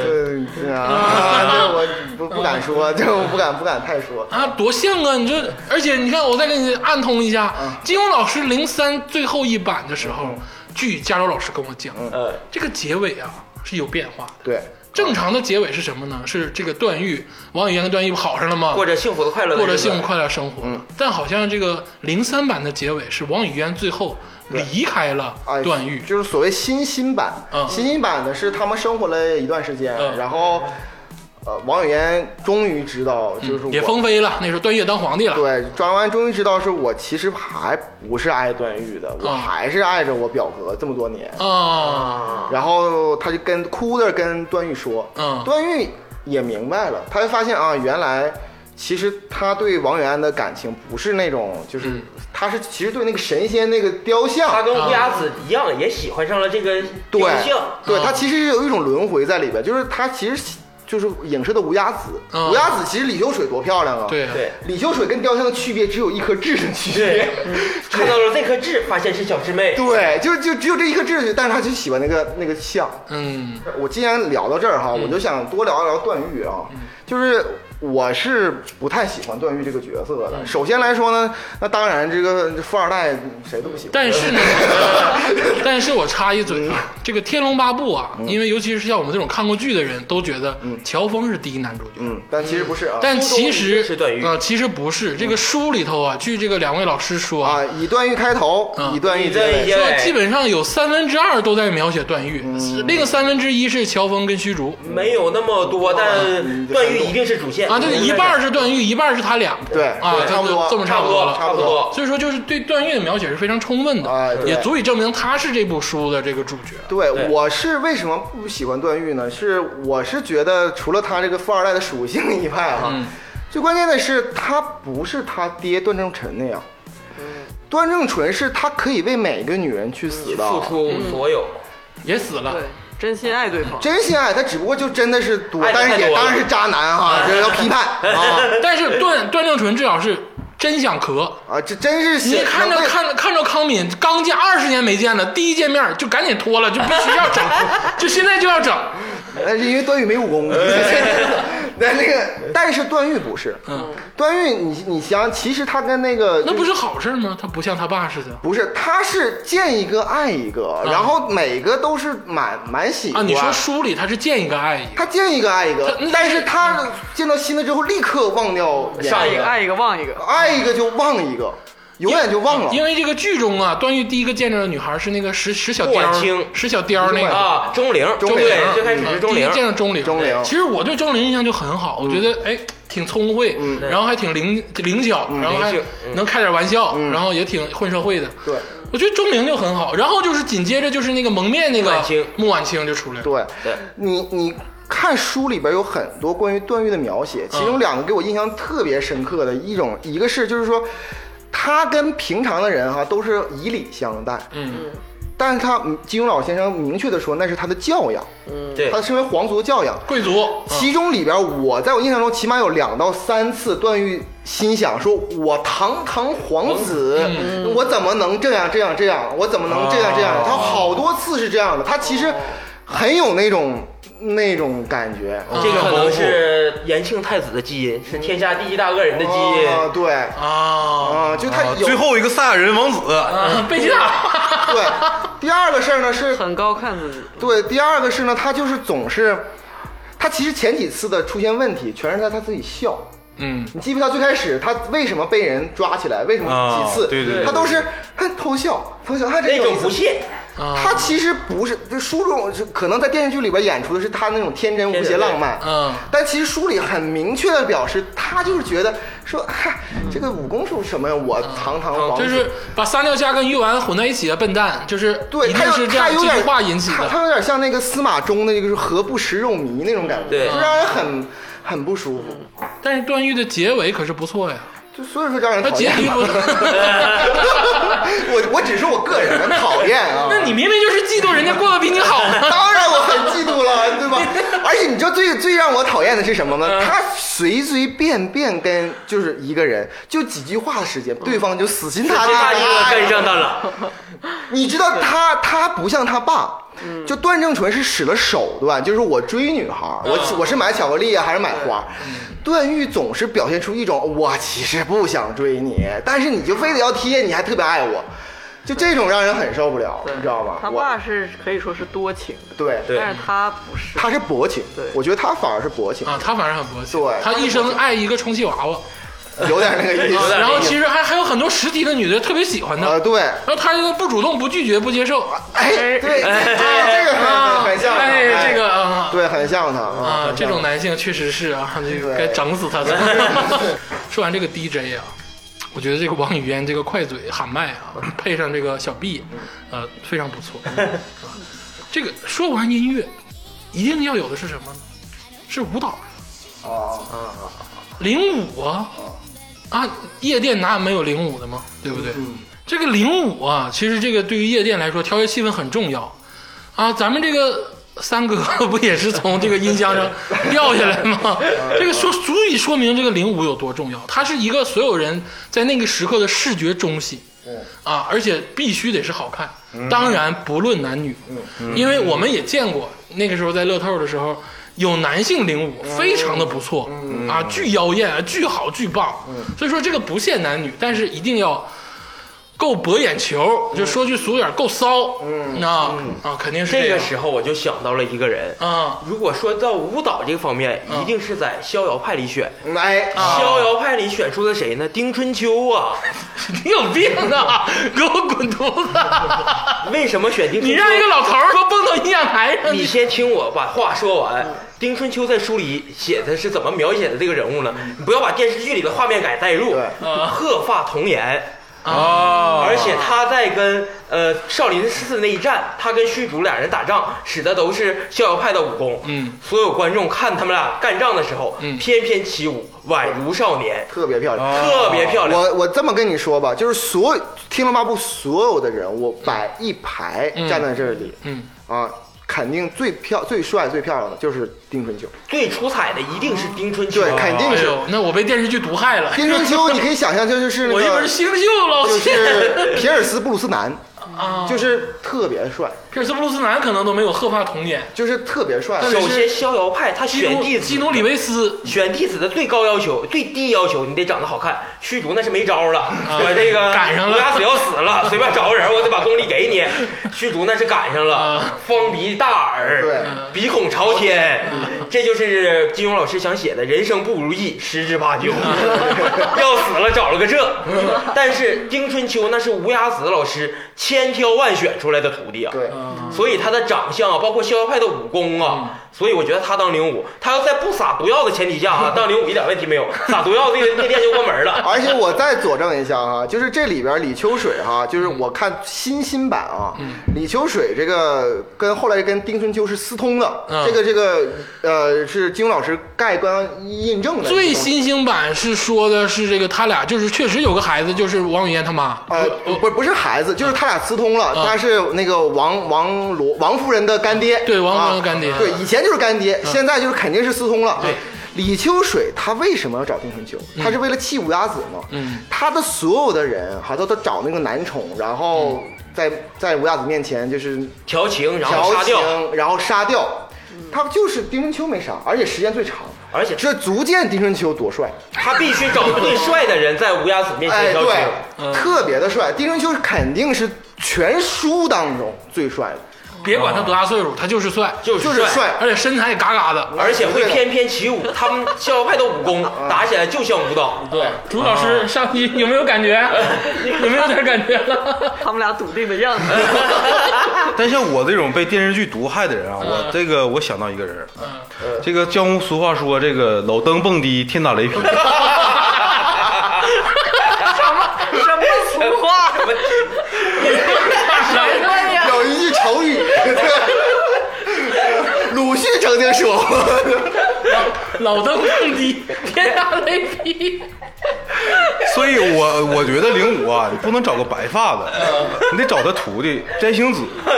Speaker 5: 对啊，这我不不敢说， 这我不敢不敢太说。
Speaker 2: 啊，多像啊！你这，而且你看，我再给你暗通一下，
Speaker 6: 嗯
Speaker 2: 金庸老师零三最后一版的时候，据加州老师跟我讲，
Speaker 6: 呃，
Speaker 2: 这个结尾啊是有变化的。
Speaker 5: 对，
Speaker 2: 正常的结尾是什么呢？是这个段誉，王语嫣跟段誉不好上了吗？
Speaker 6: 过着幸福的快乐的
Speaker 2: 过
Speaker 6: 日子，嗯
Speaker 2: 着幸福快乐生活。但好像这个零三版的结尾是王语嫣最后离开了
Speaker 5: 哎，
Speaker 2: 段誉，
Speaker 5: 就是所谓新新版
Speaker 2: 嗯，
Speaker 5: 新新版的是他们生活了一段时间，
Speaker 2: 嗯
Speaker 5: 然后，呃，王语嫣终于知道，就是我
Speaker 2: 嗯也封妃了。那时候段誉也当皇帝了。
Speaker 5: 对，转弯终于知道是我其实还不是爱段誉的，我
Speaker 2: 嗯
Speaker 5: 还是爱着我表哥这么多年。
Speaker 2: 啊，
Speaker 5: 然后他就跟哭着跟段誉说，
Speaker 2: 嗯
Speaker 5: 段誉也明白了，他就发现啊，原来其实他对王语嫣的感情不是那种，就是、
Speaker 2: 嗯
Speaker 5: 他是其实对那个神仙那个雕像，
Speaker 6: 他跟乌鸦子一样，也喜欢上了这个
Speaker 5: 对
Speaker 6: 雕像。
Speaker 5: 对，
Speaker 2: 嗯
Speaker 5: 它其实是有一种轮回在里边，就是它其实就是影射的无崖子。
Speaker 2: 嗯
Speaker 5: 无崖子其实李秀水多漂亮啊！
Speaker 2: 对，
Speaker 6: 对，
Speaker 5: 李秀水跟雕像的区别只有一颗痣的区别
Speaker 6: 对。看到了这颗痣，发现是小师妹。
Speaker 5: 对，就就只有这一颗痣的区别，但是他就喜欢那个那个像。
Speaker 2: 嗯
Speaker 5: 我既然聊到这儿哈，我就想多聊一聊段誉啊，
Speaker 2: 嗯
Speaker 5: 就是我是不太喜欢段誉这个角色
Speaker 2: 嗯
Speaker 5: 的。首先来说呢，那当然这个富二代谁都不喜欢，
Speaker 2: 但是呢，但是我插一嘴啊，这个《天龙八部》啊，因为尤其是像我们这种看过剧的人都觉得乔峰是第一男主角，
Speaker 5: 嗯，但其实不是啊。
Speaker 2: 但其
Speaker 6: 书
Speaker 2: 实
Speaker 6: 中是段誉
Speaker 2: 啊，其实不是。这个书里头啊，据这个两位老师说
Speaker 5: 啊，以段誉开头，
Speaker 2: 嗯
Speaker 5: 以段誉
Speaker 6: 你
Speaker 5: 结
Speaker 6: 这
Speaker 5: 尾
Speaker 6: 一。结
Speaker 2: 说基
Speaker 6: 尾
Speaker 2: 本上有三分之二都在描写段誉，另个三分之一是乔峰跟虚竹
Speaker 6: 没有那么多，但段誉一定是主线
Speaker 2: 啊，这个一半儿是段誉，一半儿是他俩，
Speaker 5: 对
Speaker 2: 啊，
Speaker 5: 对
Speaker 2: 这
Speaker 5: 差不多
Speaker 2: 这么
Speaker 6: 差
Speaker 2: 不
Speaker 6: 不多
Speaker 2: 了，啊
Speaker 6: 差不多。
Speaker 2: 所以说，就是对段誉的描写是非常充分
Speaker 5: 哎
Speaker 2: 的，
Speaker 5: 对
Speaker 2: 也足以证明他是这部书的这个主角。
Speaker 5: 对，
Speaker 6: 对
Speaker 5: 我是为什么不喜欢段誉呢？是我是觉得除了他这个富二代的属性以外哈、
Speaker 2: 嗯
Speaker 5: 最关键的是他不是他爹段正淳那样。段正淳是他可以为每个女人去死的，
Speaker 6: 付出所有，
Speaker 2: 也死了
Speaker 3: 对，，真心爱对方，
Speaker 5: 真心爱他，只不过就真的是多，
Speaker 6: 爱得
Speaker 5: 但是
Speaker 6: 太
Speaker 5: 也
Speaker 6: 多了
Speaker 5: 当然是渣男哈，这要批判啊
Speaker 2: 但是段段正淳至少是真想咳。
Speaker 5: 啊，这真是
Speaker 2: 你
Speaker 5: 写
Speaker 2: 看着
Speaker 5: 能为
Speaker 2: 看着看着康敏刚见二十年没见了，第一见面就赶紧脱了，就必须要整，就现在就要整。
Speaker 5: 呃，因为段誉没武功。 那那个，但是段誉不是，
Speaker 2: 嗯，
Speaker 5: 段誉你你想，其实他跟那个
Speaker 2: 那不是好事吗？他不像他爸似的
Speaker 5: 不是，他是见一个爱一个，然后每个都是满满喜
Speaker 2: 啊！
Speaker 5: 欢。
Speaker 2: 你说书里他是见一个爱一个，
Speaker 5: 他见一个爱一个
Speaker 2: 他，
Speaker 5: 但是他见到新的之后立刻忘掉原
Speaker 6: 上
Speaker 3: 爱
Speaker 6: 一
Speaker 3: 一
Speaker 6: 个
Speaker 3: 个爱一个忘一个，
Speaker 5: 爱一个就忘一个，永远就忘了。
Speaker 2: 因为这个剧中啊，段誉第一个见着的女孩是那个石石小
Speaker 6: 顾婉
Speaker 2: 雕
Speaker 6: 清，
Speaker 2: 石小雕那个
Speaker 6: 啊，钟灵，
Speaker 5: 嗯
Speaker 6: 嗯
Speaker 5: 钟灵嗯
Speaker 6: 对，最开始是钟
Speaker 2: 第
Speaker 6: 灵
Speaker 2: 一，见到钟灵，
Speaker 5: 钟灵
Speaker 2: 其实我对钟灵印象就很好，我觉得哎挺聪慧，
Speaker 5: 嗯
Speaker 2: 然后还挺灵灵巧，然后还
Speaker 6: 灵性
Speaker 2: 能开点玩笑，然后也挺混社会的。
Speaker 5: 嗯对，
Speaker 2: 我觉得钟灵就很好。然后就是紧接着就是那个蒙面那
Speaker 6: 穆
Speaker 2: 个
Speaker 6: 婉清
Speaker 2: 穆婉清就出来了，
Speaker 5: 对，
Speaker 6: 对
Speaker 5: 你你看书里边有很多关于段誉的描写，
Speaker 2: 啊
Speaker 5: 其中两个给我印象特别深刻的一种，一个是就是说，他跟平常的人哈、都是以礼相待，
Speaker 2: 嗯，
Speaker 5: 但是他嗯金庸老先生明确的说那是他的教养，
Speaker 2: 嗯
Speaker 6: 对
Speaker 5: 他身为皇族的教养。
Speaker 2: 贵族，
Speaker 5: 其中里边，我在我印象中起码有两到三次，段誉心想说：“我堂堂皇子，我怎么能这样这样这样？我怎么能这样这样？”他好多次是这样的，他其实很有那种那种感觉。
Speaker 6: 这个可能是延庆太子的基因，是天下第一大恶人的基因。
Speaker 5: 啊，对
Speaker 2: 啊
Speaker 5: 啊，就他有
Speaker 4: 哦最后一个赛亚人王子，
Speaker 2: 啊，贝吉塔，
Speaker 5: 对。第二个事儿呢是
Speaker 3: 很高看自己。
Speaker 5: 对，第二个是呢，他就是总是，他其实前几次的出现问题，全是在他自己笑。
Speaker 2: 嗯，
Speaker 5: 你记不记得他最开始他为什么被人抓起来？为什么几次？
Speaker 4: 啊对对对啊
Speaker 5: 他都是哼偷笑，偷笑，他这
Speaker 6: 那
Speaker 5: 有
Speaker 6: 种
Speaker 5: 意思
Speaker 6: 不。屑，
Speaker 5: 他其实不是，这书中是可能在电视剧里边演出的是他那种天真无邪浪漫，
Speaker 2: 嗯
Speaker 5: 但其实书里很明确的表示，他就是觉得说，哈，这个武功是什么呀？我堂堂
Speaker 4: 哦
Speaker 5: 皇
Speaker 2: 就
Speaker 5: 子，
Speaker 2: 是把撒尿虾跟鱼丸混在一起的笨蛋，就是
Speaker 5: 对
Speaker 2: 一
Speaker 5: 他
Speaker 2: 定
Speaker 5: 有
Speaker 2: 是这
Speaker 5: 他
Speaker 2: 样
Speaker 5: 有
Speaker 2: 这句
Speaker 5: 点
Speaker 2: 话引起
Speaker 5: 他
Speaker 2: 的。
Speaker 5: 他有点像那个司马衷的，就是何不食肉糜那种感觉，
Speaker 6: 对
Speaker 5: 就让人很很不舒服。
Speaker 2: 但是段誉的结尾可是不错呀，
Speaker 5: 就所以说让人
Speaker 2: 他
Speaker 5: 讨
Speaker 2: 结
Speaker 5: 厌
Speaker 2: 局
Speaker 5: 嘛。
Speaker 2: 不。
Speaker 5: 我我只是我个人讨厌啊。
Speaker 2: 那你明明就是嫉妒人家过得比你好嘛。
Speaker 5: 当然我很嫉妒了，对吧？而且你知道最最让我讨厌的是什么吗？
Speaker 2: 嗯
Speaker 5: 他随随便便跟就是一个人就几句话的时
Speaker 2: 嗯
Speaker 5: 间，对方就死心塌地
Speaker 6: 大
Speaker 5: 地
Speaker 6: 一个跟上他了。
Speaker 5: 你知道他他不像他爸。就段正淳是使了手段，就是我追女孩，我我是买巧克力啊，还是买花？段誉总是表现出一种我其实不想追你，但是你就非得要贴，你还特别爱我，就这种让人很受不了，你知道吗？
Speaker 3: 他
Speaker 5: 我
Speaker 3: 爸是可以说是多情的，
Speaker 5: 对
Speaker 6: 对
Speaker 3: 但是他不是。
Speaker 5: 他是薄情，
Speaker 3: 对
Speaker 5: 我觉得他反而是薄情，
Speaker 2: 啊，他反正很薄情，
Speaker 5: 对
Speaker 2: 他一生爱一个充气娃娃，啊
Speaker 5: 有点那个意
Speaker 6: 有
Speaker 5: 思。
Speaker 6: 点
Speaker 2: 然后其实还还有很多实体的女的特别喜欢他，
Speaker 5: 啊，对，
Speaker 2: 然后他这个不主动、不拒绝、不接受，
Speaker 5: 哎，对，这个呃很很像他，
Speaker 2: 哎，这个啊
Speaker 5: 对，很像他啊，
Speaker 2: 啊，
Speaker 5: 很像
Speaker 2: 这种男性确实是 啊，这个该
Speaker 5: 对
Speaker 2: 整死 他。 说完这个 DJ 啊，我觉得这个王语嫣这个快嘴喊麦 啊，配上这个小 B，呃，非常不错。啊这个说完音乐，一定要有的是什么呢？是舞蹈。
Speaker 5: 啊，哦
Speaker 2: 零五啊，啊，夜店哪有没有零五的吗？对不对？
Speaker 5: 嗯
Speaker 2: 这个零五啊，其实这个对于夜店来说，调节气氛很重要啊。咱们这个三哥 不也是从这个音箱上掉下来吗？这个说足以说明这个零五有多重要，它是一个所有人在那个时刻的视觉中心。啊，而且必须得是好看，
Speaker 6: 嗯
Speaker 2: 当然不论男女，因为我们也见过那个时候在乐透的时候。有男性领舞，
Speaker 6: 嗯
Speaker 2: 非常的不错、啊，巨妖艳，巨好，巨棒。
Speaker 6: 嗯
Speaker 2: 所以说这个不限男女，但是一定要够博眼球，就说句俗点儿，够骚。嗯啊啊，肯定是
Speaker 6: 这
Speaker 2: 样
Speaker 6: 个时候我就想到了一个人，
Speaker 2: 啊，
Speaker 6: 如果说到舞蹈这个方面，
Speaker 5: 啊
Speaker 6: 一定是在逍遥派里选。
Speaker 5: 哎，
Speaker 6: 逍遥派里选出的谁呢？丁春秋啊！
Speaker 2: 你有病啊！给我滚犊 子！啊
Speaker 6: 为什么选丁春
Speaker 2: 你
Speaker 6: 秋？
Speaker 2: 让一个老头儿给我蹦到音响台上，
Speaker 6: 你先听我把话说完。
Speaker 2: 嗯
Speaker 6: 丁春秋在书里写的是怎么描写的这个人物呢？
Speaker 2: 嗯
Speaker 6: 你不要把电视剧里的画面感带入
Speaker 5: 对，
Speaker 6: 鹤发童颜，
Speaker 2: 啊，
Speaker 6: 哦而且他在跟呃少林寺那一战，他跟虚竹俩人打仗，使的都是逍遥派的武功。
Speaker 2: 嗯，
Speaker 6: 所有观众看他们俩干仗的时候，
Speaker 2: 嗯
Speaker 6: 翩翩起舞，宛如少年，
Speaker 5: 特别漂
Speaker 2: 哦
Speaker 5: 亮。
Speaker 6: 特别漂亮。
Speaker 5: 我我这么跟你说吧，就是所有《天龙八部》所有的人物摆一排站在这里，
Speaker 2: 嗯
Speaker 5: 啊，肯定最漂、最帅、最漂亮的就是丁春秋。
Speaker 6: 最出彩的一定是丁春秋。
Speaker 5: 对，肯定
Speaker 2: 哎
Speaker 5: 是
Speaker 2: 呦，那我被电视剧毒害了。
Speaker 5: 丁春秋。你可以想象，这就是那
Speaker 2: 我一
Speaker 5: 个
Speaker 2: 本，星宿老
Speaker 5: 就
Speaker 2: 谢
Speaker 5: 是皮尔斯布鲁斯南，
Speaker 2: 啊
Speaker 5: 就是特别帅，
Speaker 2: 皮尔斯布鲁斯南可能都没有赫帕童颜。
Speaker 5: 就是特别帅。
Speaker 2: 但是
Speaker 6: 首先，逍遥派他
Speaker 2: 基
Speaker 6: 选
Speaker 2: 努
Speaker 6: 弟子，
Speaker 2: 基努里维斯
Speaker 6: 选弟子的最高要求、最低要求，你得长得好看。虚竹那是没招了，我这个
Speaker 2: 啊赶上了
Speaker 6: 乌鸦死要死了，随便找个人，我得把功力给你。虚竹那是赶上
Speaker 2: 啊
Speaker 6: 了，方鼻大耳，
Speaker 5: 对
Speaker 6: 鼻孔朝天，
Speaker 2: 啊
Speaker 6: 这就是金庸老师想写的人生不如意十之八九，
Speaker 2: 啊
Speaker 6: 要死了找了个这。但是丁春秋那是无崖子老师千挑万选出来的徒弟啊，
Speaker 5: 对，
Speaker 2: 嗯
Speaker 6: 所以他的长相啊，包括逍遥派的武功
Speaker 5: 嗯
Speaker 6: 啊，所以我觉得他当零五，他要在不撒毒药的前提下
Speaker 5: 嗯
Speaker 6: 啊，当零五一点问题没有。 撒毒药这个那店就关门了。
Speaker 5: 而且我再佐证一下哈，就是这里边李秋水哈，就是我看新新版啊，
Speaker 2: 嗯
Speaker 5: 李秋水这个跟后来跟丁春秋是私通的，
Speaker 2: 嗯
Speaker 5: 这个这个呃是金庸老师盖棺印证的
Speaker 2: 最新兴版是说的是这个他俩就是确实有个孩子就是王语嫣他妈，
Speaker 5: 呃，不是不是孩子，就是他俩私通
Speaker 2: 啊
Speaker 5: 了。他是那个王王罗王夫人的干爹，
Speaker 2: 对王夫人的
Speaker 5: 啊
Speaker 2: 干爹嗯
Speaker 5: 对，以前就是干爹，现在就是肯定是私通了。啊
Speaker 2: 对。
Speaker 5: 李秋水他为什么要找丁春秋？他是为了气五鸦子吗？
Speaker 2: 嗯，
Speaker 5: 他的所有的人哈，都都找那个男宠，然
Speaker 2: 嗯
Speaker 5: 后在在五鸦子面前就是
Speaker 6: 调情，然后
Speaker 5: 调
Speaker 6: 杀
Speaker 5: 情
Speaker 6: 掉，，
Speaker 5: 然后杀掉。
Speaker 2: 嗯
Speaker 5: 他就是丁春秋没杀，而且时间最长，
Speaker 6: 而且
Speaker 5: 这足见丁春秋多帅。
Speaker 6: 他必须找最帅的人在无崖子面前
Speaker 5: 哎，
Speaker 6: 调情。
Speaker 5: 对，特别的帅。丁春秋肯定是全书当中最帅的，
Speaker 2: 别管他多大岁数，他就是帅，
Speaker 6: 就是
Speaker 5: 就是帅。
Speaker 2: 而且身材也嘎嘎的。
Speaker 6: 而且会翩翩起 舞，他们逍遥派的武功
Speaker 5: 嗯
Speaker 6: 打起来就像舞蹈。
Speaker 2: 对，朱老师上期有没有感觉？有没有点感觉了？
Speaker 3: 他们俩笃定的样 子。
Speaker 4: 但像我这种被电视剧毒害的人啊，我这个我想到一个人儿，这个江湖俗话说，这个老登蹦迪，天打雷劈。
Speaker 3: 什么俗话？
Speaker 6: 我
Speaker 3: 什么呀？
Speaker 5: 有一句成语， 鲁迅曾经说过，
Speaker 2: 老登更低，天打雷劈。
Speaker 4: 所以我我觉得零五啊，你不能找个白发的，你得找他徒弟摘星子。
Speaker 5: 嗯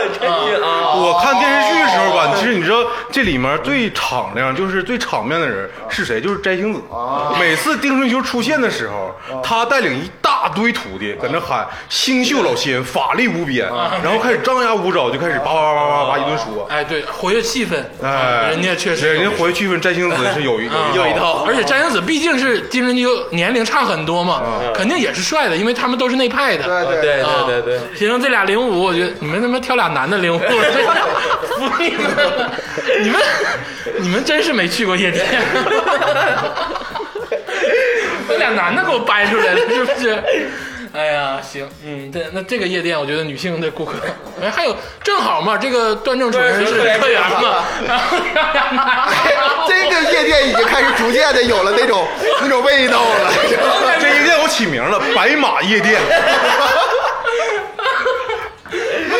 Speaker 6: 啊，
Speaker 4: 我看电视剧的时候吧，其实你知道这里面最敞亮，就是最场面的人是谁？就是摘星子。每次丁春秋出现的时候，他带领一大堆徒弟搁那喊“星宿老仙，法力无边”，然后开始张牙舞爪，就开始叭叭叭叭叭叭一顿说。
Speaker 2: 哎，对，活跃气氛，
Speaker 4: 哎，
Speaker 2: 人家确实，
Speaker 4: 人家活跃气氛，摘星子是有一哦有一套。
Speaker 2: 而且詹星子毕竟是金人就年龄差很多嘛，肯定也是帅的，因为他们都是内派的。
Speaker 5: 对
Speaker 6: 对
Speaker 5: 对，
Speaker 6: 对对对。
Speaker 2: 形容这俩零五，我觉得你们他妈挑俩男的 零五，服你们了！你们你们真是没去过夜店，这俩男的给我掰出来了，是不是？哎呀，行，嗯，对，那这个夜店，我觉得女性的顾客，哎，还有正好嘛，这个段正淳是哎客源嘛，然后让俩男的，
Speaker 5: 这个夜店已经开始逐渐的有了那种那种味道了。
Speaker 4: 这夜店我起名了，白马夜店。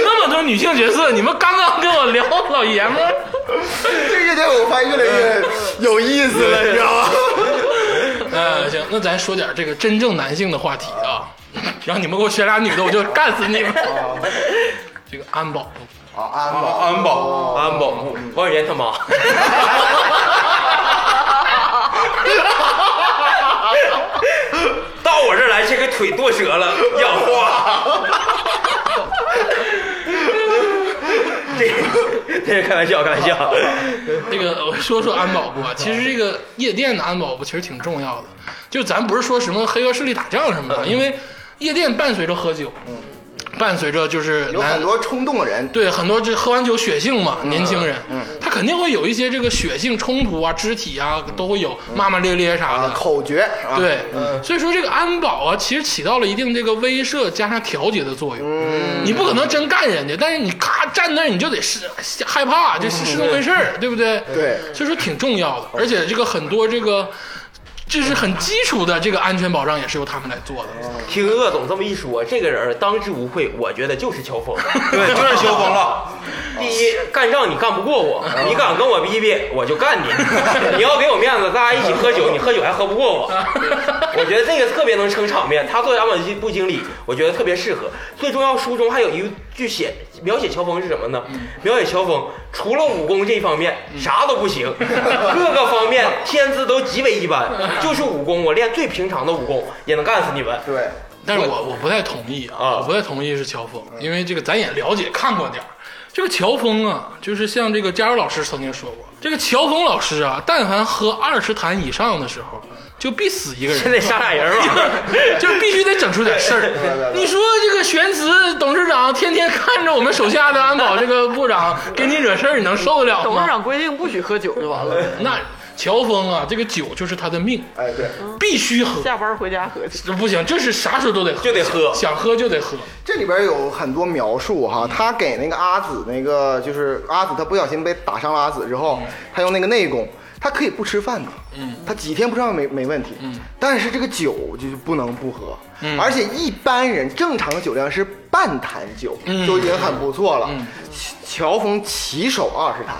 Speaker 2: 那么多女性角色，你们刚刚跟我聊老爷们儿。
Speaker 5: 这个夜店我发现越来越有意思了，你知道吗？
Speaker 2: 呃，行，那咱说点这个真正男性的话题啊，然后你们给我选俩女的，我就干死你 们。这个安保，
Speaker 5: 啊，安保，
Speaker 4: 安保，
Speaker 6: 安保，王语嫣他妈， 到我这儿来，这个腿剁折了，氧化。 这这是开玩笑，开玩笑。
Speaker 2: 这个我说说安保部啊，其实这个夜店的安保部其实挺重要的，就咱不是说什么黑恶势力打仗什么的，因为夜店伴随着喝酒，伴随着就是
Speaker 5: 嗯有
Speaker 2: 男
Speaker 5: 很多嗯冲动的人，
Speaker 2: 对，很多这喝完酒血性嘛，年轻人，他肯定会有一些这个血性冲突啊、肢体啊都会有，骂骂咧咧啥的。
Speaker 5: 啊，口诀，啊，
Speaker 2: 对，所以说这个安保啊，其实起到了一定这个威慑加上调节的作用。
Speaker 5: 嗯
Speaker 2: 你不可能真干人家，但是你咔站那儿，你就得是害怕，这是是那么回事 儿，对不对？
Speaker 5: 嗯对
Speaker 2: 所以说挺重要的，而且这个很多这个。这是很基础的这个安全保障，也是由他们来做的。
Speaker 6: 听鄂总这么一说，这个人儿当之无愧，我觉得就是乔峰。
Speaker 4: 对，就是萧峰了。嗯
Speaker 6: 第一，干仗你干不过我，你敢跟我逼逼，我 就干你。你要给我面子，大家一起喝酒，你喝酒还喝不过 我。我觉得这个特别能撑场面，他作为安保部经理，我觉得特别适合。最重要，书中还有一句写描写乔峰是什么呢？
Speaker 4: 嗯
Speaker 6: 描写乔峰除了武功这一方面啥都不行，各个方面
Speaker 4: 嗯
Speaker 6: 天资都极为一般，就是武功我练最平常的武功也能干死你们。
Speaker 5: 对，
Speaker 2: 但是我我不太同意
Speaker 6: 啊
Speaker 2: 啊，我不太同意是乔峰，因为这个咱也了解看过点儿。这个乔峰啊，就是像这个加油老师曾经说过，这个乔峰老师啊，但凡喝二十坛以上的时候，就必死 一个人。啊
Speaker 6: 真得杀俩人吧？
Speaker 2: 就必须得整出点事儿。你说这个玄慈董事长天天看着我们手下的安保这个部长给你惹事儿，你能受得了吗？
Speaker 3: 董事长规定不许喝酒就完了，
Speaker 2: 那乔峰啊，这个酒就是他的命，
Speaker 5: 哎，对，
Speaker 2: 必须喝，
Speaker 3: 下班回家喝去。
Speaker 2: 这不行，这是啥时候都得喝，
Speaker 6: 就得喝
Speaker 2: 想喝就得喝。
Speaker 5: 这里边有很多描述哈，他给那个阿紫那个就是阿紫，他不小心被打伤了阿紫之后，他用那个内功，他可以不吃饭的，嗯，他几天不吃饭没没问题，嗯，但是这个酒就是不能不喝，嗯，而且一般人正常的酒量是半坛酒，嗯，就已经很不错了，乔乔峰起手二十坛，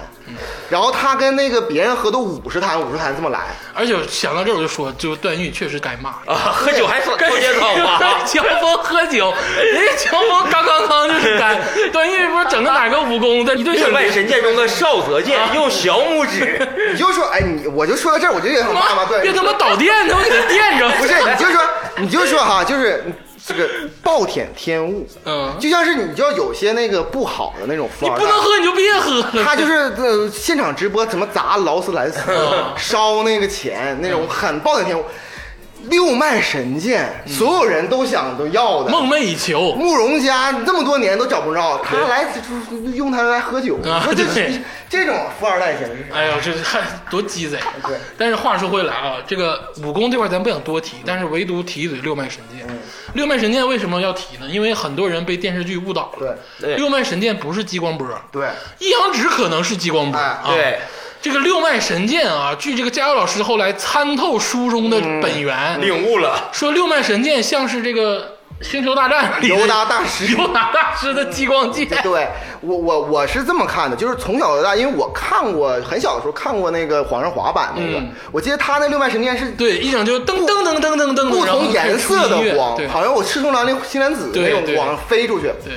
Speaker 5: 然后他跟那个别人喝都五十坛五十坛这么来，
Speaker 2: 而且想到这儿我就说，就段誉确实该骂。
Speaker 6: 啊，喝酒还说拖节奏 啊？
Speaker 2: 乔峰喝酒，人家乔峰刚刚刚就是干，段誉不是整个哪个武功在一 顿小
Speaker 6: 日本神剑中的少泽剑，用小拇指，
Speaker 5: 你就说哎你我就说到这儿我就也想骂骂段誉
Speaker 2: 别他妈导电，他妈给他电着。
Speaker 5: 不是，你就说，你就说哈，就是这个暴殄天物，
Speaker 2: 嗯
Speaker 5: 就像是你知道有些那个不好的那种富
Speaker 2: 你
Speaker 5: 二
Speaker 2: 不
Speaker 5: 代
Speaker 2: 能。喝你就别喝了。
Speaker 5: 他就是呃现场直播怎么砸劳斯莱斯、
Speaker 2: 嗯
Speaker 5: 烧那个钱那种很暴殄天物，六脉神剑所有人都想都要的，
Speaker 2: 梦寐以求。
Speaker 5: 慕容家这么多年都找不着，他来就是用它来喝酒，
Speaker 2: 啊
Speaker 5: 说这
Speaker 2: 对
Speaker 5: 这种富二代简直是
Speaker 2: 哎呦，这还多鸡贼！啊
Speaker 5: 对
Speaker 2: 但是话说回来啊，这个武功这块咱不想多提，但是唯独提一嘴六脉神剑。
Speaker 5: 嗯
Speaker 2: 六脉神剑为什么要提呢？因为很多人被电视剧误导了。
Speaker 6: 对
Speaker 2: 六脉神剑不是激光波，
Speaker 5: 对
Speaker 2: 一阳指可能是激光波。
Speaker 5: 哎
Speaker 2: 啊、
Speaker 6: 对，
Speaker 2: 这个六脉神剑啊，据这个加油老师后来参透书中的
Speaker 5: 嗯
Speaker 2: 本源，
Speaker 6: 领悟了。
Speaker 2: 说六脉神剑像是这个《星球大战》里的
Speaker 5: 尤达大师
Speaker 2: 尤达大师的激光剑。
Speaker 5: 对我我我是这么看的，就是从小到大，因为我看过很小的时候看过那个皇上滑板那个，
Speaker 2: 嗯
Speaker 5: 我记得他那六脉神剑是
Speaker 2: 对，一整就噔噔噔噔噔噔，
Speaker 5: 不
Speaker 2: 然后
Speaker 5: 同颜
Speaker 2: 配出
Speaker 5: 色
Speaker 2: 音
Speaker 5: 的
Speaker 2: 乐
Speaker 5: 光
Speaker 2: 对，
Speaker 5: 好像我赤松狼那青莲子那
Speaker 2: 对
Speaker 5: 种
Speaker 2: 对
Speaker 5: 光飞出去。
Speaker 2: 对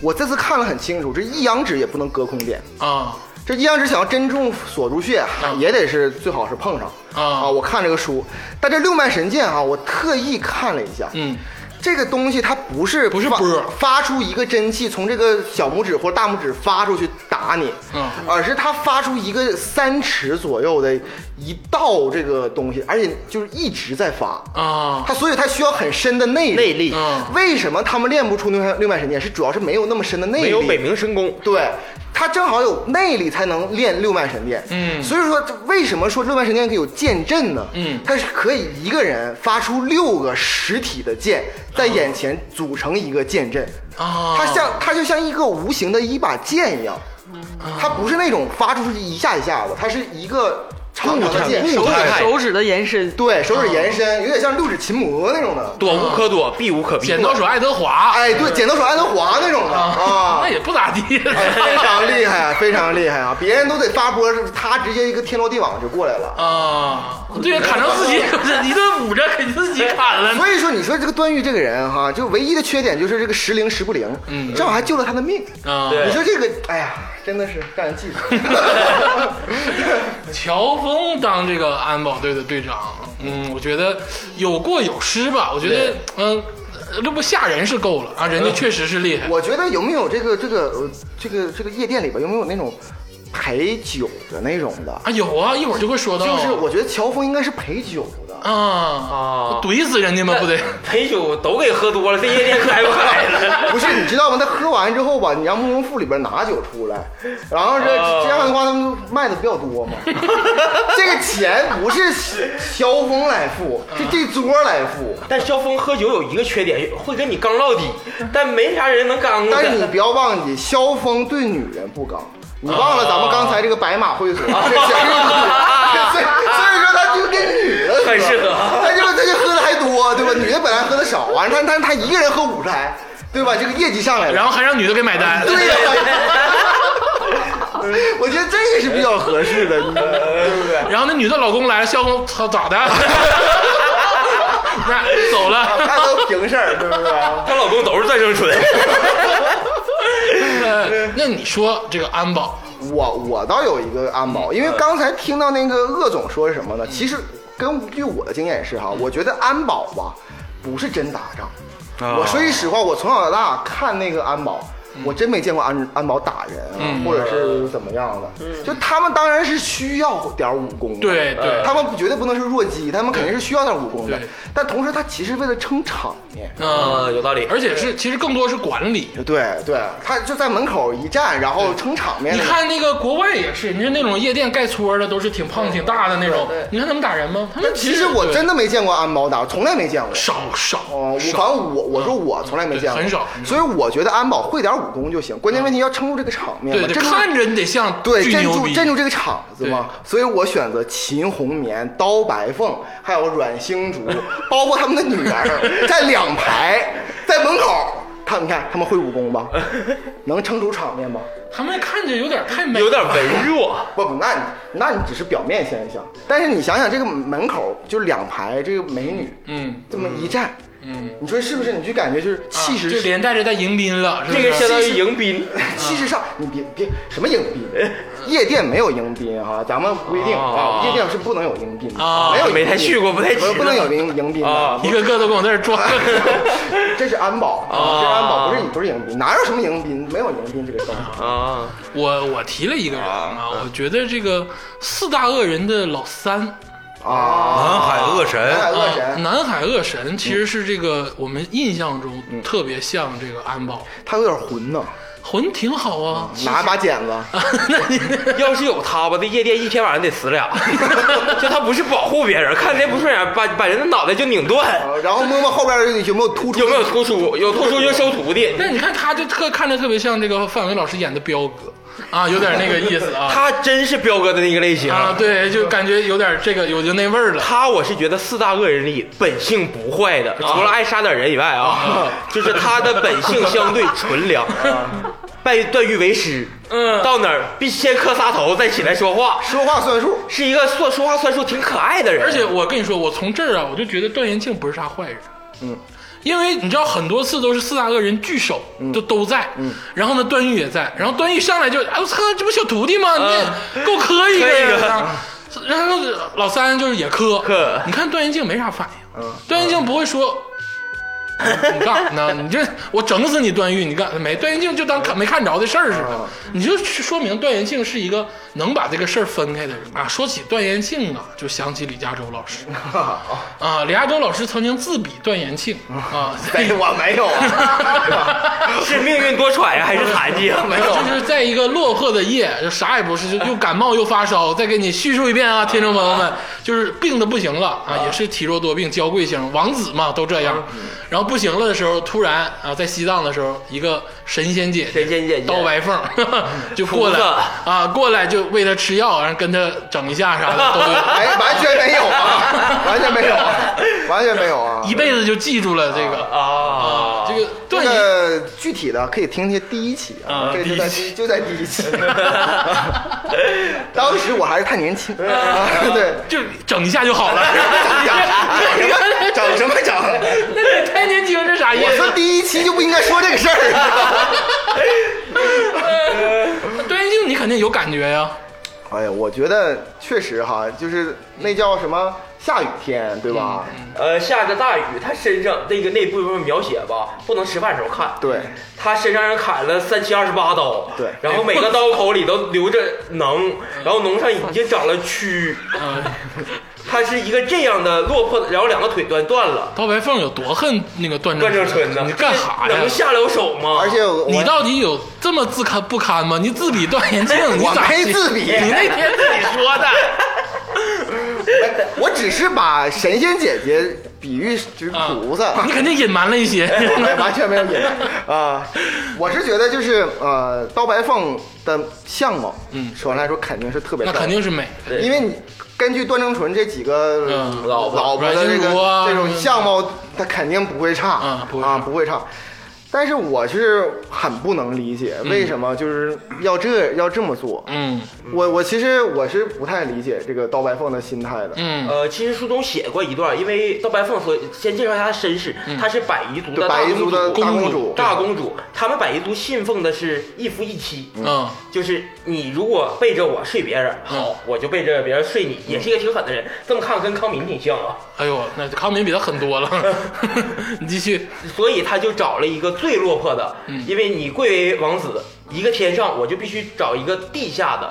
Speaker 5: 我这次看了很清楚，这一阳指也不能隔空点，
Speaker 2: 啊，
Speaker 5: 这一阳指想要真中锁住穴，还
Speaker 2: 啊
Speaker 5: 也得是最好是碰上
Speaker 2: 啊
Speaker 5: 我看这个书，但这六脉神剑啊，我特意看了一下，
Speaker 2: 嗯。
Speaker 5: 这个东西它不是
Speaker 2: 不是
Speaker 5: 发
Speaker 2: 波
Speaker 5: 发出一个真气从这个小拇指或者大拇指发出去打你，
Speaker 2: 嗯
Speaker 5: 而是它发出一个三尺左右的一道这个东西，而且就是一直在发
Speaker 2: 啊
Speaker 5: 它所以它需要很深的内
Speaker 6: 内力
Speaker 2: 嗯
Speaker 5: 为什么他们练不出六脉六脉神剑？是主要是没有那么深的内力，
Speaker 6: 没有北冥神功，
Speaker 5: 对，他正好有内力才能练六脉神剑。
Speaker 2: 嗯
Speaker 5: 所以说这为什么说六脉神剑可以有剑阵呢？
Speaker 2: 嗯
Speaker 5: 它是可以一个人发出六个实体的剑，在眼前组成一个剑阵。
Speaker 2: 啊，
Speaker 5: 它像它就像一个无形的一把剑一样，
Speaker 2: 啊
Speaker 5: 它不是那种发出去一下一下的，它是一个长长的剑，
Speaker 6: 固
Speaker 5: 手指
Speaker 6: 态哎
Speaker 3: 手指的延伸，
Speaker 5: 对手指延
Speaker 2: 啊
Speaker 5: 伸，有点像六指琴魔那种的。
Speaker 6: 躲无可躲，避无可避。
Speaker 2: 剪刀手爱德华，
Speaker 5: 哎，对，剪刀手爱德华那种的 啊
Speaker 2: 那，也不咋地，
Speaker 5: 哎，非常厉害啊，非常厉害啊！别人都得发波，他直接一个天罗地网就过来了。
Speaker 2: 啊，对，砍成自己 一顿捂着，给自己砍了。
Speaker 5: 所以说，你说这个段誉这个人哈，就唯一的缺点就是这个时灵时不灵，嗯，正好还救了他的命。
Speaker 2: 啊，
Speaker 6: 对
Speaker 5: 你说这个，哎呀，真的是让人记住。
Speaker 2: 乔峰当这个安保队的队长，嗯，我觉得有过有失吧。我觉得，嗯，这不吓人是够了啊，人
Speaker 5: 嗯
Speaker 2: 家确实是厉害。
Speaker 5: 我觉得有没有这个这个呃这个这个夜店里边有没有那种陪酒的那种的？
Speaker 2: 啊，有啊，一会儿就会说到，
Speaker 5: 就是我觉得乔峰应该是陪酒的。
Speaker 2: 啊，
Speaker 6: 啊，
Speaker 2: 怼死人家吗？不得，
Speaker 6: 陪酒都给喝多了，这夜店 开不开 了？
Speaker 5: 不是，你知道吗？他喝完之后吧，你让慕容复里边拿酒出来，然后这
Speaker 6: 啊
Speaker 5: 这样的话，他们卖的比较多 嘛。这个钱不是萧峰来付，是这桌来付。
Speaker 6: 但萧峰喝酒有一个缺点，会跟你刚到底，但没啥人能刚啊过
Speaker 5: 但是你
Speaker 6: 他。
Speaker 5: 不要忘记，萧峰对女人不刚。你忘了咱们刚才这个白马会所，这
Speaker 6: 啊
Speaker 5: 全是女人，所以所以说他就跟女的喝
Speaker 6: 很适合
Speaker 5: 他就他就喝的还多，对吧？女的本来喝的少，完了他他他一个人喝五十台，对吧？这个业绩上来了，
Speaker 2: 然后还让女的给买单。
Speaker 5: 对呀、 我觉得这个是比较合适的，你对不对？
Speaker 2: 然后那女的老公来了，萧峰操咋的？ 那走了。
Speaker 5: 他都平事儿，对不对？
Speaker 6: 她老公都是再生纯，
Speaker 2: 呃那你说这个安保
Speaker 5: 我我倒有一个安
Speaker 2: 嗯
Speaker 5: 保，因为刚才
Speaker 2: 嗯
Speaker 5: 听到那个鄂总说什么呢？其实根据我的经验是哈，我觉得安保吧，不是真打仗。
Speaker 4: 啊
Speaker 5: 我说句实话，我从小到大看那个安保，
Speaker 2: 嗯
Speaker 5: 我真没见过安安保打人啊，或者是怎么样的。就他们当然是需要点儿武功的，
Speaker 2: 嗯对对
Speaker 5: 他们绝对不能是弱鸡，他们肯定是需要点儿武功的
Speaker 2: 对。
Speaker 5: 但同时，他其实为了撑场面。
Speaker 2: 嗯，
Speaker 6: 啊，有道理。
Speaker 2: 而且是其实更多是管理。
Speaker 5: 对对，他就在门口一站，然后撑场面
Speaker 2: 你
Speaker 5: 的。
Speaker 2: 看那个国外也是，你说那种夜店盖搓的都是挺胖挺大的那种，你看他们打人吗？他们
Speaker 5: 其实我
Speaker 2: 对
Speaker 5: 真的没见过安保打，从来没见过。
Speaker 2: 少少
Speaker 5: 哦，我反
Speaker 2: 少，
Speaker 5: 正我我说我从来没见过，
Speaker 2: 对很少嗯
Speaker 5: 所以我觉得安保会点武功就行，关键问题要撑住这个场面
Speaker 2: 对
Speaker 5: 嘛，
Speaker 2: 对，
Speaker 5: 镇住
Speaker 2: 看着你得像
Speaker 5: 对
Speaker 2: 巨
Speaker 5: 镇
Speaker 2: 牛
Speaker 5: 住
Speaker 2: 逼，
Speaker 5: 镇住这个场子嘛。所以我选择秦红棉、刀白凤，还有阮星竹，包括他们的女儿，在两排在门口，他们看他们会武功吧？能撑住场面吗？
Speaker 2: 他们看着有点太美，
Speaker 6: 有点文弱，
Speaker 5: 不不，那你那你只是表面现象，但是你想想这个门口就两排这个美女，
Speaker 2: 嗯
Speaker 5: 这么一站，
Speaker 2: 嗯，
Speaker 5: 你说是不是？你就感觉就是气势
Speaker 2: 啊就连带着带迎宾了，是不
Speaker 6: 这
Speaker 2: 是
Speaker 6: 个相当于迎宾。
Speaker 5: 气势上，
Speaker 6: 嗯
Speaker 5: 你别别什么迎宾，夜店没有迎宾哈，咱们规定啊，
Speaker 6: 啊
Speaker 5: 夜店是不能有迎宾的
Speaker 2: 啊
Speaker 5: 没有迎宾
Speaker 6: 哦没太去过不太知道
Speaker 5: 不能有迎迎宾
Speaker 6: 啊
Speaker 5: 的，
Speaker 2: 一个个都跟我在这儿 装，
Speaker 5: 这是安保，
Speaker 6: 哦
Speaker 5: 这是安保，不是不是迎宾，哪有什么迎宾，没有迎宾这个东西。
Speaker 6: 啊，
Speaker 2: 我我提了一个人啊，我觉得这个四大恶人的老三，
Speaker 6: 哦
Speaker 5: 啊，
Speaker 4: 南海恶神
Speaker 5: 南海恶
Speaker 2: 啊
Speaker 6: 嗯
Speaker 5: 神，嗯
Speaker 2: 南海恶神其实是这个我们印象中特别像这个安保，
Speaker 5: 他有点混呢，
Speaker 2: 魂挺好啊，
Speaker 5: 拿把剪子，
Speaker 6: 要是有他吧，这夜店一天晚上得死俩。 就他不是保护别人，看谁不顺眼，把把人的脑袋就拧断，
Speaker 5: 啊然后摸摸后边有没有突出，
Speaker 6: 有没有突出？有突出就收徒弟。
Speaker 2: 但你看他就特看着特别像这个范伟老师演的彪哥啊，有点那个意思啊
Speaker 6: 他真是彪哥的那个类型。
Speaker 2: 啊，对，就感觉有点这个有就那味儿了。
Speaker 6: 他我是觉得四大恶人里本性不坏的，除了爱杀点人以外啊，就是他的本性相对纯良，拜段誉为师，
Speaker 2: 啊嗯
Speaker 6: 到哪儿必先磕仨头，再起来说话，
Speaker 5: 说话算数，
Speaker 6: 是一个说说话算数挺可爱的人，
Speaker 2: 而且我跟你说，我从这儿啊，我就觉得段延庆不是啥坏人。嗯，因为你知道，很多次都是四大恶人聚首，都都在。嗯，然后呢，段誉也在。然后段誉上来就，哎，我操，这不小徒弟吗？你给我磕一个
Speaker 6: 嗯磕一个嗯
Speaker 2: 呀！然后老三就是也磕，
Speaker 6: 磕嗯
Speaker 2: 你看段延庆没啥反应，段延庆不会说。 你干呢？你这我整死你段誉！你干没？段延庆就当看没看着的事儿似的，你就说明段延庆是一个能把这个事儿分开的人啊。说起段延庆啊，就想起李嘉洲老师啊。李嘉洲老师曾经自比段延庆啊，
Speaker 5: 但
Speaker 6: 哎
Speaker 5: 是我没有啊，
Speaker 6: 是命运多舛呀、还是残疾啊？没有，
Speaker 2: 就是在一个落魄的夜，就啥也不是，就又感冒又发烧。再给你叙述一遍啊，听众朋友们，就是病的不行了啊，也是体弱多病，娇贵型王子嘛，都这样。然后不行了的时候，突然啊，在西藏的时候，一个神仙姐姐，
Speaker 6: 神仙姐姐
Speaker 2: 刀白凤 就过来
Speaker 6: 菩萨
Speaker 2: 啊，过来就喂他吃药，然后跟他整一下啥的都有。
Speaker 5: 哎，完全没有啊，完全没有啊，完全没有啊，
Speaker 2: 一辈子就记住了这个
Speaker 6: 啊，
Speaker 2: 这个段
Speaker 5: 这
Speaker 2: 誉
Speaker 5: 个具体的可以听听第一期啊，这个就在第就在第一 期，当时我还是太年轻，啊 对，
Speaker 2: 就整一下就好了。
Speaker 5: 整什么整？
Speaker 4: 啊
Speaker 2: 那你太年轻是啥意
Speaker 5: 我
Speaker 2: 思
Speaker 5: 说？第一期就不应该说这个事儿。
Speaker 2: 段延庆你肯定有感觉呀、
Speaker 5: 哎呀，我觉得确实哈，就是那叫什么下雨天，对吧？
Speaker 6: 呃，下着大雨，他身上那个那部分描写吧，不能吃饭时候看。
Speaker 5: 对，
Speaker 6: 他身上人砍了三七二十八刀，
Speaker 5: 对
Speaker 6: 然后每个刀口里都留着
Speaker 2: 嗯
Speaker 6: 脓，然后脓上已经长了蛆，他是一个这样的落魄，然后两个腿断断了，
Speaker 2: 刀白凤有多恨那个段
Speaker 6: 段正
Speaker 2: 淳
Speaker 6: 淳呢？
Speaker 2: 嗯你干啥
Speaker 6: 能
Speaker 2: 呀？
Speaker 6: 下了手吗？
Speaker 5: 而且我
Speaker 2: 你到底有这么自堪不堪吗？你自比段延庆，你
Speaker 5: 我
Speaker 2: 咋
Speaker 5: 没自比，
Speaker 2: 你那 天自己说的，
Speaker 5: 我只是把神仙姐姐比喻就是菩萨。
Speaker 2: 你肯定隐瞒了一些。
Speaker 5: 没哎完全没有隐瞒啊！我是觉得就是呃，刀白凤的相貌，
Speaker 2: 嗯
Speaker 5: 首先来说肯定是特别
Speaker 2: 那
Speaker 5: 漂亮，
Speaker 2: 肯定是美，
Speaker 6: 对
Speaker 5: 因为你根据段正淳这几个
Speaker 2: 嗯
Speaker 5: 老
Speaker 6: 老婆
Speaker 5: 老婆的这
Speaker 2: 阮经
Speaker 5: 个
Speaker 2: 儒啊
Speaker 5: 这种相貌，他肯定不会差
Speaker 2: 嗯不会差
Speaker 5: 啊，不会差。但是我是很不能理解，为什么就是要这要这么做？
Speaker 2: 嗯
Speaker 5: 我我其实我是不太理解这个刀白凤的心态的。
Speaker 2: 嗯
Speaker 6: 呃，其实书中写过一段，因为刀白凤所先介绍一下她身世，她是百夷族
Speaker 5: 就
Speaker 6: 的大
Speaker 5: 百夷
Speaker 6: 公
Speaker 5: 族的
Speaker 6: 主，
Speaker 5: 大
Speaker 2: 嗯公主
Speaker 5: 公主，
Speaker 6: 大公主，他们百夷族信奉的是一夫一妻，
Speaker 2: 嗯
Speaker 6: 就是你如果背着我睡别人，好，我就背着别人睡你，
Speaker 2: 嗯
Speaker 6: 也是一个挺狠的人。这么看跟康敏挺像啊，
Speaker 2: 哎呦，那康敏比他狠多了。 你继 续，
Speaker 6: 所以他就找了一个最落魄的，
Speaker 2: 嗯
Speaker 6: 因为你贵为王子，一个天上，我就必须找一个地下的，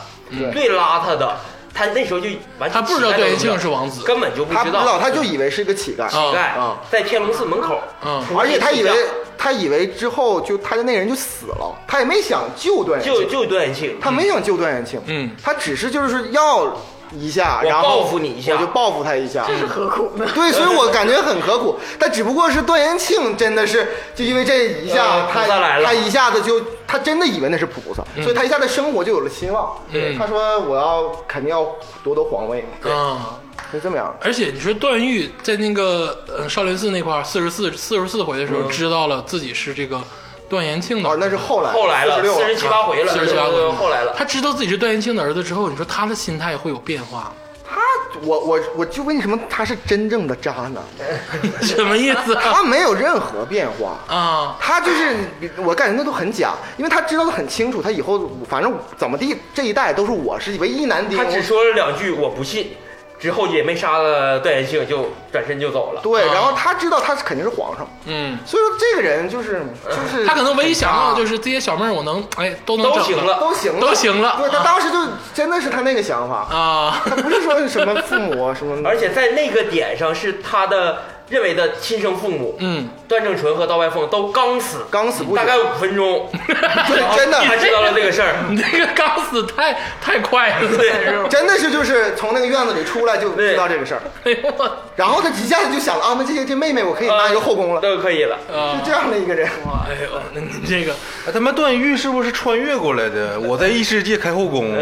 Speaker 6: 最邋遢的。他那时候就完全
Speaker 2: 嗯他不知道
Speaker 6: 乞丐
Speaker 2: 段延
Speaker 6: 都不知道
Speaker 2: 庆是王子
Speaker 6: 根本就不
Speaker 5: 他不
Speaker 6: 知
Speaker 5: 知道，
Speaker 6: 道。
Speaker 5: 他就以为是一个乞丐，
Speaker 2: 啊
Speaker 6: 乞丐
Speaker 5: 啊
Speaker 6: 在天龙寺门口，
Speaker 2: 嗯
Speaker 5: 而且他以为他以为之后就他的那人就死了，他也没想救段延
Speaker 6: 就
Speaker 5: 庆，
Speaker 6: 就段延庆，
Speaker 5: 他没想救段延庆，
Speaker 2: 嗯
Speaker 5: 他只是就是要一下，
Speaker 6: 我
Speaker 5: 然后
Speaker 6: 报复你一下
Speaker 5: 我就报复他一下，
Speaker 3: 是何苦呢？
Speaker 5: 对，所以我感觉很刻苦，但只不过是段延庆真的是就因为这一下
Speaker 6: 呃，
Speaker 5: 他
Speaker 6: 菩萨来了嗯
Speaker 5: 他一下子就他真的以为那是菩萨，所以他一下子生活就有了希望。
Speaker 2: 嗯
Speaker 5: 他说我要肯定要夺夺皇位，
Speaker 2: 啊！
Speaker 5: 是这么样的。
Speaker 2: 而且你说段誉在那个呃少林寺那块四十四四十四回的时候，知道了自己是这个段延庆的
Speaker 5: 嗯
Speaker 2: 啊
Speaker 5: 哦，那是后来，
Speaker 6: 嗯后来了，
Speaker 5: 46
Speaker 6: 四十七八回了，
Speaker 2: 四十七八
Speaker 6: 对
Speaker 2: 回，
Speaker 6: 后来了。
Speaker 2: 他知道自己是段延庆的儿子之后，你说他的心态会有变化吗？
Speaker 5: 他，我我我就为什么他是真正的渣男？
Speaker 2: 什么意思啊？
Speaker 5: 他没有任何变化。
Speaker 2: 啊，
Speaker 5: 他就是，我感觉那都很假，因为他知道的很清楚，他以后反正怎么地，这一代都是我是唯一男丁。
Speaker 6: 他只说了两句我不信，之后也没杀了段延庆，就转身就走了。
Speaker 5: 对，
Speaker 2: 啊
Speaker 5: 然后他知道他肯定是皇上，
Speaker 2: 嗯，
Speaker 5: 所以说这个人就是就是
Speaker 2: 他可能唯一想到的就是是这些小妹儿，我能哎都能
Speaker 6: 都
Speaker 2: 整
Speaker 6: 行
Speaker 2: 了
Speaker 6: 了
Speaker 5: 啊都行了，
Speaker 2: 都行了
Speaker 5: 对他当时就真的是他那个想法，
Speaker 2: 啊，
Speaker 5: 他不是说什么父母啊什么，
Speaker 6: 而且在那个点上是他的认为的亲生父母，
Speaker 2: 嗯，
Speaker 6: 段正淳和刀白凤都刚死，
Speaker 5: 刚死不久
Speaker 6: 大，概五分钟，
Speaker 5: 对，真
Speaker 6: 他
Speaker 5: 的
Speaker 6: 知道了这 个事儿。
Speaker 2: 你这个刚死太太快了，
Speaker 6: 对，
Speaker 5: 真的是就是从那个院子里出来就知道这个事儿，
Speaker 2: 哎呦我
Speaker 5: 然后他一下子就想了啊，那这些这妹妹我可以
Speaker 2: 嗯
Speaker 5: 当一个后宫了，
Speaker 6: 都可以了。
Speaker 5: 就这样的一个人，
Speaker 2: 哎呦，那你这个
Speaker 4: 哎他妈段誉是不是穿越过来的？我在异世界开后宫。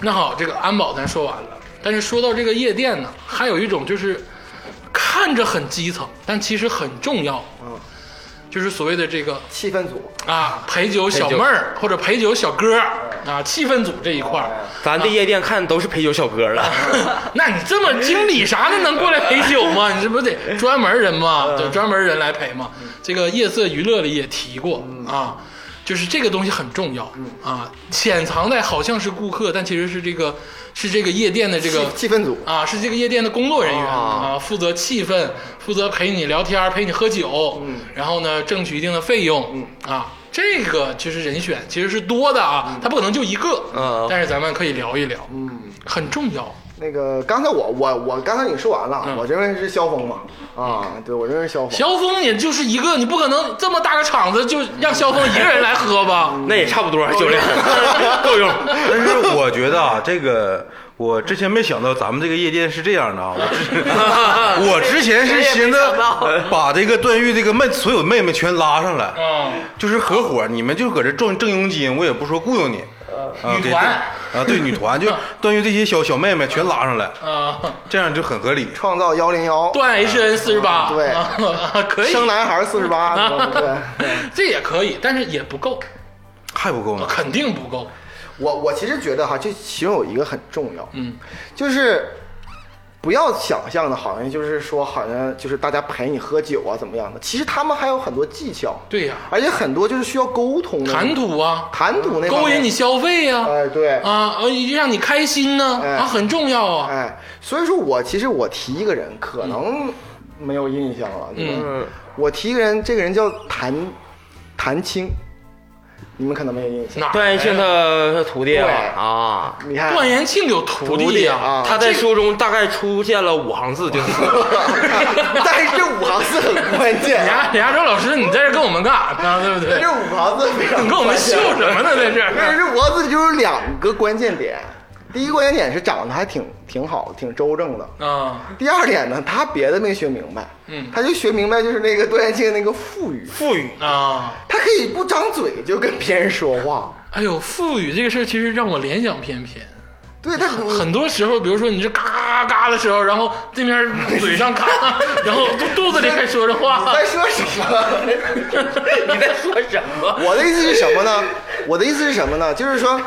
Speaker 2: 那好，这个安保咱说完了，但是说到这个夜店呢，还有一种就是看着很基层，但其实很重要，嗯，就是所谓的这个
Speaker 5: 气氛组
Speaker 2: 啊陪酒小妹儿或者陪酒小哥儿啊，气氛组这一块儿。
Speaker 6: 咱的夜店看都是陪酒小哥了，
Speaker 2: 那你这么经理啥的能过来陪酒 吗？你这不得专门人吗？得专门人来陪吗？这个夜色娱乐里也提过啊，就是这个东西很重要啊，潜藏在好像是顾客，但其实是这个是这个夜店的这
Speaker 5: 气
Speaker 2: 个
Speaker 5: 气氛组，
Speaker 2: 啊，是这个夜店的工作人员
Speaker 6: 啊
Speaker 2: 啊，负责气氛，负责陪你聊天，陪你喝酒，然后呢，挣取一定的费用啊。这个其实人选其实是多的啊，他不可能就一个，
Speaker 6: 嗯
Speaker 2: 但是咱们可以聊一聊，很重要。
Speaker 5: 那个刚才我我我刚才你说完了，我认为是萧峰嘛，啊，对我认为是萧峰，
Speaker 2: 嗯萧峰也就是一个，你不可能这么大个场子就让萧峰一个人来喝吧？
Speaker 6: 那也差不多 酒量够用。
Speaker 4: 但是我觉得啊，这个我之前没想到咱们这个夜店是这样的啊。我之我之前是寻思把这个段誉这个妹所有妹妹全拉上来，
Speaker 2: 嗯，
Speaker 4: 就是合伙，你们就搁这挣挣佣金，我也不说雇佣你。啊
Speaker 2: 女
Speaker 4: 给
Speaker 2: 团
Speaker 4: 啊，对女团就段誉这些小小妹妹全拉上来，
Speaker 2: 啊，
Speaker 4: 这样就很合理。
Speaker 5: 创造幺零幺，
Speaker 2: 段 H N 四十八，
Speaker 5: 对
Speaker 2: 啊 可以，
Speaker 5: 生男孩四十
Speaker 2: 哎
Speaker 5: 八，对。
Speaker 2: 这也可以，但是也不够，
Speaker 4: 还不够呢，
Speaker 2: 肯定不够。
Speaker 5: 我我其实觉得哈，这其中有一个很重要，
Speaker 2: 嗯，
Speaker 5: 就是不要想象的，好像就是说，好像就是大家陪你喝酒啊，怎么样的？其实他们还有很多技巧，
Speaker 2: 对呀
Speaker 5: 而且很多就是需要沟通的，
Speaker 2: 谈吐啊，
Speaker 5: 谈嗯吐那方
Speaker 2: 勾
Speaker 5: 面
Speaker 2: 引你，消费呀、啊，
Speaker 5: 哎，对，
Speaker 2: 呃让你开心呢、
Speaker 5: 哎
Speaker 2: 啊，很重要啊。
Speaker 5: 哎，所以说我其实我提一个人，可
Speaker 2: 嗯
Speaker 5: 能没有印象了，对吧？
Speaker 6: 嗯，
Speaker 5: 我提一个人，这个人叫谭谭青，你们可能没有印象，
Speaker 2: 哪儿
Speaker 6: 段延庆的徒弟
Speaker 5: 对
Speaker 6: 啊啊，
Speaker 5: 你看
Speaker 2: 段延庆有徒弟呀、
Speaker 5: 啊
Speaker 6: 他在书中大概出现了五行字，就是
Speaker 5: 但是这五行字很关键
Speaker 2: 李
Speaker 5: 啊。
Speaker 2: 亚李亚洲老师，你在这儿跟我们干啥呢？对不对
Speaker 5: 但是？五行字非常
Speaker 2: 你跟我们秀
Speaker 5: 关键
Speaker 2: 什么呢？在这
Speaker 5: 但
Speaker 2: 儿
Speaker 5: 是我自己就是两个关键点，第一个关键点是长得还挺挺好，挺周正的。
Speaker 2: 啊，
Speaker 5: 第二点呢，他别的没学明白，
Speaker 2: 嗯
Speaker 5: 他就学明白就是那个段延庆那个腹语，
Speaker 6: 富裕。
Speaker 2: 啊。
Speaker 5: 他可以不张嘴就跟别人说话。
Speaker 2: 哎呦，腹语这个事儿其实让我联想翩翩。
Speaker 5: 对他，
Speaker 2: 嗯很多时候，比如说你这嘎嘎嘎嘎的时候，然后这边嘴上 嘎，然后肚肚子里还说着话，
Speaker 5: 在说什么？
Speaker 6: 你在说什么？
Speaker 5: 我的意思是什么呢？我的意思是什么呢？就是说，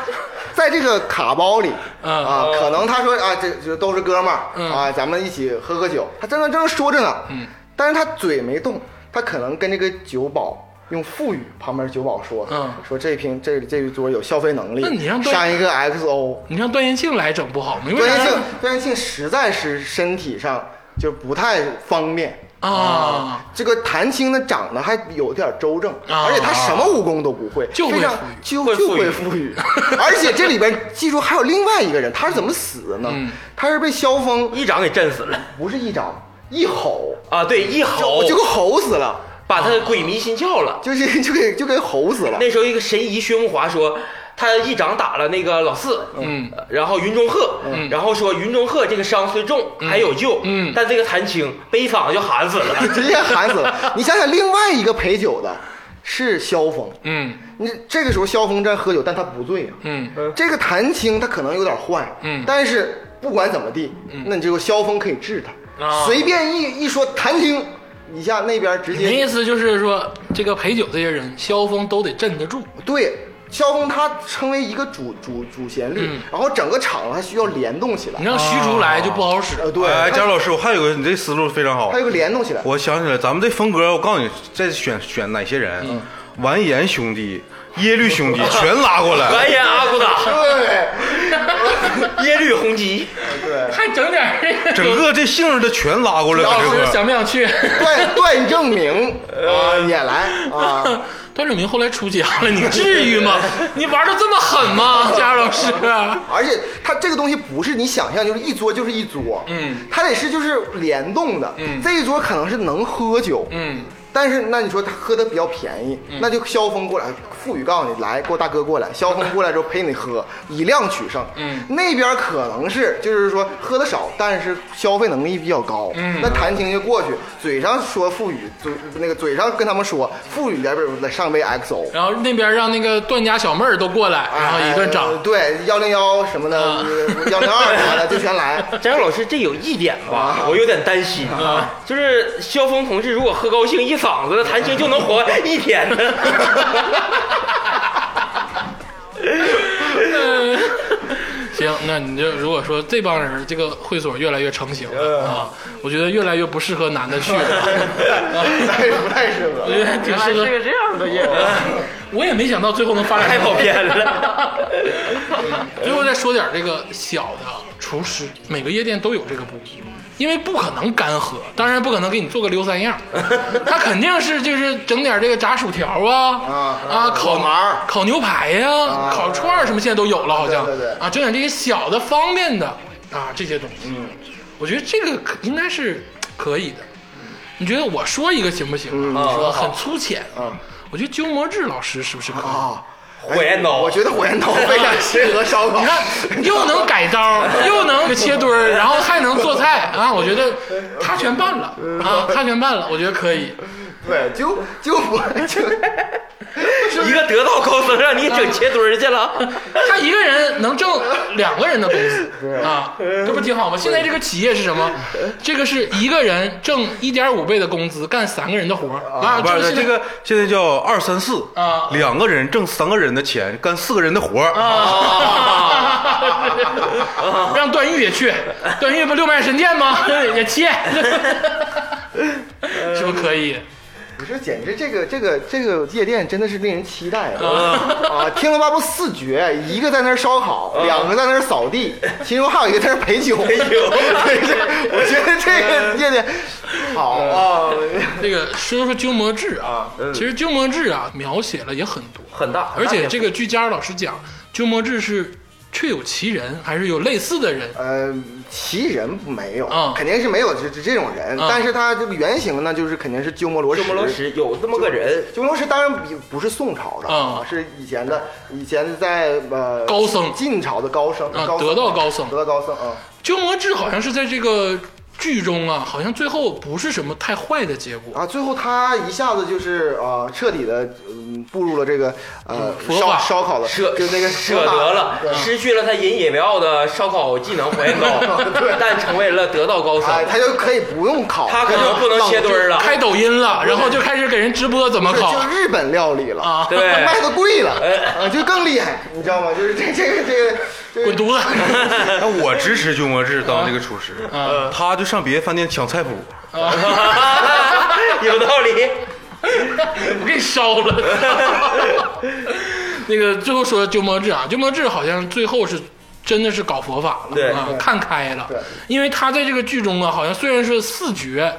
Speaker 5: 在这个卡包里
Speaker 2: 嗯
Speaker 5: 啊，可能他说啊，这这都是哥们儿
Speaker 2: 嗯
Speaker 5: 啊，咱们一起喝喝酒。他正正正说着呢，
Speaker 2: 嗯，
Speaker 5: 但是他嘴没动，他可能跟这个酒保。用腹语旁边酒保说：“
Speaker 2: 嗯
Speaker 5: 说这瓶这这一桌有消费能力，
Speaker 2: 那你让段
Speaker 5: 上一个 XO，
Speaker 2: 你让段延庆来整不好吗？因为
Speaker 5: 段延
Speaker 2: 啥
Speaker 5: 庆，段延庆实在是身体上就不太方便。
Speaker 2: 啊，
Speaker 5: 这个谭青呢，长得还有点周正，
Speaker 2: 啊
Speaker 5: 而且他什么武功都不会，
Speaker 2: 就会
Speaker 5: 非常
Speaker 2: 腹
Speaker 5: 就
Speaker 6: 会
Speaker 5: 就
Speaker 6: 腹
Speaker 5: 会
Speaker 6: 语
Speaker 5: 腹语。而且这里边记住还有另外一个人，他是怎么死的呢？
Speaker 2: 嗯
Speaker 5: 他是被萧峰
Speaker 6: 一掌给震死了
Speaker 5: 不是一掌一吼，
Speaker 6: 啊！对，一吼
Speaker 5: 就就给吼死了，
Speaker 6: 把他鬼迷心窍了。
Speaker 5: 就是 就给就给吼死了。，
Speaker 6: 那时候一个神医薛梦华说，他一掌打了那个老四，
Speaker 2: 嗯
Speaker 6: 呃，然后云中鹤，嗯，然后说云中鹤这个伤虽重还有救，
Speaker 2: 嗯
Speaker 6: 但这个谭青被一嗓子就喊死 了
Speaker 5: 直接喊死了。你想想，另外一个陪酒的是萧峰，
Speaker 2: 嗯
Speaker 5: 你这个时候萧峰在喝酒，但他不醉啊。
Speaker 2: 嗯
Speaker 5: 这个谭青他可能有点坏，
Speaker 2: 嗯
Speaker 5: 但是不管怎么地，那你这个萧峰可以治他，
Speaker 2: 啊
Speaker 5: 随便一一说谭青，一下那边直
Speaker 2: 你的意
Speaker 5: 接
Speaker 2: 思就是说，这个陪酒这些人，萧峰都得镇得住。
Speaker 5: 对。萧峰他成为一个主主主旋律，
Speaker 2: 嗯
Speaker 5: 然后整个场他需要联动起来
Speaker 2: 你。让虚竹来就不好使。
Speaker 5: 呃，对，
Speaker 4: 哎，
Speaker 5: 他
Speaker 4: 贾老师，我还有个，你这思路非常好
Speaker 5: 他。有个联动起来。
Speaker 4: 我想起来，咱们这风格，我告诉你，再选选哪些人，完颜兄弟、耶律兄弟全拉过来。
Speaker 6: 完颜阿骨打，
Speaker 5: 对，
Speaker 6: 耶律洪基，
Speaker 2: 还整点儿这个，
Speaker 4: 整个这姓儿的全拉过来，
Speaker 2: 老
Speaker 4: 把这
Speaker 2: 师
Speaker 4: 个
Speaker 2: 想不想去？
Speaker 5: 段段 正明
Speaker 2: 呃
Speaker 5: 啊也来啊，
Speaker 2: 段正明后来出家了，你至于 吗？你玩的这么狠 吗，贾老师？啊
Speaker 5: 而且它这个东西不是你想象，就是一桌就是一桌，
Speaker 2: 嗯，
Speaker 5: 它得是就是联动的，
Speaker 2: 嗯
Speaker 5: 这一桌可能是能喝酒，
Speaker 2: 嗯，
Speaker 5: 但是那你说他喝的比较便宜，那就萧峰过来，富宇告诉你来，给我大哥过来，萧峰过来之后陪你喝，以量取胜，
Speaker 2: 嗯
Speaker 5: 那边可能是就是说喝的少，但是消费能力比较高，
Speaker 2: 嗯
Speaker 5: 那谭青就过去，嘴上说富宇，嘴那个嘴上跟他们说富宇来来上杯 XO，
Speaker 2: 然后那边让那个段家小妹儿都过来，然后一顿
Speaker 5: 哎
Speaker 2: 整
Speaker 5: 呃。对，幺零幺什么的，
Speaker 2: 啊
Speaker 5: 幺零二什么的就全来。
Speaker 6: 张老师这有一点吧，我有点担心，啊就是萧峰同志如果喝高兴一嗓子，谭青就能活一 天呢。哎
Speaker 2: 行，那你就如果说这帮人这个会所越来越成型了啊，我觉得越来越不适合男的去了。啊
Speaker 5: 但是不太适
Speaker 2: 我
Speaker 5: 合。
Speaker 2: 觉得挺
Speaker 3: 原来
Speaker 2: 适
Speaker 3: 是
Speaker 2: 合，
Speaker 3: 个这样的演员。
Speaker 2: 我也没想到最后能发展
Speaker 6: 太
Speaker 2: 成
Speaker 6: 跑偏了。
Speaker 2: 最后再说点这个小的厨师，每个夜店都有这个部，因为不可能干喝，当然不可能给你做个溜三样，他肯定是就是整点这个炸薯条啊
Speaker 5: 啊
Speaker 2: 烤
Speaker 5: 火麻儿
Speaker 2: 烤牛排呀、烤串儿什么现在都有了，好像
Speaker 5: 对对对
Speaker 2: 啊，整点这些小的方便的啊这些东西，
Speaker 5: 嗯
Speaker 2: 我觉得这个可应该是可以的。你觉得我说一个行不行
Speaker 5: 嗯
Speaker 2: 啊？你说很粗浅啊，我觉得鸠摩智老师是不是可以？
Speaker 5: 啊，
Speaker 6: 火焰刀，
Speaker 5: 我觉得火焰刀非常适合烧烤。
Speaker 2: 你看，又能改刀，又能切墩儿，然后还能做菜啊！我觉得他全办了啊，他全办了，我觉得可以。
Speaker 5: 对，就就我就
Speaker 6: 一个得道高僧让你整切墩儿去了。
Speaker 2: 他一个人能挣两个人的工资啊，这不挺好吗？现在这个企业是什么？这个是一个人挣一点五倍的工资干三个人的活儿啊，
Speaker 4: 不
Speaker 2: 就是是
Speaker 4: 这个现在叫二三四
Speaker 2: 啊
Speaker 4: 两个人挣三个人的钱，干四个人的活儿。啊
Speaker 2: 啊让段誉也 去，段誉不六脉神剑吗？ 也切，是不是可以？
Speaker 5: 你说，简直这个这个这个夜店真的是令人期待啊！啊，天龙八部四绝，一个在那儿烧烤，两个在那儿扫地，其中还有一个在那儿陪酒。陪 酒，我觉得这个夜店好啊。
Speaker 2: 这个说说鸠摩智啊，其实鸠摩智啊描写了也很多，
Speaker 6: 很大，
Speaker 2: 而且这
Speaker 6: 个
Speaker 2: 个据佳儿老师讲，鸠摩智是确有其人，还是有类似的人？
Speaker 5: 呃，奇人没有
Speaker 2: 嗯，
Speaker 5: 肯定是没有这这这种人，
Speaker 2: 嗯
Speaker 5: 但是他这个原型呢，就是肯定是鸠摩罗什。
Speaker 6: 鸠摩罗什有这么个人，
Speaker 5: 鸠摩罗什当然不不是宋朝的
Speaker 2: 啊
Speaker 5: 是以前的，以前在呃
Speaker 2: 高僧
Speaker 5: 晋朝的高僧
Speaker 2: 啊，
Speaker 5: 高僧
Speaker 2: 得道高僧
Speaker 5: 得道高僧啊，
Speaker 2: 鸠摩智好像是在这个。剧中啊，好像最后不是什么太坏的结果。
Speaker 5: 啊，最后他一下子就是啊、呃彻底的嗯步入了这个呃
Speaker 2: 佛
Speaker 5: 烧
Speaker 2: 法
Speaker 5: 烧烤的，
Speaker 6: 嗯舍
Speaker 5: 就那个
Speaker 6: 舍得了，失去了他引以为傲的烧烤技能火焰 高
Speaker 5: 对，
Speaker 6: 但成为了得道高僧。
Speaker 5: 哎，他就可以不用烤，
Speaker 6: 他可能不能切墩儿了，
Speaker 2: 开抖音了，然后就开始给人直播怎么
Speaker 5: 是
Speaker 2: 烤
Speaker 5: 就日本料理了
Speaker 2: 啊
Speaker 6: 对
Speaker 5: 卖的贵了，
Speaker 6: 哎
Speaker 5: 啊，就更厉害，你知道吗？就是这这个这个这
Speaker 2: 滚
Speaker 5: 个，
Speaker 2: 犊子！
Speaker 4: 那我支持鸠摩智当这个厨师，他就上别的饭店抢菜谱，
Speaker 6: 有道理。
Speaker 2: 我给你烧了。 那个最后说鸠摩智啊，鸠摩智好像最后是真的是搞佛法了，
Speaker 6: 对
Speaker 2: 啊，看开了
Speaker 5: 对。
Speaker 2: 因为他在这个剧中啊，好像虽然是四绝，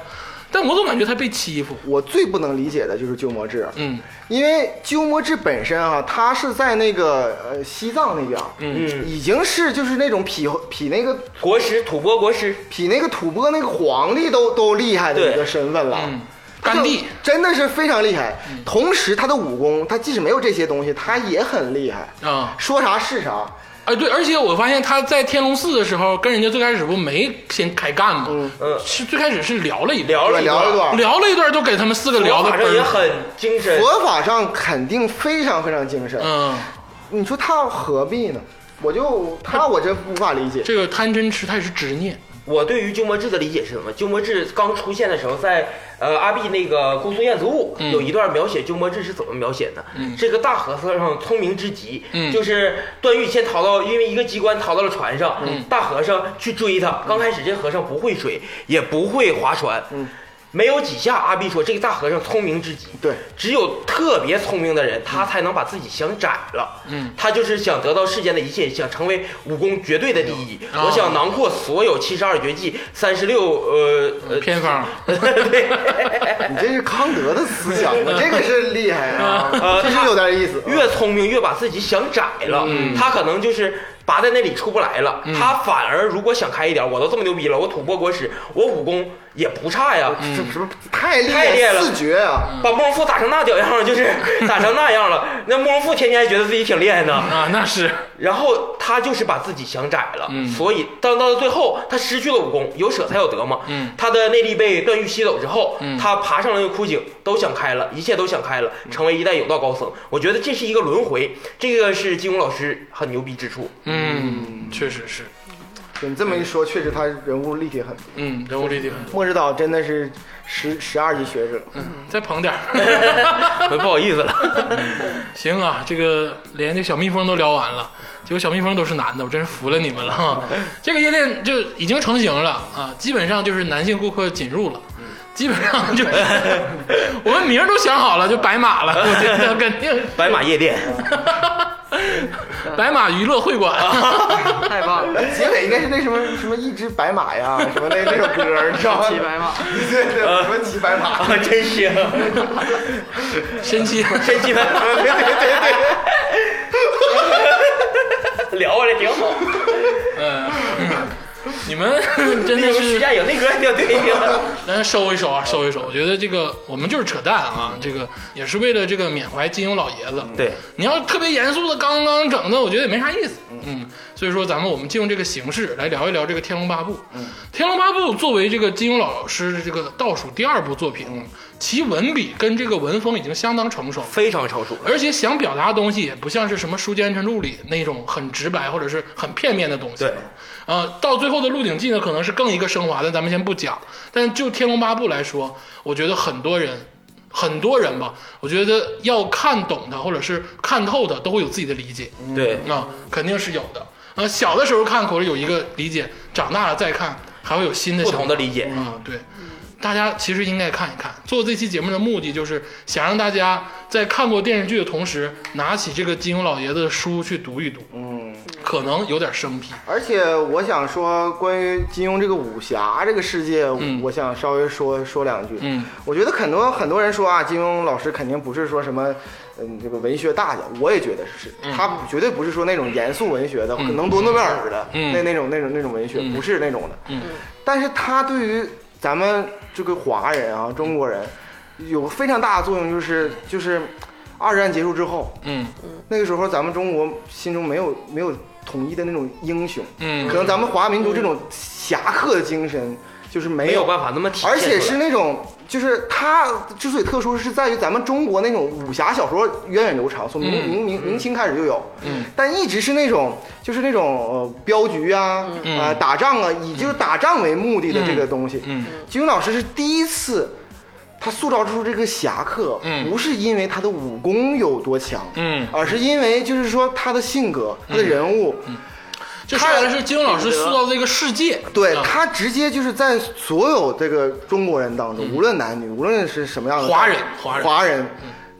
Speaker 2: 但我总感觉他被欺负。
Speaker 5: 我最不能理解的就是鸠摩智，啊
Speaker 2: 嗯，
Speaker 5: 因为鸠摩智本身啊，他是在那个呃西藏那边，嗯，已经是就是那种比比那个
Speaker 6: 国师吐蕃国师，
Speaker 5: 比那个吐蕃那个皇帝都都厉害的
Speaker 6: 对
Speaker 5: 一个身份了。
Speaker 2: 嗯
Speaker 5: 他就
Speaker 2: 甘地
Speaker 5: 真的是非常厉害，同时他的武功，他即使没有这些东西，他也很厉害，
Speaker 2: 啊，
Speaker 5: 说啥是啥。
Speaker 2: 哎对，而且我发现他在天龙寺的时候，跟人家最开始不没先开干吗？
Speaker 6: 嗯
Speaker 2: 是最开始是聊了一段
Speaker 6: 聊了
Speaker 5: 聊了一段
Speaker 2: 聊了一段，都给他们四个聊的
Speaker 6: 反正也很精神。
Speaker 5: 佛法上肯定非常非常精深，
Speaker 2: 嗯，
Speaker 5: 你说他何必呢？我就他我真无法理解。
Speaker 2: 这个贪嗔痴他也是执念，
Speaker 6: 我对于鸠摩智的理解是什么？鸠摩智刚出现的时候，在呃阿碧那个《姑苏燕子坞》
Speaker 2: 嗯
Speaker 6: 有一段描写鸠摩智是怎么描写的？这个大和尚聪明之极，
Speaker 2: 嗯
Speaker 6: 就是段誉先逃到，因为一个机关逃到了船上，
Speaker 2: 嗯
Speaker 6: 大和尚去追他。刚开始这和尚不会水，也不会划船，
Speaker 2: 嗯
Speaker 6: 没有几下，阿碧说这个大和尚聪明之极，
Speaker 5: 对
Speaker 6: 只有特别聪明的人，他才能把自己想窄了。
Speaker 2: 嗯，
Speaker 6: 他就是想得到世间的一切，想成为武功绝对的第一。
Speaker 2: 哦
Speaker 6: 我想囊括所有七十二绝技、三十六呃呃
Speaker 2: 嗯偏方。
Speaker 6: 对，
Speaker 5: 你这是康德的思想，我这个是厉害啊，这是有点意思。啊
Speaker 6: 呃越聪明越把自己想窄了，
Speaker 2: 嗯
Speaker 6: 他可能就是拔在那里出不来了。他反而如果想开一点，我都这么牛逼了，我吐蕃国师，我武功也不差呀。
Speaker 5: 这
Speaker 2: 嗯
Speaker 5: 什么太厉
Speaker 6: 太厉害了
Speaker 5: 四绝啊！
Speaker 6: 把慕容复打成那屌样儿，就是 打成那样了。那慕容复天天还觉得自己挺厉 害呢，
Speaker 2: 啊，那是
Speaker 6: 然后他就是把自己想窄了，所以当到最后他失去了武功，有舍才有得嘛。
Speaker 2: 嗯
Speaker 6: 他的内力被段誉吸走之后，
Speaker 2: 嗯
Speaker 6: 他爬上了那个枯井，都想开了，一切都想开了，成为一代有道高僧。我觉得这是一个轮回，这个是金庸老师很牛逼之处。
Speaker 2: 嗯，确实是，
Speaker 5: 你这么一说，确实他人物立体很多。
Speaker 2: 嗯，人物立体很多。
Speaker 5: 末日岛真的是十十二级学者，
Speaker 2: 再捧点 儿。
Speaker 6: 不好意思了，
Speaker 2: 行啊，这个连这小蜜蜂都聊完了，结果小蜜蜂都是男的，我真是服了你们了 哈。这个夜店就已经成型了啊，基本上就是男性顾客仅入了。基本上 就是，我们名儿都想好了，就白马了，我觉得肯定
Speaker 6: 白马夜 店，
Speaker 2: 白马娱乐会馆。
Speaker 3: 太棒了，
Speaker 5: 结尾应该是那什么什么一只白马呀，什么那那首歌，你知道吗？
Speaker 3: 骑白马，
Speaker 5: 对对，什么骑白马，
Speaker 6: 啊，真香，
Speaker 2: 神奇，
Speaker 6: 真 气白马，对对对， 聊啊，这挺好。
Speaker 2: 嗯，你们真
Speaker 6: 那
Speaker 2: 的
Speaker 6: 个
Speaker 2: 是
Speaker 6: 徐佳莹那歌挺对应 的。
Speaker 2: 咱收一收啊，收一收。我觉得这个我们就是扯淡啊，这个也是为了这个缅怀金庸老爷子。
Speaker 6: 对，
Speaker 2: 你要特别严肃的刚刚整的，我觉得也没啥意思。嗯，所以说咱们我们借用这个形式来聊一聊这个《天龙八部》。嗯，《天龙八部》作为这个金庸老师的这个倒数第二部作品，其文笔跟这个文风已经相当成熟了。
Speaker 6: 非常成熟了。
Speaker 2: 而且想表达的东西也不像是什么《书剑恩仇录》里那种很直白或者是很片面的东西。
Speaker 6: 对，
Speaker 2: 呃，到最后的《鹿鼎记》呢，可能是更一个升华，但咱们先不讲。但就《天龙八部》来说，我觉得很多人，很多人吧，我觉得要看懂它或者是看透它，都会有自己的理解
Speaker 6: 对，
Speaker 2: 啊、肯定是有的。呃，小的时候看可能有一个理解，长大了再看还会有新的
Speaker 6: 不
Speaker 2: 想
Speaker 6: 同
Speaker 2: 法
Speaker 6: 的理解。
Speaker 2: 啊，对，大家其实应该看一看。做这期节目的目的就是想让大家在看过电视剧的同时，拿起这个金庸老爷子的书去读一读，
Speaker 5: 嗯。
Speaker 2: 可能有点生僻。
Speaker 5: 而且我想说，关于金庸这个武侠这个世界，
Speaker 2: 嗯
Speaker 5: 我想稍微说说两句。
Speaker 2: 嗯，
Speaker 5: 我觉得很多很多人说啊，金庸老师肯定不是说什么，嗯，这个文学大家，我也觉得是，
Speaker 2: 嗯
Speaker 5: 他绝对不是说那种严肃文学的，可能夺诺贝尔的、
Speaker 2: 嗯
Speaker 5: 那那种那种那种文学，不是那种的。嗯，但是他对于咱们这个华人啊，中国人，有个非常大的作用，就是就是二战结束之后，
Speaker 2: 嗯
Speaker 5: 那个时候咱们中国心中没有没有统一的那种英雄，
Speaker 2: 嗯
Speaker 5: 可能咱们华民族这种侠客的精神。就是没
Speaker 6: 没有办法那么体现
Speaker 5: 哎
Speaker 6: 出来
Speaker 5: 而且是那种，就是它之所以特殊，是在于咱们中国那种武侠小说源远流长，从明明明明清开始就有，嗯，但一直是那种就是那种呃镖局啊，啊打仗啊，以就是打仗为目的的这个东西，嗯，金庸老师是第一次。他塑造出这个侠客，
Speaker 2: 嗯
Speaker 5: 不是因为他的武功有多强，
Speaker 2: 嗯
Speaker 5: 而啊是因为就是说他的性格、他的人物，
Speaker 2: 嗯就说白了是金庸老师塑造这个世界，
Speaker 5: 对
Speaker 2: 啊
Speaker 5: 他直接就是在所有这个中国人当中，无论男女，无论是什么样的
Speaker 2: 嗯华人华人嗯
Speaker 5: 华人。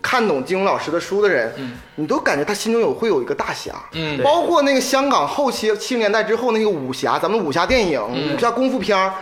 Speaker 5: 看懂金庸老师的书的人，你都感觉他心中有会有一个大侠，
Speaker 2: 嗯
Speaker 5: 包括那个香港后期七十年代之后那个武侠，咱们武侠电影、
Speaker 2: 嗯
Speaker 5: 武侠功夫片儿，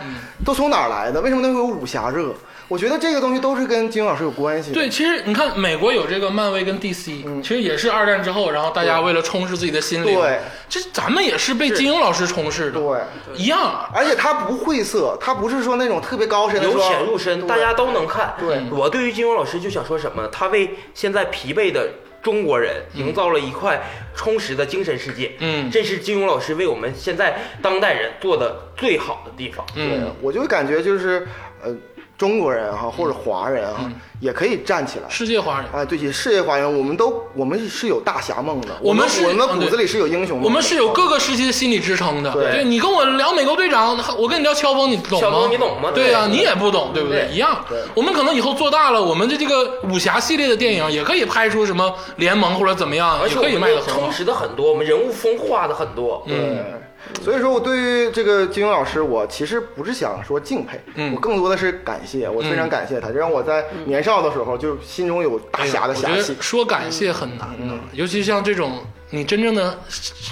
Speaker 5: 都从哪儿来的？为什么能有武侠热？我觉得这个东西都是跟金庸老师有关系的。
Speaker 2: 对，其实你看，美国有这个漫威跟 DC，、其实也是二战之后，然后大家为了充实自己的心灵，
Speaker 5: 嗯对，
Speaker 2: 这咱们也是被金庸老师充斥的，
Speaker 5: 对，
Speaker 2: 一样啊。
Speaker 5: 而且他不晦涩，他不是说那种特别高深的
Speaker 6: 由
Speaker 5: 说，
Speaker 6: 浅入深，大家都能看。
Speaker 5: 对
Speaker 6: 我对于金庸老师就想说什么呢？他为现在疲惫的中国人营造了一块充实的精神世界。
Speaker 2: 嗯
Speaker 6: 这是金庸老师为我们现在当代人做的最好的地方。
Speaker 5: 对，我就感觉就是，呃，中国人
Speaker 2: 嗯
Speaker 5: 哈、或者华人哈、也可以站起来。
Speaker 2: 世界华人，
Speaker 5: 哎，对，起事业华人，我们都我们是有大侠梦的，
Speaker 2: 我
Speaker 5: 我
Speaker 2: 们是
Speaker 5: 我们
Speaker 2: 嗯
Speaker 5: 骨子里是有英雄梦的，
Speaker 2: 我们是有各个时期的心理支撑的。
Speaker 5: 对
Speaker 2: 你跟我聊美国队长，我跟你聊乔峰，你懂吗？
Speaker 6: 乔峰你懂吗
Speaker 2: 对呀、
Speaker 6: 对
Speaker 2: 你也不懂，对不对？
Speaker 6: 对
Speaker 2: 一样。我们可能以后做大了，我们的这个武侠系列的电影也可以拍出什么联盟或者怎么样，
Speaker 6: 而
Speaker 2: 也
Speaker 6: 且
Speaker 2: 可以
Speaker 6: 我
Speaker 2: 卖
Speaker 6: 们
Speaker 2: 的很
Speaker 6: 充
Speaker 2: 好。
Speaker 6: 实的很多，我们人物风化的很多。
Speaker 5: 对。
Speaker 2: 嗯
Speaker 5: 所以说，我对于这个金庸老师，我其实不是想说敬佩，
Speaker 2: 嗯
Speaker 5: 我更多的是感谢，我非常感谢他，就让我在年少的时候就心中有大侠的
Speaker 2: 哎我觉
Speaker 5: 侠
Speaker 2: 得
Speaker 5: 气。
Speaker 2: 说感谢很难的，尤其像这种你真正的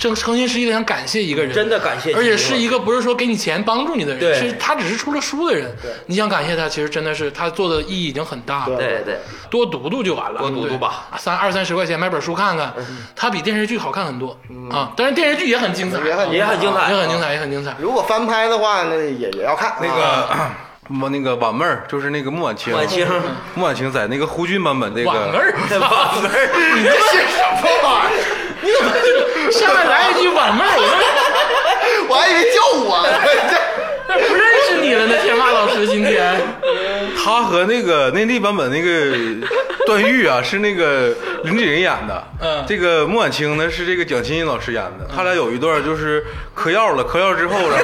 Speaker 2: 诚诚心实意的想感谢一个人，
Speaker 6: 真的感谢金庸
Speaker 2: 而且是一个不是说给你钱帮助你的人，
Speaker 6: 对
Speaker 2: 是他只是出了书的人，你想感谢他，其实真的是他做的意义已经很大了。
Speaker 6: 对对，
Speaker 2: 多读读就完了，
Speaker 6: 多读读吧
Speaker 2: 对，三二三十块钱买本书看看，
Speaker 4: 嗯
Speaker 2: 它比电视剧好看很多啊。但是电视剧也很精彩，
Speaker 5: 也很
Speaker 6: 也很精彩
Speaker 2: 也很精彩，也很精彩。
Speaker 5: 如果翻拍的话，那也也要看
Speaker 4: 那
Speaker 5: 啊
Speaker 4: 个。 我那个婉妹儿，就是那个穆婉清，
Speaker 6: 婉清
Speaker 4: 穆婉清在那个胡军版本那个
Speaker 2: 婉 儿，
Speaker 6: 婉儿
Speaker 2: 你这是什么玩意儿？你怎么这上面来一句婉妹儿，我
Speaker 5: 我还以为叫我呢，
Speaker 2: 这 这不认识你了呢？天霸老师今天
Speaker 4: 他和那个 内地版本那个段誉 啊，是那个林志颖演的。
Speaker 2: 嗯
Speaker 4: 这个穆婉清呢是这个蒋欣欣老师演的。他俩有一段就是嗑药了，嗑药之后 了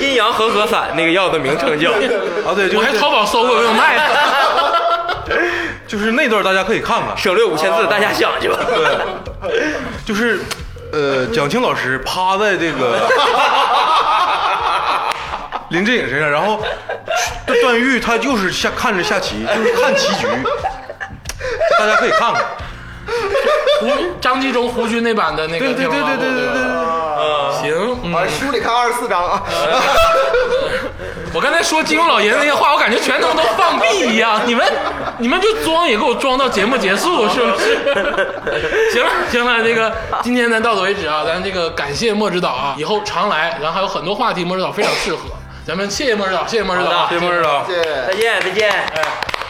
Speaker 6: 阴阳和合散那个药的名 称叫。
Speaker 4: 啊，对，
Speaker 2: 我
Speaker 4: 就
Speaker 2: 还
Speaker 4: 是
Speaker 2: 淘宝搜过没有卖的。
Speaker 4: 就是那段大家可以看看，
Speaker 6: 省略五千字，大家想去吧。
Speaker 4: 就是呃，蒋青老师趴在这个 林志颖身上，然后段誉他就是下看着下棋，就是看棋局，大家可以看看。
Speaker 2: 胡张纪中、胡军那版的那个
Speaker 4: 对对
Speaker 2: 天
Speaker 4: 对
Speaker 2: 霸
Speaker 4: 对
Speaker 2: 老
Speaker 4: 对对
Speaker 2: 师，
Speaker 4: 对对。
Speaker 2: 行，嗯
Speaker 5: 啊，书里看二十四章啊，
Speaker 2: 哎我刚才说金庸老爷子那些话，我感觉全他妈都放屁一样。你们你们就装也给我装到节目结束，是不 是？行了行了，那个今天咱到此为止啊，咱这个感谢莫指导啊，以后常来，然后还有很多话题莫指导非常适合。咱们谢谢莫指导，谢谢莫指导啊，
Speaker 6: 好
Speaker 4: 谢
Speaker 6: 的
Speaker 4: 谢莫指导。
Speaker 5: 谢谢
Speaker 6: 再见，再见。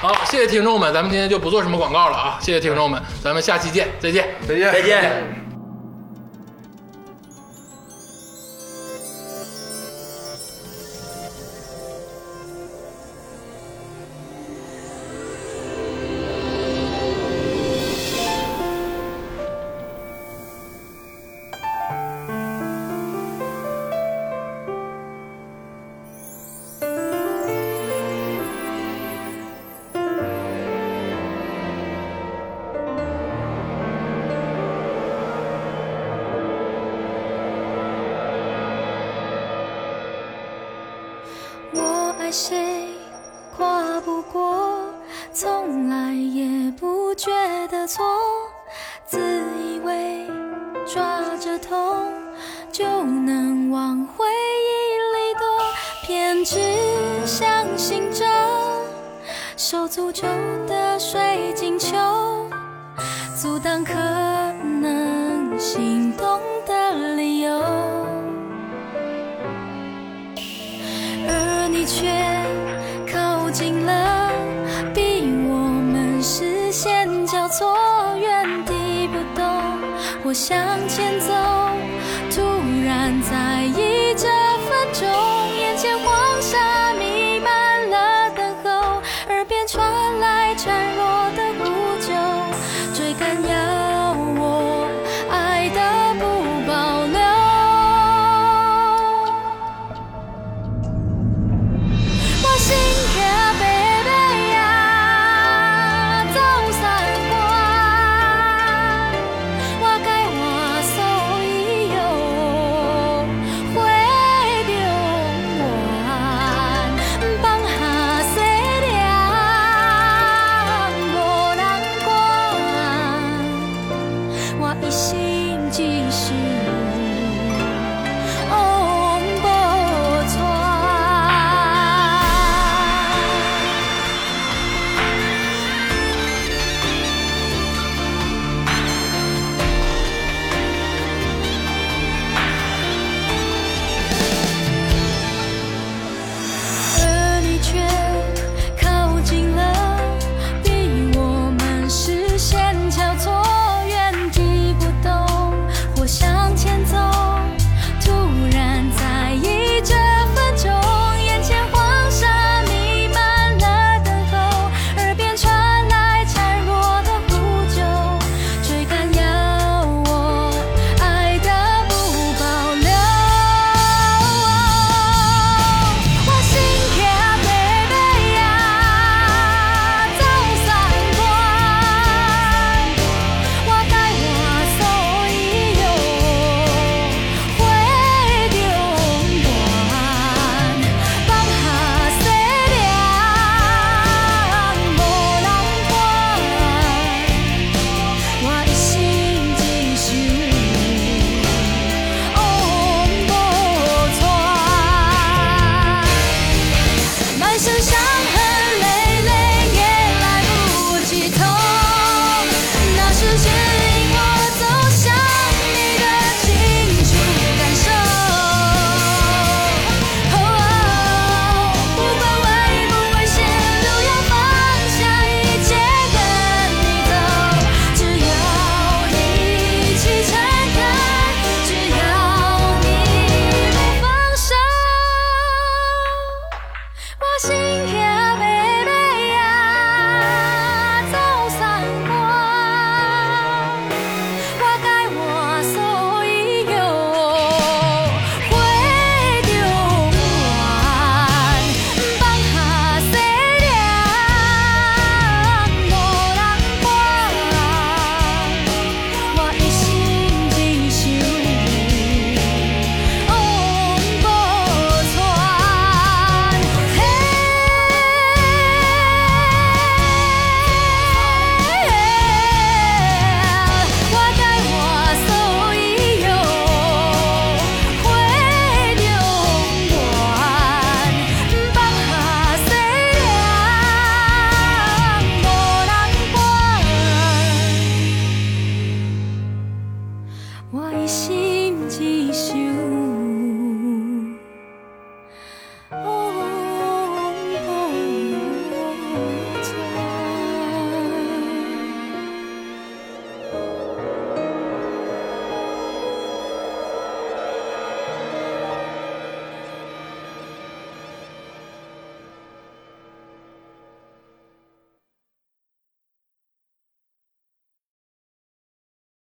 Speaker 2: 好，谢谢听众们，咱们今天就不做什么广告了啊，谢谢听众们，咱们下期见，再见。
Speaker 4: 再见
Speaker 6: 再见。
Speaker 8: 我爱谁，跨不过，从来也不觉得错，自以为抓着痛就能往回忆里躲，偏执相信着手足球的水晶球，阻挡可能心动的理由。而你却靠近了，逼我们视线交错，原地不动。我向前走，突然在意这分钟，眼见花